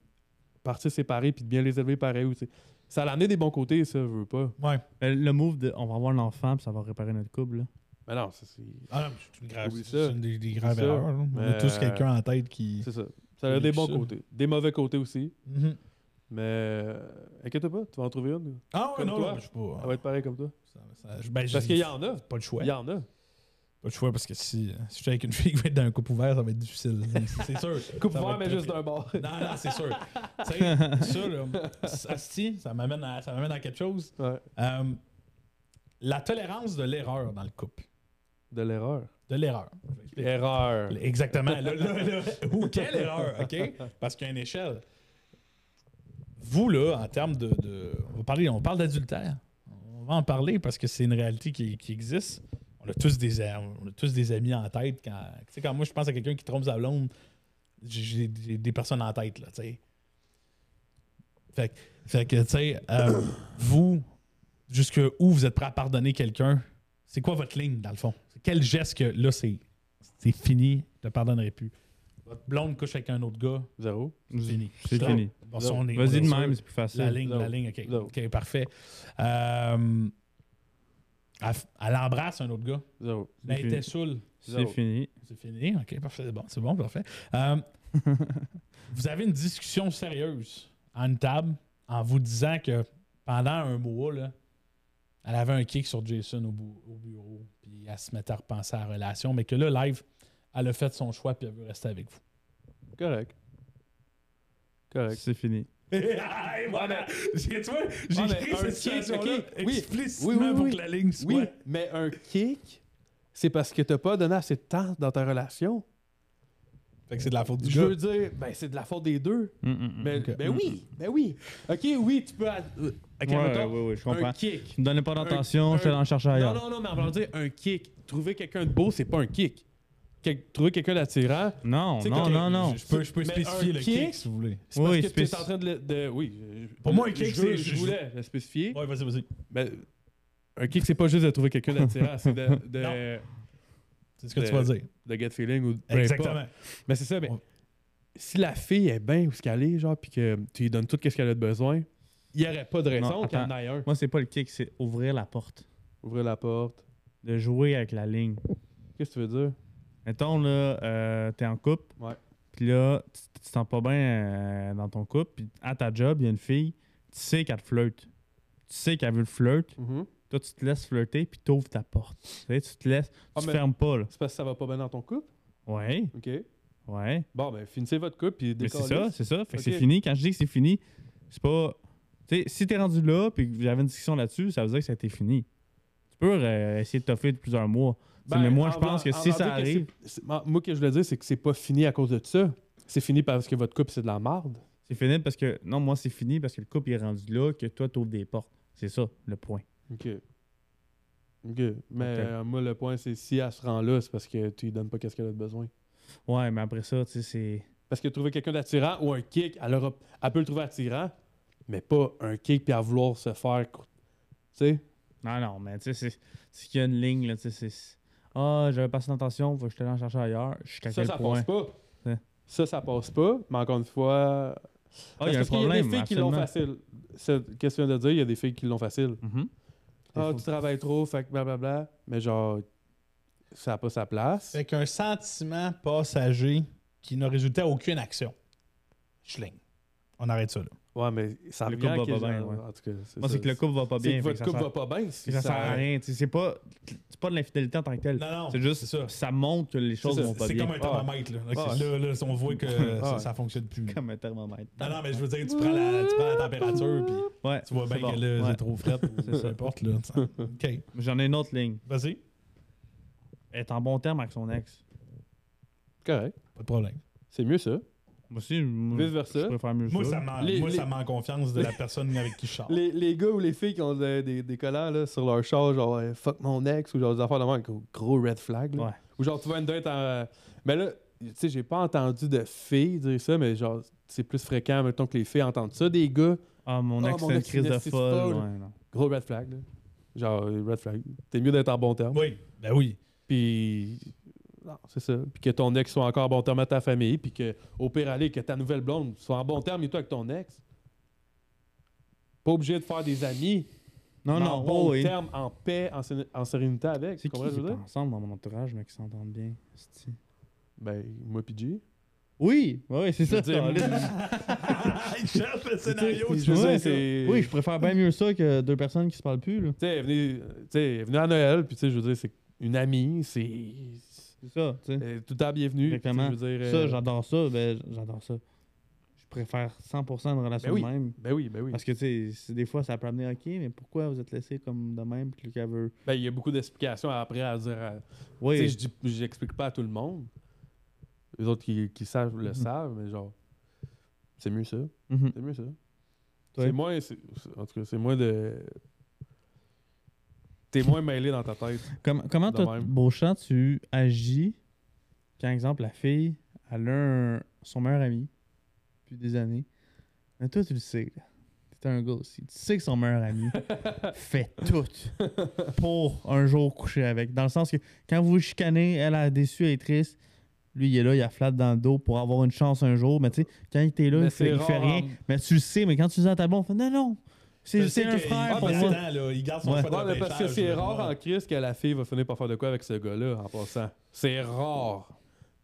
Speaker 3: partir séparés, puis de bien les élever pareil. ou tu sais. Ça a amené des bons côtés, ça, je veux pas.
Speaker 1: Ouais.
Speaker 2: Euh, Le move de on va avoir l'enfant puis ça va réparer notre couple. là.
Speaker 3: Mais non, ça, c'est
Speaker 1: Ah non, mais c'est une grave.
Speaker 3: Oublie
Speaker 1: C'est
Speaker 3: ça.
Speaker 1: une des, des graves
Speaker 3: ça.
Speaker 1: erreurs. là. On a
Speaker 3: Mais- euh,
Speaker 1: tous quelqu'un en tête qui.
Speaker 3: c'est ça. Ça a
Speaker 1: Oui,
Speaker 3: des
Speaker 1: puis
Speaker 3: bons
Speaker 1: ça.
Speaker 3: côtés. Des mauvais côtés aussi.
Speaker 1: Mhm.
Speaker 3: Mais euh, inquiète-toi pas, tu vas en trouver une.
Speaker 1: Ah ouais,
Speaker 3: Comme
Speaker 1: non,
Speaker 3: toi.
Speaker 1: non, je sais pas.
Speaker 3: Elle va être pareille comme toi.
Speaker 1: Ça- ça- je- ben,
Speaker 3: Parce
Speaker 1: j'ai-
Speaker 3: qu'il y en a.
Speaker 1: Pas le choix.
Speaker 3: Il y en a.
Speaker 1: Pas le choix parce que si, si je suis avec une fille qui va être dans un couple ouvert, ça va être difficile. C'est sûr.
Speaker 3: Coupe
Speaker 1: Ça va
Speaker 3: ouvert,
Speaker 1: être
Speaker 3: mais
Speaker 1: très-
Speaker 3: juste d'un bord.
Speaker 1: *laughs* Non, non, c'est sûr. Tu sais, ça, là, asti, ça m'amène à, ça m'amène à quelque chose.
Speaker 3: *laughs* Ouais.
Speaker 1: Euh, la tolérance de l'erreur dans le couple.
Speaker 3: De l'erreur.
Speaker 1: De l'erreur. Je vais expliquer.
Speaker 3: Erreur.
Speaker 1: Exactement. Là, là, là. Ou quelle erreur, OK? Parce qu'il y a une échelle. Vous, là, en termes de. de- on, va parler, on parle d'adultère. On va en parler parce que c'est une réalité qui, qui existe. On a tous des a- on a tous des amis en tête. Quand, tu sais, quand moi, je pense à quelqu'un qui trompe sa blonde, j'ai- j'ai j'ai des personnes en tête, là, tu sais. Fait, que- fait que, tu sais, euh, *coughs* vous, jusque où vous êtes prêt à pardonner quelqu'un, c'est quoi votre ligne, dans le fond? C'est Quel geste que, là, c'est c'est fini, je te pardonnerai plus. Votre blonde couche avec un autre gars,
Speaker 3: Zéro.
Speaker 1: c'est fini.
Speaker 2: C'est
Speaker 1: Ça,
Speaker 2: fini.
Speaker 1: bon, ça, on est- on
Speaker 2: Vas-y
Speaker 1: est
Speaker 2: de
Speaker 1: sûr.
Speaker 2: même, c'est plus facile.
Speaker 1: La ligne,
Speaker 3: Zéro.
Speaker 1: la ligne, ok.
Speaker 3: Zéro.
Speaker 1: Ok, parfait. Euh, Elle, f- elle embrasse un autre gars.
Speaker 3: Zéro.
Speaker 1: Là, elle
Speaker 2: fini.
Speaker 1: était saoule.
Speaker 2: C'est
Speaker 3: Zéro.
Speaker 2: fini.
Speaker 1: C'est fini. OK, parfait. Bon, c'est bon, parfait. *laughs* Euh, vous avez une discussion sérieuse à une table en vous disant que pendant un mois, là, elle avait un kick sur Jason au, bu- au bureau, puis elle se mettait à repenser à la relation, mais que là, live, elle a fait son choix, puis elle veut rester avec vous.
Speaker 3: Correct. Correct.
Speaker 2: C'est fini.
Speaker 1: *laughs* Hey, voilà. J'ai- tu vois, j'ai
Speaker 3: Ouais, mais
Speaker 1: écrit
Speaker 3: un
Speaker 1: cette
Speaker 3: kick,
Speaker 1: situation-là
Speaker 3: ok. Oui.
Speaker 1: explicitement
Speaker 3: Oui, oui,
Speaker 1: pour
Speaker 3: oui.
Speaker 1: que la ligne soit.
Speaker 3: Oui, mais un kick, c'est parce que t'as pas donné assez de temps dans ta relation.
Speaker 1: Fait que c'est de la faute du
Speaker 3: Je
Speaker 1: jeu.
Speaker 3: veux dire, ben c'est de la faute des deux.
Speaker 2: Mm, mm, mm.
Speaker 3: Mais,
Speaker 1: ok.
Speaker 3: ben oui, ben oui. Ok, oui, tu peux. ad- euh, ok,
Speaker 2: Ouais,
Speaker 3: mettons,
Speaker 2: ouais, ouais, je
Speaker 3: un
Speaker 2: comprends.
Speaker 3: kick.
Speaker 2: Tu me donnais pas d'attention,
Speaker 3: un-
Speaker 2: je suis allé en chercher
Speaker 3: Non,
Speaker 2: ailleurs.
Speaker 3: non, non, mais on va dire un kick. Trouver quelqu'un de beau, c'est pas un kick. Quel- trouver quelqu'un d'attirant,
Speaker 2: Non,
Speaker 3: Tu sais,
Speaker 2: non,
Speaker 3: quand-
Speaker 2: non, non.
Speaker 1: Je peux, je peux
Speaker 3: Mais un
Speaker 1: spécifier le kick,
Speaker 3: kick,
Speaker 1: si vous voulez.
Speaker 3: c'est parce
Speaker 2: Oui,
Speaker 3: que tu es
Speaker 2: spéc-
Speaker 3: en train de. le- de- oui. je-
Speaker 1: Pour moi, un
Speaker 3: je
Speaker 1: kick,
Speaker 3: veux-
Speaker 1: c'est-
Speaker 3: Je
Speaker 1: je-
Speaker 3: voulais le spécifier.
Speaker 1: Ouais, vas-y, vas-y.
Speaker 3: Ben, un kick, c'est pas juste de trouver
Speaker 2: *laughs*
Speaker 3: quelqu'un d'attirant, c'est de, de,
Speaker 1: Non. C'est ce que
Speaker 3: Euh,
Speaker 1: tu vas dire.
Speaker 3: de gut feeling ou de peu importe.
Speaker 1: Exactement.
Speaker 3: Mais c'est ça, mais
Speaker 1: On-
Speaker 3: si la fille est bien où ce qu'elle est, genre, puis que tu lui donnes tout ce qu'elle a de besoin, il n'y aurait pas de raison
Speaker 2: Non,
Speaker 3: qu'il y en
Speaker 2: attends.
Speaker 3: ait un.
Speaker 2: Moi, c'est pas le kick, c'est ouvrir la porte.
Speaker 3: Ouvrir la porte.
Speaker 2: De jouer avec la ligne.
Speaker 3: Qu'est-ce que tu veux dire?
Speaker 2: Mettons, là, euh, t'es en couple.
Speaker 3: Ouais.
Speaker 2: Puis là, tu tu te sens pas bien euh, dans ton couple. Puis à ta job, il y a une fille, tu sais qu'elle te flirte. Tu sais qu'elle veut le flirt.
Speaker 3: Mm-hmm.
Speaker 2: Toi, tu te laisses flirter, puis t'ouvres ta porte. Tu sais, tu te laisses.
Speaker 3: Ah,
Speaker 2: tu
Speaker 3: mais-
Speaker 2: fermes pas, là.
Speaker 3: C'est parce que ça va pas bien dans ton couple.
Speaker 2: Ouais,
Speaker 3: OK.
Speaker 2: ouais.
Speaker 3: Bon, ben, finissez votre couple, puis
Speaker 2: Mais c'est
Speaker 3: décollez.
Speaker 2: ça, c'est ça. Fait que c'est
Speaker 3: Ok.
Speaker 2: fini. Quand je dis que c'est fini, c'est pas. Tu sais, si t'es rendu là puis que vous avez une discussion là-dessus, ça veut dire que ça a été fini. Tu peux euh, essayer de toffer de plusieurs mois. Tu sais,
Speaker 3: Ben,
Speaker 2: mais moi,
Speaker 3: en
Speaker 2: je pense
Speaker 3: voulant-
Speaker 2: que
Speaker 3: en
Speaker 2: si
Speaker 3: voulant
Speaker 2: ça
Speaker 3: dire que
Speaker 2: arrive,
Speaker 3: c'est- c'est- moi, moi, ce que je voulais dire, c'est que c'est pas fini à cause de ça. C'est fini parce que votre couple, c'est de la marde.
Speaker 2: c'est fini parce que. Non, moi, c'est fini parce que le couple il est rendu là, que toi, t'ouvres des portes. C'est ça, le point.
Speaker 3: OK. OK. Mais
Speaker 2: Ok.
Speaker 3: euh, moi, le point, c'est si elle se rend là, c'est parce que tu lui donnes pas qu'est-ce qu'elle a de besoin.
Speaker 2: Ouais, mais après ça, tu sais, c'est.
Speaker 3: Parce que trouver quelqu'un d'attirant ou un kick, elle, aura- elle peut le trouver attirant, mais pas un kick puis à vouloir se faire. cou- Tu sais?
Speaker 2: Non, non, mais tu sais, c'est. C'est qu'il y a une ligne, là, tu sais, c'est. Ah, j'avais passé l'attention, faut que je te l'en chercher ailleurs. Jusqu'à
Speaker 3: Ça,
Speaker 2: quel
Speaker 3: ça
Speaker 2: point.
Speaker 3: passe pas.
Speaker 2: Ouais.
Speaker 3: Ça, ça passe pas, mais encore une fois.
Speaker 2: Ah, il y a un
Speaker 3: Parce qu'il des
Speaker 2: problème.
Speaker 3: filles qui l'ont
Speaker 2: absolument.
Speaker 3: facile. C'est- Qu'est-ce que tu viens de dire? Il y a des filles qui l'ont facile.
Speaker 2: Mhm.
Speaker 3: Ah,
Speaker 2: Des
Speaker 3: tu travailles trop, fait que blablabla. Mais genre, ça n'a pas sa place.
Speaker 1: Fait qu'un sentiment passager qui ne résultait à aucune action. Schling. On arrête ça là.
Speaker 3: Ouais, mais ça
Speaker 2: Le
Speaker 3: revient à
Speaker 2: couple va
Speaker 3: quel
Speaker 2: pas bien,
Speaker 3: genre-
Speaker 2: ouais.
Speaker 3: En tout cas,
Speaker 2: Moi, c'est
Speaker 3: ça,
Speaker 2: que le couple va pas
Speaker 3: c'est
Speaker 2: bien. fait
Speaker 3: que
Speaker 2: que
Speaker 3: votre
Speaker 2: ça
Speaker 3: couple
Speaker 2: sert-
Speaker 3: va pas bien. si
Speaker 2: Puis ça, sert à rien. tu sais, C'est pas, c'est pas de l'infidélité en tant que telle.
Speaker 1: Non, non.
Speaker 2: C'est juste
Speaker 1: ça.
Speaker 2: ça. montre que les choses
Speaker 3: ça,
Speaker 2: vont pas
Speaker 1: C'est
Speaker 2: bien.
Speaker 1: comme un thermomètre là. Là,
Speaker 3: Ah,
Speaker 1: c'est- là, là, on voit que
Speaker 3: Ah,
Speaker 1: ça,
Speaker 3: ouais.
Speaker 1: ça fonctionne plus.
Speaker 2: *laughs* Comme un thermomètre.
Speaker 1: Non, non, mais je veux dire, tu prends la, tu prends la température puis
Speaker 2: Ouais,
Speaker 1: tu vois
Speaker 2: c'est
Speaker 1: bien
Speaker 2: bon.
Speaker 1: que là,
Speaker 2: Ouais.
Speaker 1: c'est trop frais.
Speaker 2: C'est
Speaker 1: Peu
Speaker 2: ça.
Speaker 1: importe là. OK.
Speaker 2: J'en ai une autre ligne.
Speaker 1: Vas-y.
Speaker 2: Elle est en bon terme avec son ex.
Speaker 3: Correct.
Speaker 1: Pas de problème.
Speaker 3: C'est mieux ça.
Speaker 2: Moi aussi, moi,
Speaker 3: Vice versa.
Speaker 2: je préfère mieux
Speaker 1: Moi,
Speaker 2: ça.
Speaker 1: ça me
Speaker 3: Les-
Speaker 1: moi,
Speaker 3: les-
Speaker 1: ça me rend confiance de la personne avec qui je sors.
Speaker 3: Les, les gars ou les filles qui ont des, des, des collants là, sur leur char, genre euh, fuck mon ex ou genre des affaires de même, gros, gros red flag. là.
Speaker 2: Ouais.
Speaker 3: Ou genre tu vas une date en. euh, Mais là, tu sais, j'ai pas entendu de filles dire ça, mais genre c'est plus fréquent, mettons que les filles entendent ça des gars,
Speaker 2: Ah, mon
Speaker 3: Ah,
Speaker 2: ex,
Speaker 3: mon
Speaker 2: c'est une
Speaker 3: ex,
Speaker 2: crise de
Speaker 3: c'est
Speaker 2: folle.
Speaker 3: folle.
Speaker 2: Ouais, non.
Speaker 3: gros red flag. là. Genre euh, red flag. T'es mieux d'être en bon terme.
Speaker 1: Oui, ben oui.
Speaker 3: Puis. Non, c'est ça. Puis que ton ex soit encore en bon terme à ta famille, puis que au pire aller, que ta nouvelle blonde soit en bon terme et toi avec ton ex. Pas obligé de faire des amis.
Speaker 2: Non,
Speaker 3: mais
Speaker 2: non,
Speaker 3: en bon
Speaker 2: oui.
Speaker 3: terme, en paix, en, sé- en sérénité avec.
Speaker 2: C'est qui
Speaker 3: Tu comprends ce que je
Speaker 2: qui
Speaker 3: veux
Speaker 2: est
Speaker 3: dire?
Speaker 2: ensemble dans mon entourage, mais qui s'entendent bien? c'est-tu?
Speaker 3: Ben, moi pis G.
Speaker 2: Oui, oui, c'est
Speaker 3: Je veux
Speaker 2: ça.
Speaker 3: dire,
Speaker 2: Caroline.
Speaker 1: *laughs* Il cherche le scénario.
Speaker 3: C'est-
Speaker 1: tu
Speaker 3: je veux
Speaker 1: vois.
Speaker 2: Ouais,
Speaker 3: dire, c'est-
Speaker 2: Oui, je préfère bien mieux ça que deux personnes qui se parlent plus. là.
Speaker 3: Tu sais, elle est venue- tu sais, elle est venue à Noël, puis tu sais, je veux dire, c'est une amie, c'est.
Speaker 2: C'est ça, tu sais.
Speaker 3: elle est Tout le temps bienvenue. puis tu sais,
Speaker 2: Exactement.
Speaker 3: Je veux dire,
Speaker 2: Ça,
Speaker 3: euh,
Speaker 2: j'adore ça. Ben, j'adore ça. Je préfère 100% une relation
Speaker 3: Ben oui.
Speaker 2: de même.
Speaker 3: Ben oui, ben oui.
Speaker 2: Parce que, tu sais, c'est- des fois, ça peut amener, OK, mais pourquoi vous êtes laissé comme de même, puis qu'elle veut.
Speaker 3: Ben, il y a beaucoup d'explications après à dire. à- Tu sais,
Speaker 2: Oui,
Speaker 3: je dis- j'explique pas à tout le monde. Les autres qui, qui savent le
Speaker 2: Mhm.
Speaker 3: savent, mais genre, c'est mieux ça.
Speaker 2: Mhm.
Speaker 3: C'est mieux ça.
Speaker 2: Ouais.
Speaker 3: C'est moins, c'est- c'est- en tout cas, c'est moins de. T'es moins mêlé dans
Speaker 2: *laughs*
Speaker 3: ta tête.
Speaker 2: Comme- comment,
Speaker 3: de
Speaker 2: toi,
Speaker 3: même.
Speaker 2: Beauchamp, tu agis par exemple, la fille, elle a un- son meilleur ami depuis des années. Mais toi, tu le sais, là. T'es un gars aussi. Tu sais que son meilleur
Speaker 3: *laughs*
Speaker 2: ami fait tout pour un jour coucher avec. Dans le sens que quand vous vous chicanez, elle a déçu, elle est triste. Lui, il est là, il a flatte dans le dos pour avoir une chance un jour. Mais tu sais, quand il était là,
Speaker 3: Mais
Speaker 2: il fait,
Speaker 3: c'est
Speaker 2: il fait
Speaker 3: rare,
Speaker 2: rien.
Speaker 3: hein.
Speaker 2: Mais tu le sais, mais quand tu dis à ta blonde, on fait non, non, C'est
Speaker 1: Je sais
Speaker 2: c'est un
Speaker 1: qu'il-
Speaker 2: frère
Speaker 1: ah,
Speaker 2: pour
Speaker 1: mais
Speaker 2: moi.
Speaker 1: attends, là, il garde son
Speaker 2: Ouais.
Speaker 1: choix de
Speaker 3: Ouais, mais parce que
Speaker 1: repêchage,
Speaker 3: c'est
Speaker 1: là.
Speaker 3: rare en crise que la fille va finir par faire de quoi avec ce gars-là en passant. C'est rare.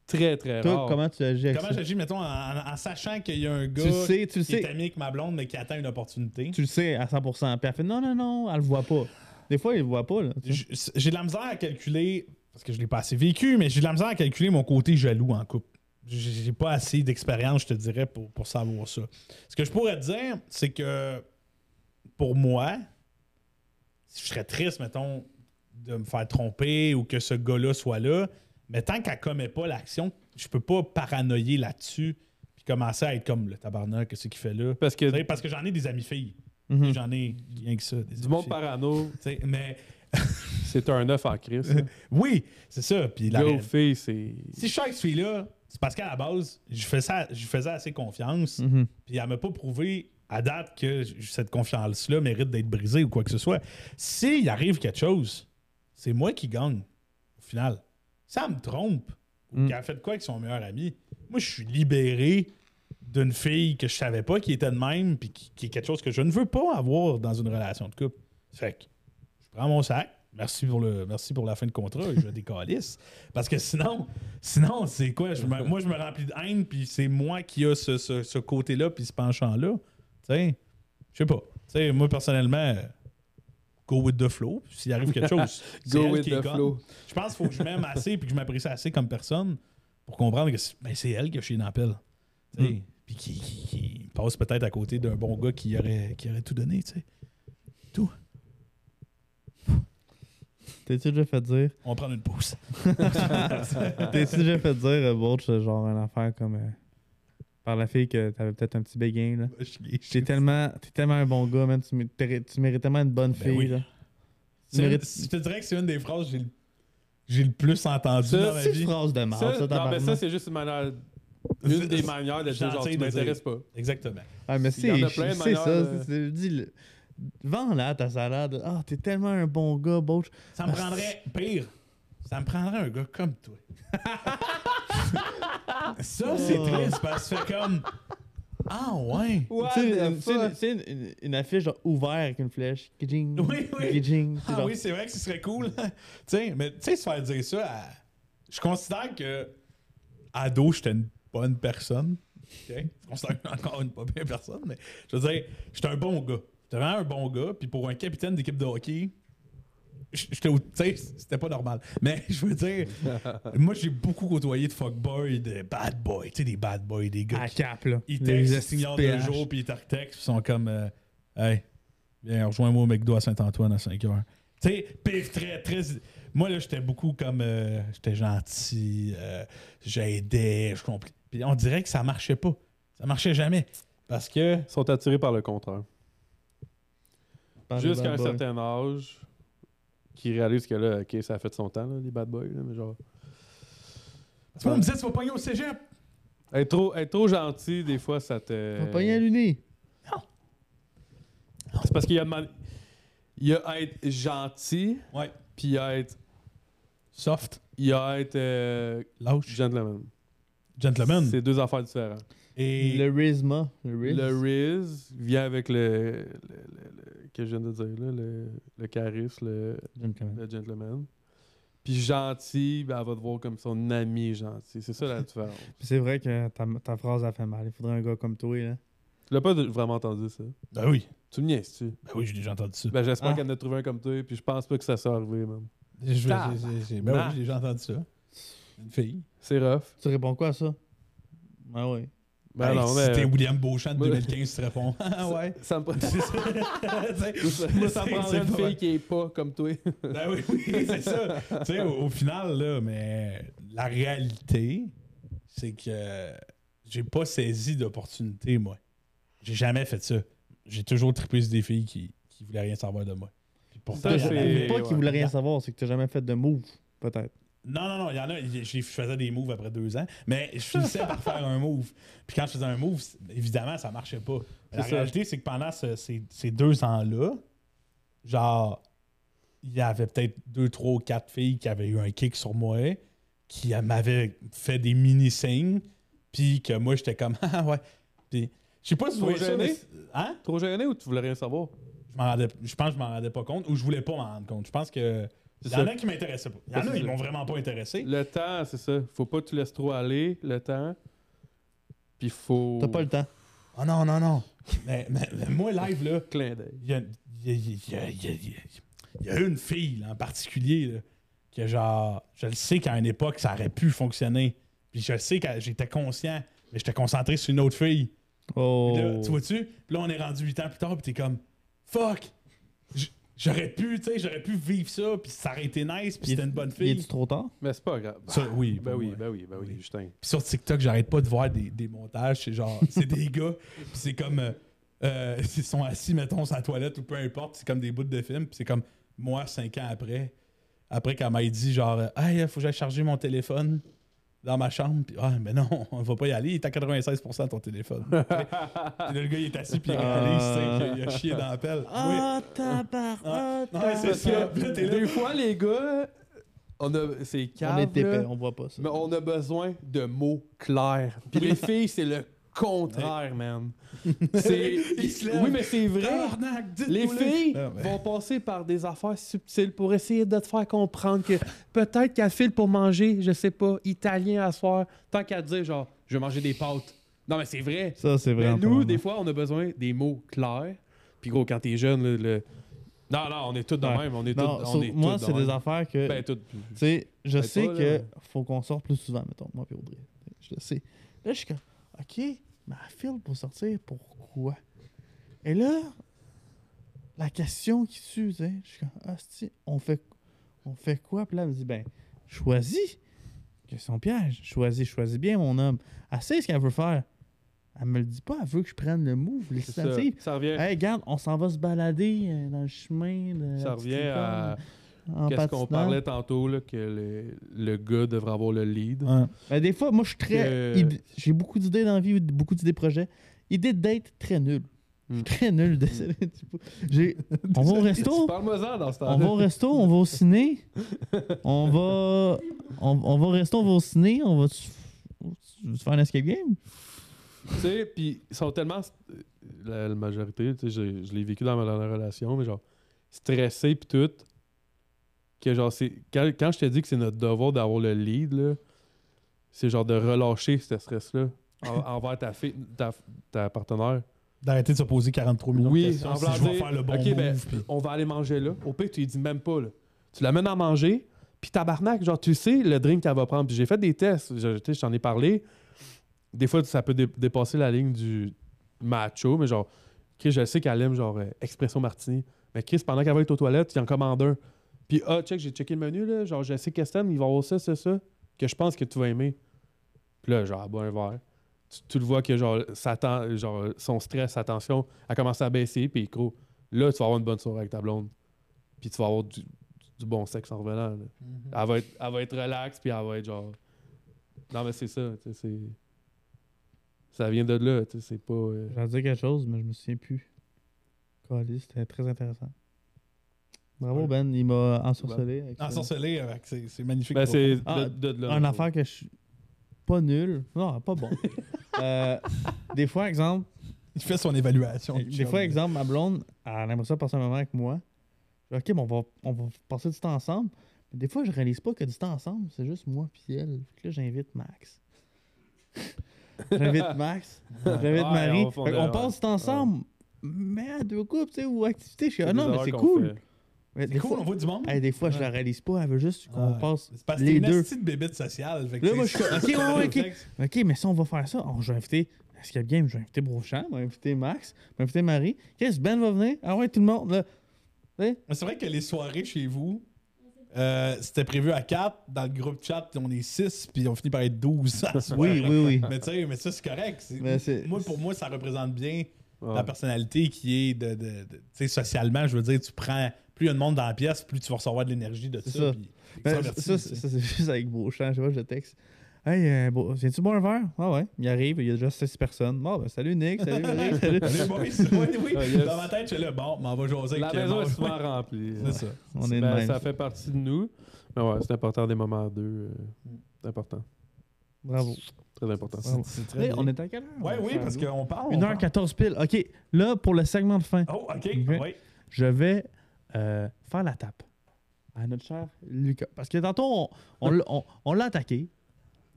Speaker 3: Très, très
Speaker 2: Toi,
Speaker 3: rare.
Speaker 2: comment tu agis avec
Speaker 1: Comment
Speaker 2: ça?
Speaker 1: j'agis, mettons, en, en- en sachant qu'il y a un gars
Speaker 2: Tu le sais, tu le
Speaker 1: qui est
Speaker 2: sais.
Speaker 1: ami avec ma blonde, mais qui attend une opportunité.
Speaker 2: Tu le sais à 100%. Puis elle fait non, non, non, elle le voit pas. Des fois, elle le voit pas. Là, tu sais.
Speaker 1: J- J'ai de la misère à calculer, parce que je l'ai pas assez vécu, mais j'ai de la misère à calculer mon côté jaloux en couple. J'ai j'ai pas assez d'expérience, je te dirais, pour, pour savoir ça. Ce que je pourrais te dire, c'est que pour moi, je serais triste, mettons, de me faire tromper ou que ce gars-là soit là, mais tant qu'elle commet pas l'action, je peux pas paranoïer là-dessus puis commencer à être comme le tabarnak, qu'est-ce qu'il fait là?
Speaker 3: Parce que
Speaker 1: Tu sais, Parce que j'en ai des amis filles.
Speaker 2: Mhm.
Speaker 1: J'en ai rien que ça. Des
Speaker 3: du
Speaker 1: amis
Speaker 3: monde
Speaker 1: filles.
Speaker 3: parano,
Speaker 1: Tu sais, Mais
Speaker 3: c'est un œuf en
Speaker 2: *laughs*
Speaker 3: crise.
Speaker 1: oui, c'est ça. Puis la
Speaker 3: Gars ou
Speaker 1: réalité-
Speaker 3: fille, c'est.
Speaker 1: si je suis avec cette fille-là, c'est parce qu'à la base, je fais ça, je faisais assez confiance.
Speaker 2: Mhm.
Speaker 1: Puis elle m'a pas prouvé à date que j- cette confiance-là mérite d'être brisée ou quoi que ce soit. S'il arrive quelque chose, c'est moi qui gagne, au final. Ça me trompe.
Speaker 2: Mm.
Speaker 1: Qu'elle a fait de quoi avec son meilleur ami? Moi, je suis libéré d'une fille que je savais pas qui était de même, puis qui, qui est quelque chose que je ne veux pas avoir dans une relation de couple. Fait que je prends mon sac. Merci pour, le, merci pour la fin de contrat. et Je
Speaker 3: *laughs*
Speaker 1: décalisse. Parce que sinon, sinon c'est quoi? Je me- moi, je me remplis de haine, puis c'est moi qui a ce, ce- ce côté-là, puis ce penchant-là. Tu sais, je sais pas. Tu sais, moi, personnellement, go with the flow. puis S'il arrive quelque
Speaker 3: *laughs*
Speaker 1: chose, c'est
Speaker 3: Go
Speaker 1: elle
Speaker 3: with
Speaker 1: qui est
Speaker 3: the
Speaker 1: conne.
Speaker 3: flow.
Speaker 1: Je pense qu'il faut que je m'aime assez puis que je m'apprécie assez comme personne pour comprendre que c'est ben, c'est elle qui a chié dans la pelle. Tu sais.
Speaker 2: Mm.
Speaker 1: Puis qui, qui- qui passe peut-être à côté d'un bon gars qui aurait, qui aurait tout donné. tu sais.
Speaker 2: T'es-tu déjà fait dire?
Speaker 1: On prend une pause.
Speaker 2: T'es-tu déjà fait dire, euh, Borch, genre une affaire comme. euh, par la fille que t'avais peut-être un petit béguin, là? T'es tellement, t'es tellement un bon gars, man. Tu, mé- t'es- tu mérites tellement une bonne
Speaker 1: Ben
Speaker 2: fille,
Speaker 1: oui.
Speaker 2: là. Tu
Speaker 1: C'est une-
Speaker 2: mérites-
Speaker 1: je te dirais que c'est une des phrases que j'ai le- j'ai le plus entendue
Speaker 3: Ça,
Speaker 1: dans ma
Speaker 2: C'est une
Speaker 1: vie.
Speaker 2: phrase de marde,
Speaker 3: Ça,
Speaker 2: ça,
Speaker 3: non, mais
Speaker 2: tabarnak.
Speaker 3: ça, c'est juste une manière. Une des manières de dire genre,
Speaker 1: Gentil
Speaker 3: tu
Speaker 1: de dire.
Speaker 3: m'intéresses pas.
Speaker 1: Exactement.
Speaker 2: Ah, mais
Speaker 3: Il y en
Speaker 2: c'est
Speaker 3: a plein
Speaker 2: c'est
Speaker 3: de manières
Speaker 2: ça.
Speaker 3: de-
Speaker 2: c'est- c'est- Dis-le. Vends-la ta salade. Ah, t'es tellement un bon gars, Borch.
Speaker 1: Ça me prendrait pire. Ça me prendrait un gars comme toi. ça, c'est
Speaker 2: Oh.
Speaker 1: triste parce que c'est comme. Ah ouais!
Speaker 2: Tu sais, une- tu sais, une- tu sais, une, une- une affiche genre ouverte avec une flèche. Kijing.
Speaker 1: Oui, oui.
Speaker 2: Kijing. tu sais,
Speaker 1: Ah
Speaker 2: genre-
Speaker 1: oui, c'est vrai que ce serait cool. *laughs* tu sais, mais tu sais, se faire dire ça, à- je considère que ado, j'étais une bonne personne. ok? Je considère que je suis encore une pas bien personne, mais je veux dire, j'étais un bon gars. J'étais vraiment un bon gars. Puis pour un capitaine d'équipe de hockey, j- j'étais au- tu sais, c'était pas normal. Mais *laughs* je veux dire, moi, j'ai beaucoup côtoyé de fuckboy, de bad boy, tu sais, des bad boys, des gars
Speaker 2: À
Speaker 1: qui-
Speaker 2: cap, là.
Speaker 1: ils
Speaker 2: Les
Speaker 1: textent, ils signent deux
Speaker 2: SPH.
Speaker 1: jours, puis ils te retextent, puis ils sont comme euh, Hey, viens, rejoins-moi au McDo à Saint-Antoine à 5 heures. Tu sais, pif, très, très. Moi, là, j'étais beaucoup comme. euh, j'étais gentil, euh, j'aidais, je compris. Puis on dirait que ça marchait pas. Ça marchait jamais. Parce que.
Speaker 3: Ils sont attirés par le contraire.
Speaker 2: Par les
Speaker 3: Jusqu'à
Speaker 2: bad
Speaker 3: un
Speaker 2: boys.
Speaker 3: certain âge, qui réalise que là, ok, ça a fait son temps, là, les bad boys, là, mais genre.
Speaker 1: Tu vois, on me disait, tu vas pogner au cégep.
Speaker 3: Être trop, être trop gentil, des fois, ça te.
Speaker 2: Faut pogner à l'uni.
Speaker 3: C'est parce qu'il y a, demandé- il y a être gentil,
Speaker 1: Ouais.
Speaker 3: puis il y a être,
Speaker 1: Soft,
Speaker 3: il y a être euh,
Speaker 1: lâche,
Speaker 3: gentleman.
Speaker 1: gentleman.
Speaker 3: C'est deux affaires différentes.
Speaker 1: Et.
Speaker 2: Le Rizma. Le Riz.
Speaker 3: Le Riz vient avec le, le- le- le- que je viens de dire, là, le, le charisme, le,
Speaker 2: Gentleman.
Speaker 3: le gentleman. Puis gentil, ben, elle va te voir comme son ami gentil. C'est
Speaker 1: *laughs*
Speaker 3: ça la différence.
Speaker 2: Puis C'est vrai que ta, ta phrase a fait mal. Il faudrait un gars comme toi, là.
Speaker 3: Tu l'as pas de- vraiment entendu, ça.
Speaker 1: Ben oui,
Speaker 3: Tu me niaises-tu?
Speaker 1: ben oui, j'ai déjà entendu ça.
Speaker 3: Ben, j'espère
Speaker 2: Ah.
Speaker 3: qu'elle en a trouvé un comme toi, puis je pense pas que ça soit arrivé, même.
Speaker 1: Je- je-
Speaker 3: tabarnak.
Speaker 1: j'ai- j'ai- ben oui, j'ai déjà entendu ça. Une fille.
Speaker 3: C'est rough.
Speaker 2: Tu réponds quoi à ça? Ah ouais.
Speaker 3: Ben,
Speaker 1: Hey,
Speaker 3: non,
Speaker 1: si
Speaker 3: mais-
Speaker 1: t'es William Beauchamp de
Speaker 3: Moi-
Speaker 1: 2015, tu réponds. *laughs* Ah ouais.
Speaker 3: Ça me prend-
Speaker 1: C'est ça. Tu sais,
Speaker 3: Moi, ça
Speaker 1: c'est-
Speaker 3: prendrait
Speaker 1: c'est
Speaker 3: une
Speaker 1: pas
Speaker 3: fille
Speaker 1: vrai.
Speaker 3: qui est pas comme toi. *laughs*
Speaker 1: Ben oui, oui, c'est ça. tu sais, au, au final, là, mais la réalité, c'est que j'ai pas saisi d'opportunité, moi. J'ai jamais fait ça. J'ai toujours trippé sur des filles qui, qui voulaient rien savoir de moi. Puis pourtant,
Speaker 3: Ça,
Speaker 1: il y en
Speaker 2: c'est
Speaker 1: avait-
Speaker 3: c'est-
Speaker 2: pas
Speaker 3: ouais.
Speaker 2: qu'il voulait rien savoir, c'est que t'as jamais fait de move, peut-être.
Speaker 1: Non, non, non, il y en a. il- Je faisais des moves après deux ans, mais je finissais par faire un move. Puis quand je faisais un move, c- évidemment, ça marchait pas. Mais La
Speaker 3: C'est ça.
Speaker 1: réalité, c'est que pendant ce- ces, ces deux ans-là, genre, il y avait peut-être deux, trois ou quatre filles qui avaient eu un kick sur moi, qui euh, m'avaient fait des mini-signes, puis que *laughs* moi, j'étais comme, ah ouais. Puis, je sais pas si vous
Speaker 3: Trop
Speaker 1: voyez ça,
Speaker 3: gêné?
Speaker 1: mais- Hein?
Speaker 3: Trop gêné ou tu voulais rien savoir?
Speaker 1: je, m'en rendais- je pense que je m'en rendais pas compte ou je voulais pas m'en rendre compte. Je pense que. Il y
Speaker 3: C'est
Speaker 1: en
Speaker 3: ça.
Speaker 1: a qui m'intéressaient pas. Il y en
Speaker 3: C'est
Speaker 1: a, ils
Speaker 3: ça.
Speaker 1: m'ont vraiment pas intéressé.
Speaker 3: Le temps, c'est ça. Faut pas que tu laisses trop aller, le temps. Puis faut.
Speaker 2: T'as pas le temps.
Speaker 1: Oh non, non, non. mais, mais- mais moi, live, là,
Speaker 3: clin d'œil.
Speaker 1: il y a, il y a- il y a- il y a- il y a- il y a une fille là, en particulier là, que, genre, je le sais qu'à une époque, ça aurait pu fonctionner. Puis je le sais que j'étais conscient, mais j'étais concentré sur une autre fille.
Speaker 2: Oh.
Speaker 1: Puis là, tu vois-tu? Puis là, on est rendu 8 ans plus tard, puis t'es comme, fuck! J- J'aurais pu, tu sais, j'aurais pu vivre ça, puis ça aurait été nice, puis
Speaker 2: Il est-
Speaker 1: c'était une bonne
Speaker 2: Il
Speaker 1: fille.
Speaker 2: est-tu trop tard?
Speaker 3: Mais c'est pas grave.
Speaker 1: Ça, oui,
Speaker 3: Ben
Speaker 1: pour
Speaker 3: oui,
Speaker 1: moi.
Speaker 3: ben oui, ben oui, Justin.
Speaker 1: Puis sur TikTok, j'arrête pas de voir des, des montages. C'est genre, c'est
Speaker 3: *laughs*
Speaker 1: des gars, puis c'est comme, euh, euh, ils sont assis, mettons, sur la toilette ou peu importe, c'est comme des bouts de film, puis c'est comme, moi, 5 ans après, après qu'elle m'ait dit, genre, hey, faut que j'aille charger mon téléphone dans ma chambre, puis ah, mais non, on va pas y aller, il est à 96% ton téléphone. puis là, le gars, il est assis, puis il
Speaker 3: Ah.
Speaker 1: réalise, tu sais, qu'il a chié dans la pelle. Oui. Ah,
Speaker 2: tabarnak!
Speaker 1: non, mais c'est ça. Puis là, t'es là.
Speaker 3: Des fois, les gars, on a, c'est
Speaker 2: On
Speaker 3: calme.
Speaker 2: est épais, on voit pas ça.
Speaker 3: Mais on a besoin de mots clairs. Puis les filles, c'est le
Speaker 2: *laughs*
Speaker 3: contraire, man. C'est...
Speaker 1: Ils se lèvent.
Speaker 3: Oui, mais c'est vrai.
Speaker 1: Tabarnak, dites-nous-le.
Speaker 3: Les filles
Speaker 1: Ah, ben.
Speaker 3: vont passer par des affaires subtiles pour essayer de te faire comprendre que peut-être qu'elle file pour manger, je sais pas, italien à soir, tant qu'à dire genre, je vais manger des pâtes. Non, mais c'est vrai.
Speaker 2: Ça, c'est
Speaker 3: Mais
Speaker 2: vraiment.
Speaker 3: nous,
Speaker 2: pas
Speaker 3: des
Speaker 2: normal.
Speaker 3: fois, on a besoin des mots clairs. Puis gros, quand t'es jeune, le, le- Non, non, on est tous de
Speaker 2: Ouais.
Speaker 3: même. On est
Speaker 2: Non,
Speaker 3: tous, on
Speaker 2: sur-
Speaker 3: est
Speaker 2: moi,
Speaker 3: tous de
Speaker 2: c'est
Speaker 3: même.
Speaker 2: des affaires que.
Speaker 3: Ben, tous.
Speaker 2: tu sais, je
Speaker 3: ben,
Speaker 2: sais
Speaker 3: toi,
Speaker 2: que
Speaker 3: là.
Speaker 2: faut qu'on sorte plus souvent, mettons, moi et Audrey. Je le sais. Là, je suis comme, OK, mais elle file pour sortir, pourquoi? Et là, la question qui tue, tu sais, je suis comme, hostie, on fait, on fait quoi? Puis là, elle me dit, ben, choisis. Question piège. Choisis, choisis bien, mon homme. Elle sait ce qu'elle veut faire. Elle me le dit pas, elle veut que je prenne le move,
Speaker 3: C'est ça.
Speaker 2: l'initiative.
Speaker 3: Ça revient,
Speaker 2: Hey, regarde, on s'en va se balader euh, dans le chemin. De
Speaker 3: ça
Speaker 2: la petite
Speaker 3: revient à
Speaker 2: licorne, en
Speaker 3: qu'est-ce qu'on
Speaker 2: patinant.
Speaker 3: parlait tantôt, là, que le, le gars devrait avoir le lead.
Speaker 1: Ouais.
Speaker 2: Ben, des fois, moi, je suis très.
Speaker 3: Que-
Speaker 2: id- J'ai beaucoup d'idées dans la vie, beaucoup d'idées de projets. Idée de date, très nulle. Je suis
Speaker 3: Mm.
Speaker 2: Très nulle, *laughs* désolé. J'ai- Hmm. On va au resto,
Speaker 3: Parle-moi-en dans ce
Speaker 2: on va
Speaker 3: temps-là.
Speaker 2: au resto, on va au *laughs* ciné. On va. On, on va au resto, on va au ciné. On va tu- tu veux faire un escape game?
Speaker 3: Tu sais, puis ils sont tellement. La, la majorité, tu sais, je, je l'ai vécu dans ma dernière relation, mais genre, stressé puis tout. Que genre, c'est. Quand, quand je te dis que c'est notre devoir d'avoir le lead, là, c'est genre de relâcher ce stress-là en- envers ta, fille, ta, ta partenaire.
Speaker 1: D'arrêter de se poser 43 millions de
Speaker 3: Oui,
Speaker 1: questions
Speaker 3: en
Speaker 1: si
Speaker 3: voulant
Speaker 1: je vais
Speaker 3: dire,
Speaker 1: faire le bon
Speaker 3: OK,
Speaker 1: move.
Speaker 3: ben,
Speaker 1: puis-
Speaker 3: on va aller manger là. Au pire, tu lui dis même pas, là. Tu l'amènes à manger, puis tabarnak, genre, tu sais le drink qu'elle va prendre. Puis j'ai fait des tests, je, tu sais, je t'en ai parlé. Des fois, ça peut dé- dépasser la ligne du macho, mais genre, Chris, je sais qu'elle aime, genre, euh, Expresso Martini. Mais Chris, pendant qu'elle va être aux toilettes, il en commande un. Puis, ah, check, j'ai checké le menu, là. Genre, je sais qu'est-ce que t'aimes, il va avoir ça, ça, ça, que je pense que tu vas aimer. Puis là, genre, elle boit un verre. Tu, tu le vois que, genre, sa ten- genre, son stress, sa tension, a commencé à baisser, puis gros, là, tu vas avoir une bonne soirée avec ta blonde. Puis tu vas avoir du, du bon sexe en revenant. là. Elle, va être, elle va être relax, puis elle va être genre. Non, mais c'est ça. tu sais, c'est... Ça vient de là. tu sais, C'est pas. euh,
Speaker 2: J'allais dire quelque chose, mais je me souviens plus. Caliste, c'était très intéressant. Bravo,
Speaker 1: Ouais.
Speaker 2: Ben, il m'a Ah, ensorcelé. avec ça.
Speaker 1: Ensorcelé Ah, avec ses, ses magnifiques.
Speaker 3: Ben,
Speaker 1: propos.
Speaker 3: c'est de,
Speaker 2: Ah,
Speaker 3: de- de là.
Speaker 2: un affaire que je suis pas nul. Non, pas *laughs* bon. Euh, des fois, exemple,
Speaker 1: Il fait son évaluation. du
Speaker 2: des
Speaker 1: chum.
Speaker 2: fois, exemple, ma blonde, elle aimerait ça passer un moment avec moi. Je dis, OK, bon, on, va, on va passer du temps ensemble. Mais des fois, je réalise pas que du temps ensemble, c'est juste moi puis elle. Fait que là, j'invite
Speaker 3: *laughs*
Speaker 2: Max. j'invite Max. J'invite
Speaker 3: Ouais,
Speaker 2: Marie.
Speaker 3: on
Speaker 2: On,
Speaker 3: font
Speaker 2: fait
Speaker 3: des-
Speaker 2: qu'on passe du temps
Speaker 3: ouais.
Speaker 2: ensemble, mais à deux couples, tu sais, ou activités. Je suis,
Speaker 3: C'est
Speaker 2: ah non,
Speaker 3: des
Speaker 2: mais
Speaker 3: erreurs
Speaker 2: c'est
Speaker 3: qu'on
Speaker 2: cool.
Speaker 3: fait.
Speaker 2: Mais
Speaker 1: C'est
Speaker 2: des,
Speaker 1: cool, on
Speaker 2: fois,
Speaker 1: voit du monde.
Speaker 2: hey, des fois, je la réalise pas. Elle veut juste qu'on
Speaker 1: Ouais.
Speaker 2: passe
Speaker 1: C'est parce que t'es
Speaker 2: les
Speaker 1: une
Speaker 2: deux.
Speaker 1: petite bébite sociale. fait que
Speaker 2: Là,
Speaker 1: c'est-
Speaker 2: moi, je suis comme, OK, ouais, ouais, OK. OK, mais si on va faire ça, on, je vais inviter Escape Game, je vais inviter Beauchamp, je vais inviter Max, je vais inviter Marie. Qu'est-ce que Ben va venir? Ah ouais, tout le monde, là.
Speaker 1: Mais C'est vrai que les soirées chez vous, euh, c'était prévu à 4. Dans le groupe chat, on est 6, puis on finit par être 12.
Speaker 2: *laughs*
Speaker 1: à la soirée.
Speaker 2: Oui, oui, oui.
Speaker 1: Mais tu sais, mais ça, c'est correct. C'est-
Speaker 2: Mais c'est-
Speaker 1: Moi, pour moi, ça représente bien
Speaker 3: Ouais.
Speaker 1: la personnalité qui est de. de- de- tu sais, socialement, je veux dire, tu prends. Plus il y a de monde dans la pièce, plus tu vas recevoir de l'énergie de
Speaker 2: C'est
Speaker 1: ça.
Speaker 2: ça.
Speaker 1: puis-
Speaker 2: Ben,
Speaker 1: extraverti,
Speaker 2: ça,
Speaker 1: tu sais.
Speaker 2: c'est- ça, c'est *laughs* juste avec Beauchamp, je vois, je texte. Hey, euh, Beau- viens-tu boire un verre? Ah ouais, il arrive, il y a déjà 6 personnes. Bon, ben, salut Nick, *laughs* salut Marie, salut.
Speaker 1: Les boys, oui, oui.
Speaker 3: Ah, yes.
Speaker 1: Dans ma tête, je suis là, bon, m'en va jaser
Speaker 3: La
Speaker 1: avec euh,
Speaker 3: maison
Speaker 1: mon-
Speaker 3: est souvent remplie.
Speaker 1: C'est ça.
Speaker 2: On est de
Speaker 3: Ben,
Speaker 2: même.
Speaker 3: ça fait partie de nous. Mais ouais, c'est important des moments à deux. euh, c'est important.
Speaker 2: Bravo.
Speaker 3: Très important.
Speaker 2: Bravo.
Speaker 1: C'est très
Speaker 2: Hey,
Speaker 1: bien.
Speaker 2: on est à quelle heure?
Speaker 1: Ouais, oui, parce qu'on parle. on parle.
Speaker 2: 1h14 pile. OK, là, pour le segment de fin.
Speaker 1: Oh, OK.
Speaker 2: Ok.
Speaker 1: Oui.
Speaker 2: je vais euh, faire la tape à notre cher Lucas. Parce que tantôt, on, on l'a- on- on l'a attaqué.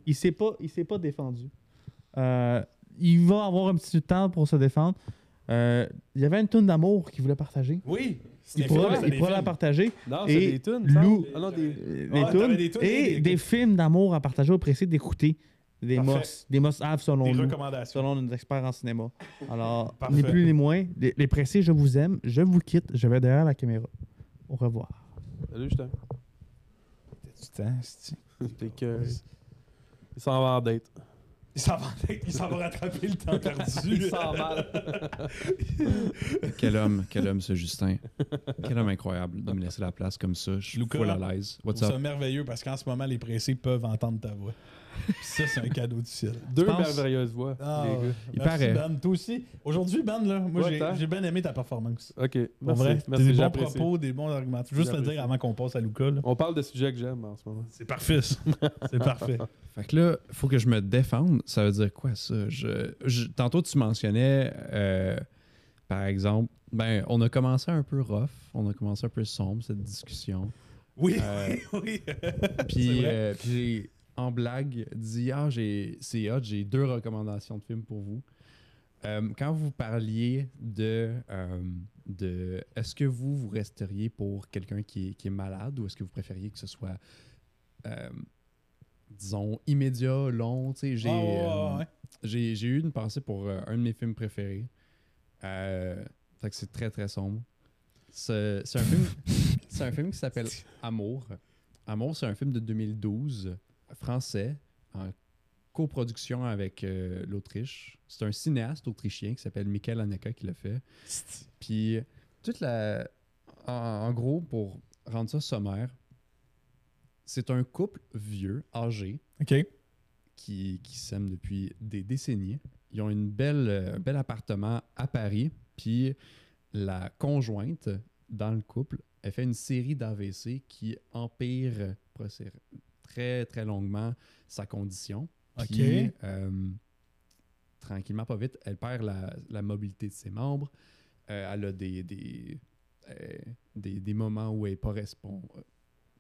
Speaker 2: Il ne s'est pas, il s'est pas défendu. Euh, il va avoir un petit temps pour se défendre. Euh, il y avait une toune d'amour qu'il voulait partager.
Speaker 3: Oui!
Speaker 2: Il
Speaker 1: Des
Speaker 2: pourra,
Speaker 1: films, c'est
Speaker 2: il
Speaker 1: des
Speaker 2: pourra la
Speaker 1: films.
Speaker 2: partager.
Speaker 3: Non,
Speaker 2: Et
Speaker 3: c'est des tunes.
Speaker 2: Lou-
Speaker 3: ça. Ah non, des...
Speaker 2: Euh,
Speaker 1: Ouais,
Speaker 2: les tunes
Speaker 1: t'avais des tunes
Speaker 2: et
Speaker 1: et des-
Speaker 2: des films d'amour à partager au pressé d'écouter des
Speaker 1: Parfait.
Speaker 2: must, des must-have selon
Speaker 1: Des
Speaker 2: nous,
Speaker 1: recommandations.
Speaker 2: selon nos experts en cinéma. Alors,
Speaker 1: Parfait.
Speaker 2: ni plus ni moins, les, les pressés, je vous aime, je vous quitte, je vais derrière la caméra. Au revoir.
Speaker 3: Salut, Justin.
Speaker 1: Du temps, c'est-tu?
Speaker 3: C'était que... Il s'en va en date.
Speaker 1: Il s'en va, *laughs* il s'en va rattraper le temps perdu.
Speaker 5: Quel homme, quel homme ce Justin. Quel homme incroyable de me laisser la place comme ça. Je suis
Speaker 1: Lucas,
Speaker 5: full à l'aise. What's
Speaker 1: C'est
Speaker 5: up?
Speaker 1: merveilleux parce qu'en ce moment, les pressés peuvent entendre ta voix. Puis ça, c'est un cadeau du ciel.
Speaker 3: Deux
Speaker 2: penses?
Speaker 3: merveilleuses voix,
Speaker 1: Ah,
Speaker 3: les gars.
Speaker 5: Il
Speaker 1: merci,
Speaker 5: paraît.
Speaker 1: Ben, toi aussi. Aujourd'hui, Ben, là, moi,
Speaker 3: Ouais,
Speaker 1: j'ai
Speaker 3: t'as-
Speaker 1: j'ai bien aimé ta performance.
Speaker 3: OK,
Speaker 1: Pour
Speaker 3: merci.
Speaker 1: vrai,
Speaker 3: merci,
Speaker 1: des bons
Speaker 3: j'apprécie.
Speaker 1: propos, des bons arguments. Faut Juste le
Speaker 3: J'apprécie.
Speaker 1: dire avant qu'on passe à Luca. là.
Speaker 3: On parle de sujets que j'aime en ce moment.
Speaker 1: C'est parfait. ça. C'est parfait.
Speaker 5: Fait que là, faut que je me défende. Ça veut dire quoi ça? Je, je- tantôt, tu mentionnais, euh, par exemple, ben, on a commencé un peu rough, on a commencé un peu sombre cette discussion.
Speaker 1: Oui,
Speaker 5: Euh,
Speaker 1: *laughs* oui. C'est
Speaker 5: *laughs* Puis,
Speaker 1: vrai.
Speaker 5: euh, puis j'ai, en blague, dit Ah, j'ai, c'est hot, j'ai deux recommandations de films pour vous. Euh, quand vous parliez de, euh, de est-ce que vous, vous resteriez pour quelqu'un qui, est- qui est malade ou est-ce que vous préfériez que ce soit, euh, disons, immédiat, long tu sais, j'ai,
Speaker 1: Ouais, ouais,
Speaker 5: euh,
Speaker 1: ouais, ouais.
Speaker 5: j'ai, j'ai eu une pensée pour euh, un de mes films préférés. Euh, fait que c'est très très sombre. C'est, c'est un film c'est un film qui s'appelle Amour. Amour, c'est un film de 2012 français en coproduction avec euh, l'Autriche. C'est un cinéaste autrichien qui s'appelle Michael Haneke qui l'a fait. Puis toute la en, en gros pour rendre ça sommaire, c'est un couple vieux, âgé,
Speaker 1: OK.
Speaker 5: qui, qui s'aiment depuis des décennies. Ils ont une belle, euh, un bel appartement à Paris. Puis la conjointe dans le couple, elle fait une série d'AVC qui empire procé- très, très longuement sa condition. Puis,
Speaker 1: OK.
Speaker 5: euh, tranquillement, pas vite, elle perd la, la mobilité de ses membres. Euh, elle a des, des, euh, des, des moments où elle ne répond,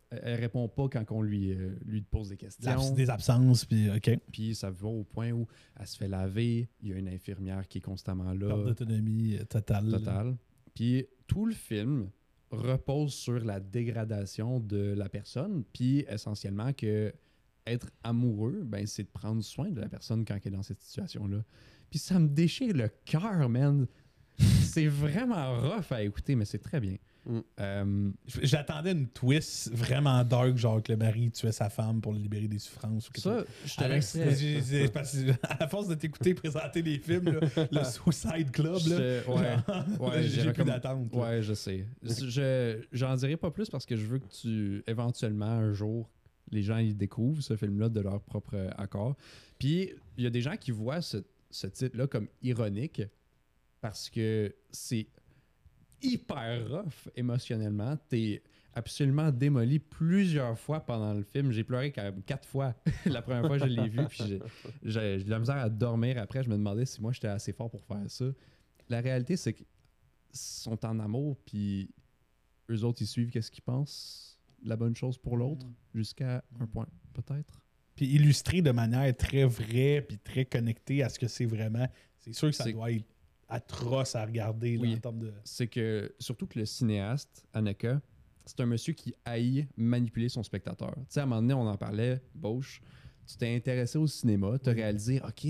Speaker 5: elle- elle répond pas quand on lui, euh, lui pose des questions.
Speaker 1: L'abs- Des absences, puis OK.
Speaker 5: Puis ça va au point où elle se fait laver, il y a une infirmière qui est constamment
Speaker 1: Perte
Speaker 5: là,
Speaker 1: d'autonomie euh, totale.
Speaker 5: totale. Puis tout le film repose sur la dégradation de la personne, puis essentiellement que être amoureux, ben c'est de prendre soin de la personne quand elle est dans cette situation-là. Puis ça me déchire le cœur, *laughs* man. c'est vraiment rough à écouter, mais c'est très bien.
Speaker 3: Mm.
Speaker 5: Euh,
Speaker 1: J- J'attendais une twist vraiment dark, genre que le mari tuait sa femme pour le libérer des souffrances. Ou quelque
Speaker 5: ça, je te
Speaker 1: Ah,
Speaker 5: laisserais.
Speaker 1: j'ai- j'ai- parce que *laughs* à force de t'écouter présenter les films, là,
Speaker 5: *laughs*
Speaker 1: le Suicide Club,
Speaker 5: je
Speaker 1: là, *laughs*
Speaker 5: te- ouais.
Speaker 1: genre,
Speaker 5: ouais,
Speaker 1: j'ai
Speaker 5: j'ai
Speaker 1: plus
Speaker 5: recomm-
Speaker 1: d'attente. là.
Speaker 5: Ouais, je sais. Je, j'en dirai pas plus parce que je veux que tu, éventuellement, un jour, les gens ils découvrent ce film-là de leur propre accord. Puis, il y a des gens qui voient ce, ce titre-là comme ironique parce que c'est hyper rough émotionnellement. T'es absolument démoli plusieurs fois pendant le film. J'ai pleuré quand même quatre fois *laughs* la première fois que je l'ai vu. Puis j'ai- j'ai j'ai de la misère à dormir après. Je me demandais si moi j'étais assez fort pour faire ça. La réalité, c'est qu'ils sont en amour, puis eux autres, ils suivent qu'est-ce qu'ils pensent la bonne chose pour l'autre jusqu'à un point, peut-être.
Speaker 1: Puis illustré de manière très vraie, puis très connectée à ce que c'est vraiment. C'est sûr que ça
Speaker 5: C'est-
Speaker 1: doit être atroce à regarder là,
Speaker 5: Oui.
Speaker 1: en termes de.
Speaker 5: c'est que surtout que le cinéaste, Anaka, c'est un monsieur qui haït manipuler son spectateur. Tu sais, à un moment donné, on en parlait, Bosch, tu t'es intéressé au cinéma, tu as réalisé, OK,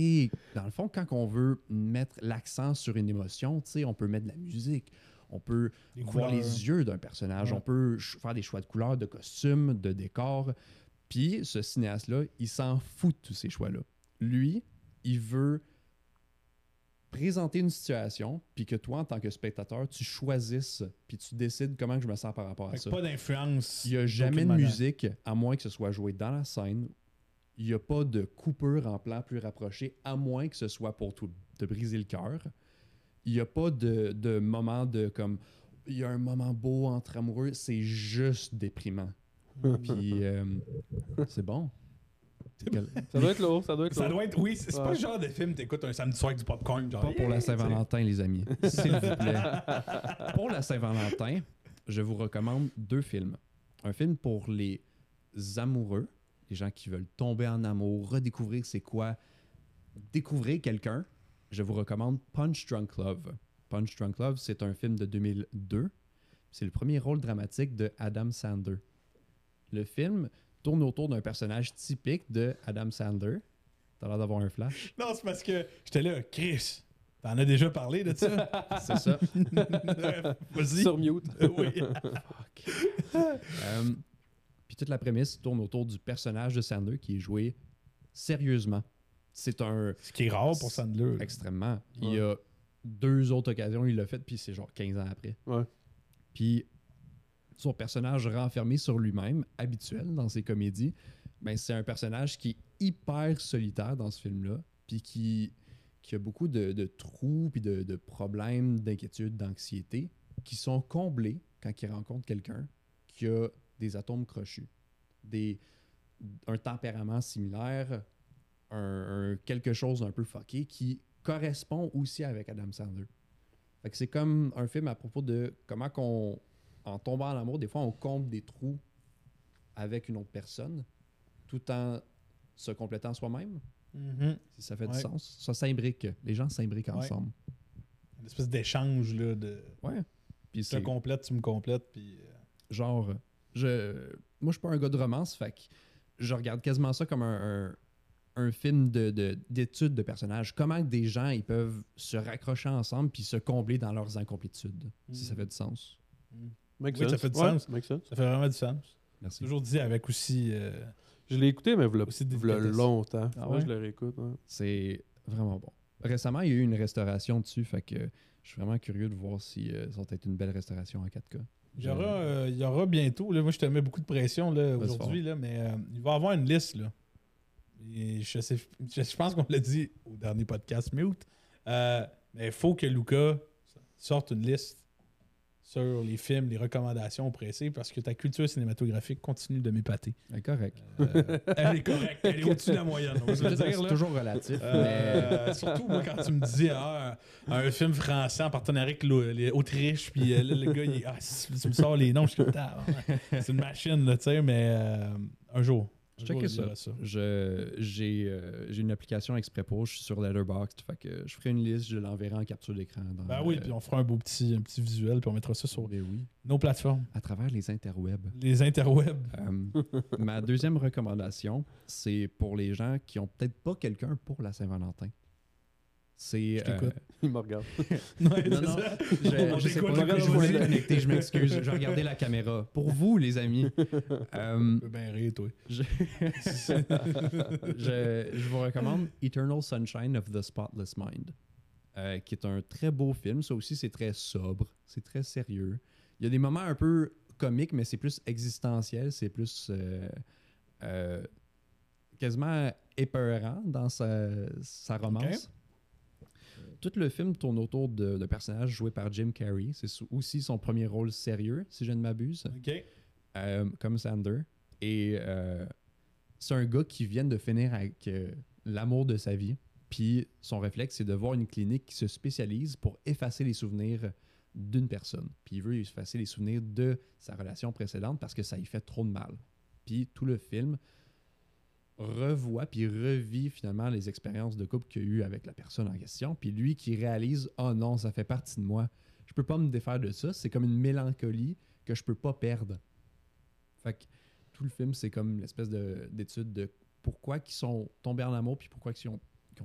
Speaker 5: dans le fond, quand on veut mettre l'accent sur une émotion, tu sais, on peut mettre de la musique, on peut
Speaker 1: des
Speaker 5: voir
Speaker 1: couleurs.
Speaker 5: les yeux d'un personnage,
Speaker 1: Ouais.
Speaker 5: on peut ch- faire des choix de couleurs, de costumes, de décors. Puis ce cinéaste-là, il s'en fout de tous ces choix-là. Lui, il veut présenter une situation, puis que toi, en tant que spectateur, tu choisisses, puis tu décides comment je me sens par rapport à
Speaker 1: Fait que
Speaker 5: ça.
Speaker 1: pas d'influence.
Speaker 5: Il n'y a jamais
Speaker 1: d'aucune
Speaker 5: de
Speaker 1: manière.
Speaker 5: musique, à moins que ce soit joué dans la scène. Il n'y a pas de coupure en plan plus rapproché, à moins que ce soit pour tout, te briser le cœur. Il n'y a pas de, de moment de comme. Il y a un moment beau entre *laughs* amoureux, c'est juste déprimant. Puis euh, c'est bon.
Speaker 3: Ça doit être lourd, ça doit être
Speaker 1: Ça
Speaker 3: lourd.
Speaker 1: doit être, oui, c'est c'est pas
Speaker 3: Ouais.
Speaker 1: le genre de film t'écoutes un samedi soir avec du popcorn, genre.
Speaker 5: Pas pour la Saint-Valentin, les amis. S'il vous plaît. Pour la Saint-Valentin, je vous recommande deux films. Un film pour les amoureux, les gens qui veulent tomber en amour, redécouvrir c'est quoi, découvrir quelqu'un. Je vous recommande Punch Drunk Love. Punch Drunk Love, c'est un film de 2002. C'est le premier rôle dramatique de Adam Sandler. Le film tourne autour d'un personnage typique de Adam Sandler. T'as l'air d'avoir un flash.
Speaker 1: Non, c'est parce que j'étais là, Chris, t'en as déjà parlé de ça. *laughs*
Speaker 5: C'est ça.
Speaker 1: Vas-y.
Speaker 3: Sur mute.
Speaker 1: *laughs* Oui.
Speaker 5: Euh, puis toute la prémisse tourne autour du personnage de Sandler qui est joué sérieusement. C'est un
Speaker 1: Ce qui est rare pour Sandler. là.
Speaker 5: extrêmement. Il
Speaker 3: Ouais.
Speaker 5: y a deux autres occasions, il l'a fait, puis c'est genre 15 ans après.
Speaker 3: Ouais.
Speaker 5: Puis son personnage renfermé sur lui-même, habituel dans ses comédies, ben c'est un personnage qui est hyper solitaire dans ce film-là, puis qui, qui a beaucoup de, de trous, puis de, de problèmes, d'inquiétudes, d'anxiété, qui sont comblés quand il rencontre quelqu'un qui a des atomes crochus, des, un tempérament similaire, un, un quelque chose d'un peu fucké qui correspond aussi avec Adam Sandler. Fait que c'est comme un film à propos de comment qu'on, en tombant en amour, des fois on comble des trous avec une autre personne tout en se complétant soi-même,
Speaker 1: Mhm.
Speaker 5: si ça fait
Speaker 1: Ouais.
Speaker 5: du sens. Ça s'imbrique. Les gens s'imbriquent
Speaker 1: Ouais.
Speaker 5: ensemble.
Speaker 1: Une espèce d'échange, là, de.
Speaker 5: Ouais.
Speaker 1: Tu
Speaker 5: Puis c'est
Speaker 1: me complètes, tu me complètes, puis. euh,
Speaker 5: genre, euh, je, moi, je suis pas un gars de romance, fait que je regarde quasiment ça comme un, un- un film de- de- d'étude de, personnages. Comment que des gens, ils peuvent se raccrocher ensemble puis se combler dans leurs incomplétudes, si
Speaker 1: Mm.
Speaker 5: ça fait du sens.
Speaker 3: Make
Speaker 1: Oui, ça
Speaker 3: sense.
Speaker 1: fait du
Speaker 3: Ouais,
Speaker 1: sens.
Speaker 3: make sense.
Speaker 1: Ça fait vraiment du sens.
Speaker 5: Merci.
Speaker 1: Toujours dit avec aussi. euh,
Speaker 3: Je l'ai écouté, mais v'là
Speaker 1: Aussi des
Speaker 3: v'là
Speaker 1: vitesses.
Speaker 3: longtemps.
Speaker 5: Ah
Speaker 3: Faudrait que
Speaker 5: ouais?
Speaker 3: je le réécoute. ouais.
Speaker 5: C'est vraiment bon. Récemment, il y a eu une restauration dessus, fait que je suis vraiment curieux de voir si euh, ça va être une belle restauration en 4K.
Speaker 1: Il y aura, euh, il y aura bientôt, là, moi je te mets beaucoup de pression là,
Speaker 5: Vas-y
Speaker 1: aujourd'hui, là, mais euh, il va y avoir une liste. Là. Et je, sais, je, je pense qu'on l'a dit au dernier podcast Mute, euh, mais il faut que Luca sorte une liste sur les films, les recommandations pressées, parce que ta culture cinématographique continue de m'épater.
Speaker 5: Ah, correct. *laughs*
Speaker 1: Euh, elle est correcte, elle est au-dessus de la moyenne. on va se le dire,
Speaker 5: C'est
Speaker 1: là.
Speaker 5: toujours relatif, mais
Speaker 1: Euh, surtout moi quand tu me dis ah, un, un film français en partenariat avec l'O- les- l'Autriche puis euh, là, le gars il est- ah, si tu me sors les noms je suis comme Ah, ouais. c'est une machine là tu sais mais euh, un jour un jour,
Speaker 5: Checker
Speaker 1: il
Speaker 5: ça.
Speaker 1: dira ça
Speaker 5: Je- j'ai euh, j'ai une application exprès pour, je suis sur Letterboxd, fait que je ferai une liste, je l'enverrai en capture d'écran. dans,
Speaker 1: ben oui
Speaker 5: euh,
Speaker 1: puis on fera un beau petit un petit visuel puis on mettra ça sur
Speaker 5: ben oui,
Speaker 1: nos plateformes
Speaker 5: à travers les interwebs.
Speaker 1: les interwebs *laughs*
Speaker 5: Euh, ma deuxième recommandation, c'est pour les gens qui ont peut-être pas quelqu'un pour la Saint-Valentin. C'est
Speaker 1: Je t'écoute.
Speaker 3: Il me regarde.
Speaker 1: Ouais,
Speaker 5: Non,
Speaker 1: c'est
Speaker 5: non,
Speaker 1: ça.
Speaker 5: Je,
Speaker 1: On
Speaker 5: je sais
Speaker 1: t'écoute,
Speaker 5: pas,
Speaker 1: regarde,
Speaker 5: je
Speaker 1: *laughs*
Speaker 5: voulais
Speaker 1: vas-y.
Speaker 5: connecter, je m'excuse. Je regardais la caméra. Pour vous, les
Speaker 1: *laughs*
Speaker 5: amis, euh,
Speaker 1: Tu peux bien rire toi
Speaker 5: je, je- je vous recommande Eternal Sunshine of the Spotless Mind, euh, qui est un très beau film. Ça aussi, c'est très sobre, c'est très sérieux. Il y a des moments un peu comiques, mais c'est plus existentiel, c'est plus euh, euh, quasiment épeurant dans sa, sa romance. Tout le film tourne autour de, de personnages joués par Jim Carrey. C'est sou- aussi son premier rôle sérieux, si je ne m'abuse
Speaker 1: ok
Speaker 5: euh, comme Sander. Et euh, c'est un gars qui vient de finir avec euh, l'amour de sa vie. Puis son réflexe, c'est de voir une clinique qui se spécialise pour effacer les souvenirs d'une personne. Puis il veut effacer les souvenirs de sa relation précédente parce que ça lui fait trop de mal. Puis tout le film revoit puis revit finalement les expériences de couple qu'il a eu avec la personne en question. Puis lui qui réalise « Oh non, ça fait partie de moi. Je peux pas me défaire de ça. C'est comme une mélancolie que je peux pas perdre. » Fait que tout le film, c'est comme l'espèce de- d'étude de, pourquoi qu'ils sont tombés en amour puis pourquoi qu'ils n'ont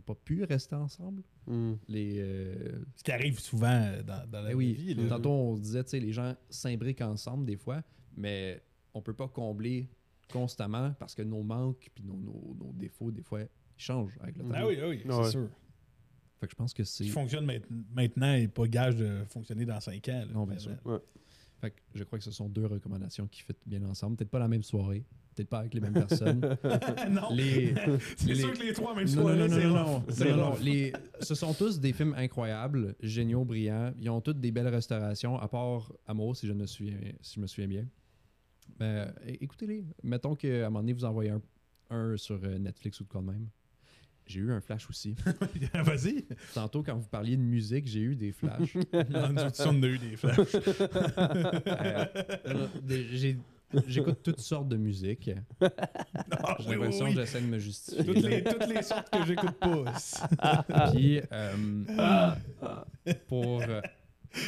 Speaker 5: pas pu rester ensemble.
Speaker 3: Hmm.
Speaker 5: Les, euh,
Speaker 1: ce qui arrive souvent euh, dans, dans la
Speaker 5: ben oui,
Speaker 1: vie là.
Speaker 5: tantôt on se disait, tu sais, les gens s'imbriquent ensemble des fois, mais on peut pas combler constamment parce que nos manques puis nos, nos- nos défauts, des fois, ils changent avec le temps.
Speaker 1: ah oui ah oui c'est
Speaker 3: Ouais.
Speaker 1: sûr
Speaker 5: Fait que je pense que
Speaker 1: qui
Speaker 5: Ben c'est...
Speaker 1: fonctionne maint- maintenant et pas gage de fonctionner dans 5 ans là.
Speaker 5: Non,
Speaker 1: *laughs*
Speaker 5: bien sûr.
Speaker 3: Ouais.
Speaker 5: Fait que je crois que ce sont deux recommandations qui fit bien ensemble. Peut-être pas la même soirée, peut-être pas avec les mêmes personnes. *laughs*
Speaker 1: Ah non
Speaker 5: les,
Speaker 1: c'est
Speaker 5: les-
Speaker 1: sûr que les trois même
Speaker 5: Non,
Speaker 1: soirée
Speaker 5: non, non,
Speaker 1: c'est
Speaker 5: non,
Speaker 1: rough.
Speaker 5: non,
Speaker 1: C'est
Speaker 5: non, non,
Speaker 1: rough.
Speaker 5: les- ce sont tous des films incroyables, géniaux, brillants. Ils ont toutes des belles restaurations, à part Amour, si je, ne Ben, souviens- si je me souviens bien. Mais, euh, écoutez-les. Mettons qu'à un moment donné, vous envoyez un, un sur euh, Netflix ou de quoi de même. J'ai eu un
Speaker 1: *laughs*
Speaker 5: flash aussi. *laughs*
Speaker 1: Vas-y.
Speaker 5: Tantôt, quand vous parliez de musique, j'ai eu des flashs.
Speaker 1: Dans du son, on a eu des
Speaker 5: *laughs*
Speaker 1: flashs.
Speaker 5: Euh, des- j'ai- J'écoute toutes sortes de musique.
Speaker 1: Ah, oui,
Speaker 5: J'ai
Speaker 1: oui,
Speaker 5: l'impression
Speaker 1: oui.
Speaker 5: que j'essaie de me justifier.
Speaker 1: Toutes, les, toutes les sortes que j'écoute
Speaker 5: *laughs*
Speaker 1: pas.
Speaker 5: Puis, euh, pour. euh,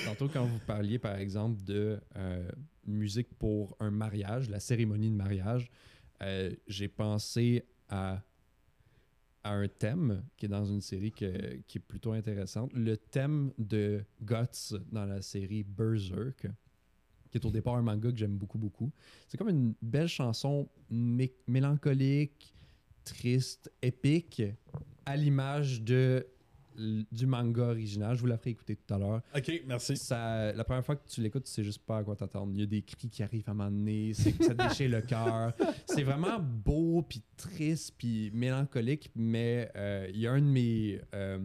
Speaker 5: tantôt, quand vous parliez, par exemple, de euh, musique pour un mariage, la cérémonie de mariage, euh, j'ai pensé à, à un thème qui est dans une série que- qui est plutôt intéressante. Le thème de Guts dans la série Berserk, qui est au départ un manga que j'aime beaucoup, beaucoup. C'est comme une belle chanson mé- mélancolique, triste, épique, à l'image de l- du manga original. Je vous la ferai écouter tout à l'heure.
Speaker 1: Ok, merci.
Speaker 5: Ça, la première fois que tu l'écoutes, tu sais juste pas à quoi t'attendre. Il y a des cris qui arrivent à un moment donné, c'est que ça te déchire le cœur. C'est vraiment beau, puis triste, puis mélancolique, mais euh, il y a un de mes... euh,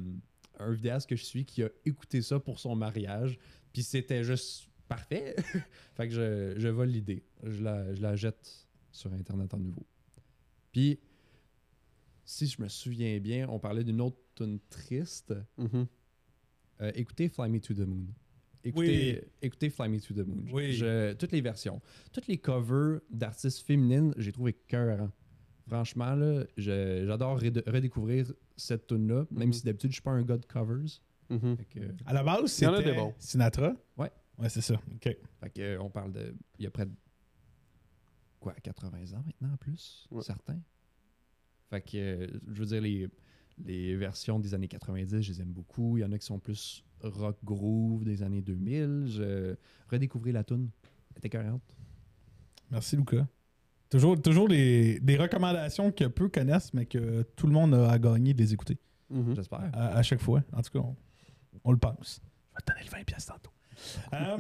Speaker 5: un vidéaste que je suis qui a écouté ça pour son mariage, puis c'était juste parfait. *laughs* fait que je, je vole l'idée. Je la, je la jette sur Internet à nouveau. Puis, si je me souviens bien, on parlait d'une autre tune triste.
Speaker 3: Mhm.
Speaker 5: Euh, écoutez Fly Me to the Moon. Écoutez,
Speaker 1: Oui.
Speaker 5: écoutez Fly Me to the Moon.
Speaker 1: Oui.
Speaker 5: Je- toutes les versions. Toutes les covers d'artistes féminines, j'ai trouvé cœur. Franchement, là, je- j'adore redé- redécouvrir cette tune-là, même
Speaker 1: Mm-hmm.
Speaker 3: Mhm.
Speaker 5: si d'habitude, je suis pas un gars de covers.
Speaker 3: Mhm.
Speaker 5: Fait que-
Speaker 1: À la base,
Speaker 3: Il y en a
Speaker 1: c'était
Speaker 3: des bons.
Speaker 1: Sinatra.
Speaker 5: Ouais.
Speaker 1: Ouais, c'est ça. Ok.
Speaker 5: Fait que, euh, on parle de. Il y a près de. Quoi, 80 ans maintenant en plus
Speaker 3: Ouais.
Speaker 5: Certains. Fait que, euh, je veux dire, les, les versions des années 90, je les aime beaucoup. Il y en a qui sont plus rock groove des années 2000. Je redécouvrir la toune. Elle était 40.
Speaker 1: Merci, Lucas. Toujours, toujours des, des recommandations que peu connaissent, mais que tout le monde a à gagner de les écouter.
Speaker 3: Mhm.
Speaker 5: J'espère.
Speaker 1: À, à chaque fois. En tout cas, on, on le pense. Je vais te donner le 20$ piastres tantôt. Euh,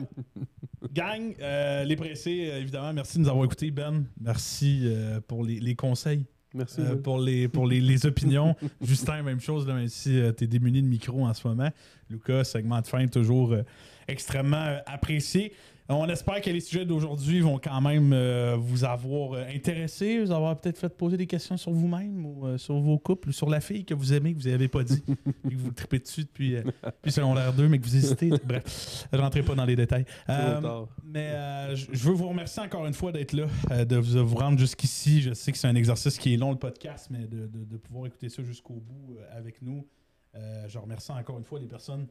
Speaker 1: gang, euh, les pressés, euh, évidemment, merci de nous avoir écoutés, Ben. Merci euh, pour les, les conseils,
Speaker 3: Merci.
Speaker 1: euh,
Speaker 3: Will.
Speaker 1: pour les, pour les, les
Speaker 3: *laughs*
Speaker 1: opinions. Justin, même chose, là, même si tu es démuni de micro en ce moment. Lucas, segment de fin, toujours euh, extrêmement euh, apprécié. On espère que les sujets d'aujourd'hui vont quand même euh, vous avoir euh, intéressé, vous avoir peut-être fait poser des questions sur vous-même ou euh, sur vos couples ou sur la fille que vous aimez, que vous n'avez pas
Speaker 3: *laughs*
Speaker 1: dit, et que vous tripez dessus depuis, euh, depuis secondaire 2, mais que vous hésitez. Bref, je rentrez pas dans les détails.
Speaker 3: Trop
Speaker 1: Euh,
Speaker 3: tard.
Speaker 1: mais euh, je je veux vous remercier encore une fois d'être là, euh, de vous, de vous rendre jusqu'ici. Je sais que c'est un exercice qui est long, le podcast, mais de, de- de pouvoir écouter ça jusqu'au bout euh, avec nous. Euh, je remercie encore une fois les personnes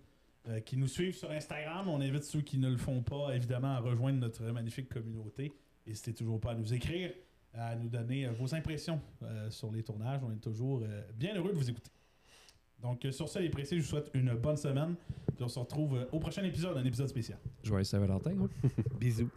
Speaker 1: euh, qui nous suivent sur Instagram. On invite ceux qui ne le font pas, évidemment, à rejoindre notre magnifique communauté. N'hésitez toujours pas à nous écrire, à nous donner euh, vos impressions euh, sur les tournages. On est toujours euh, bien heureux de vous écouter. Donc, euh, sur ça, les précis, je vous souhaite une bonne semaine. Puis on se retrouve euh, au prochain épisode, un épisode spécial.
Speaker 5: hein? Joyeux Saint-Valentin. gros.
Speaker 3: Bisous.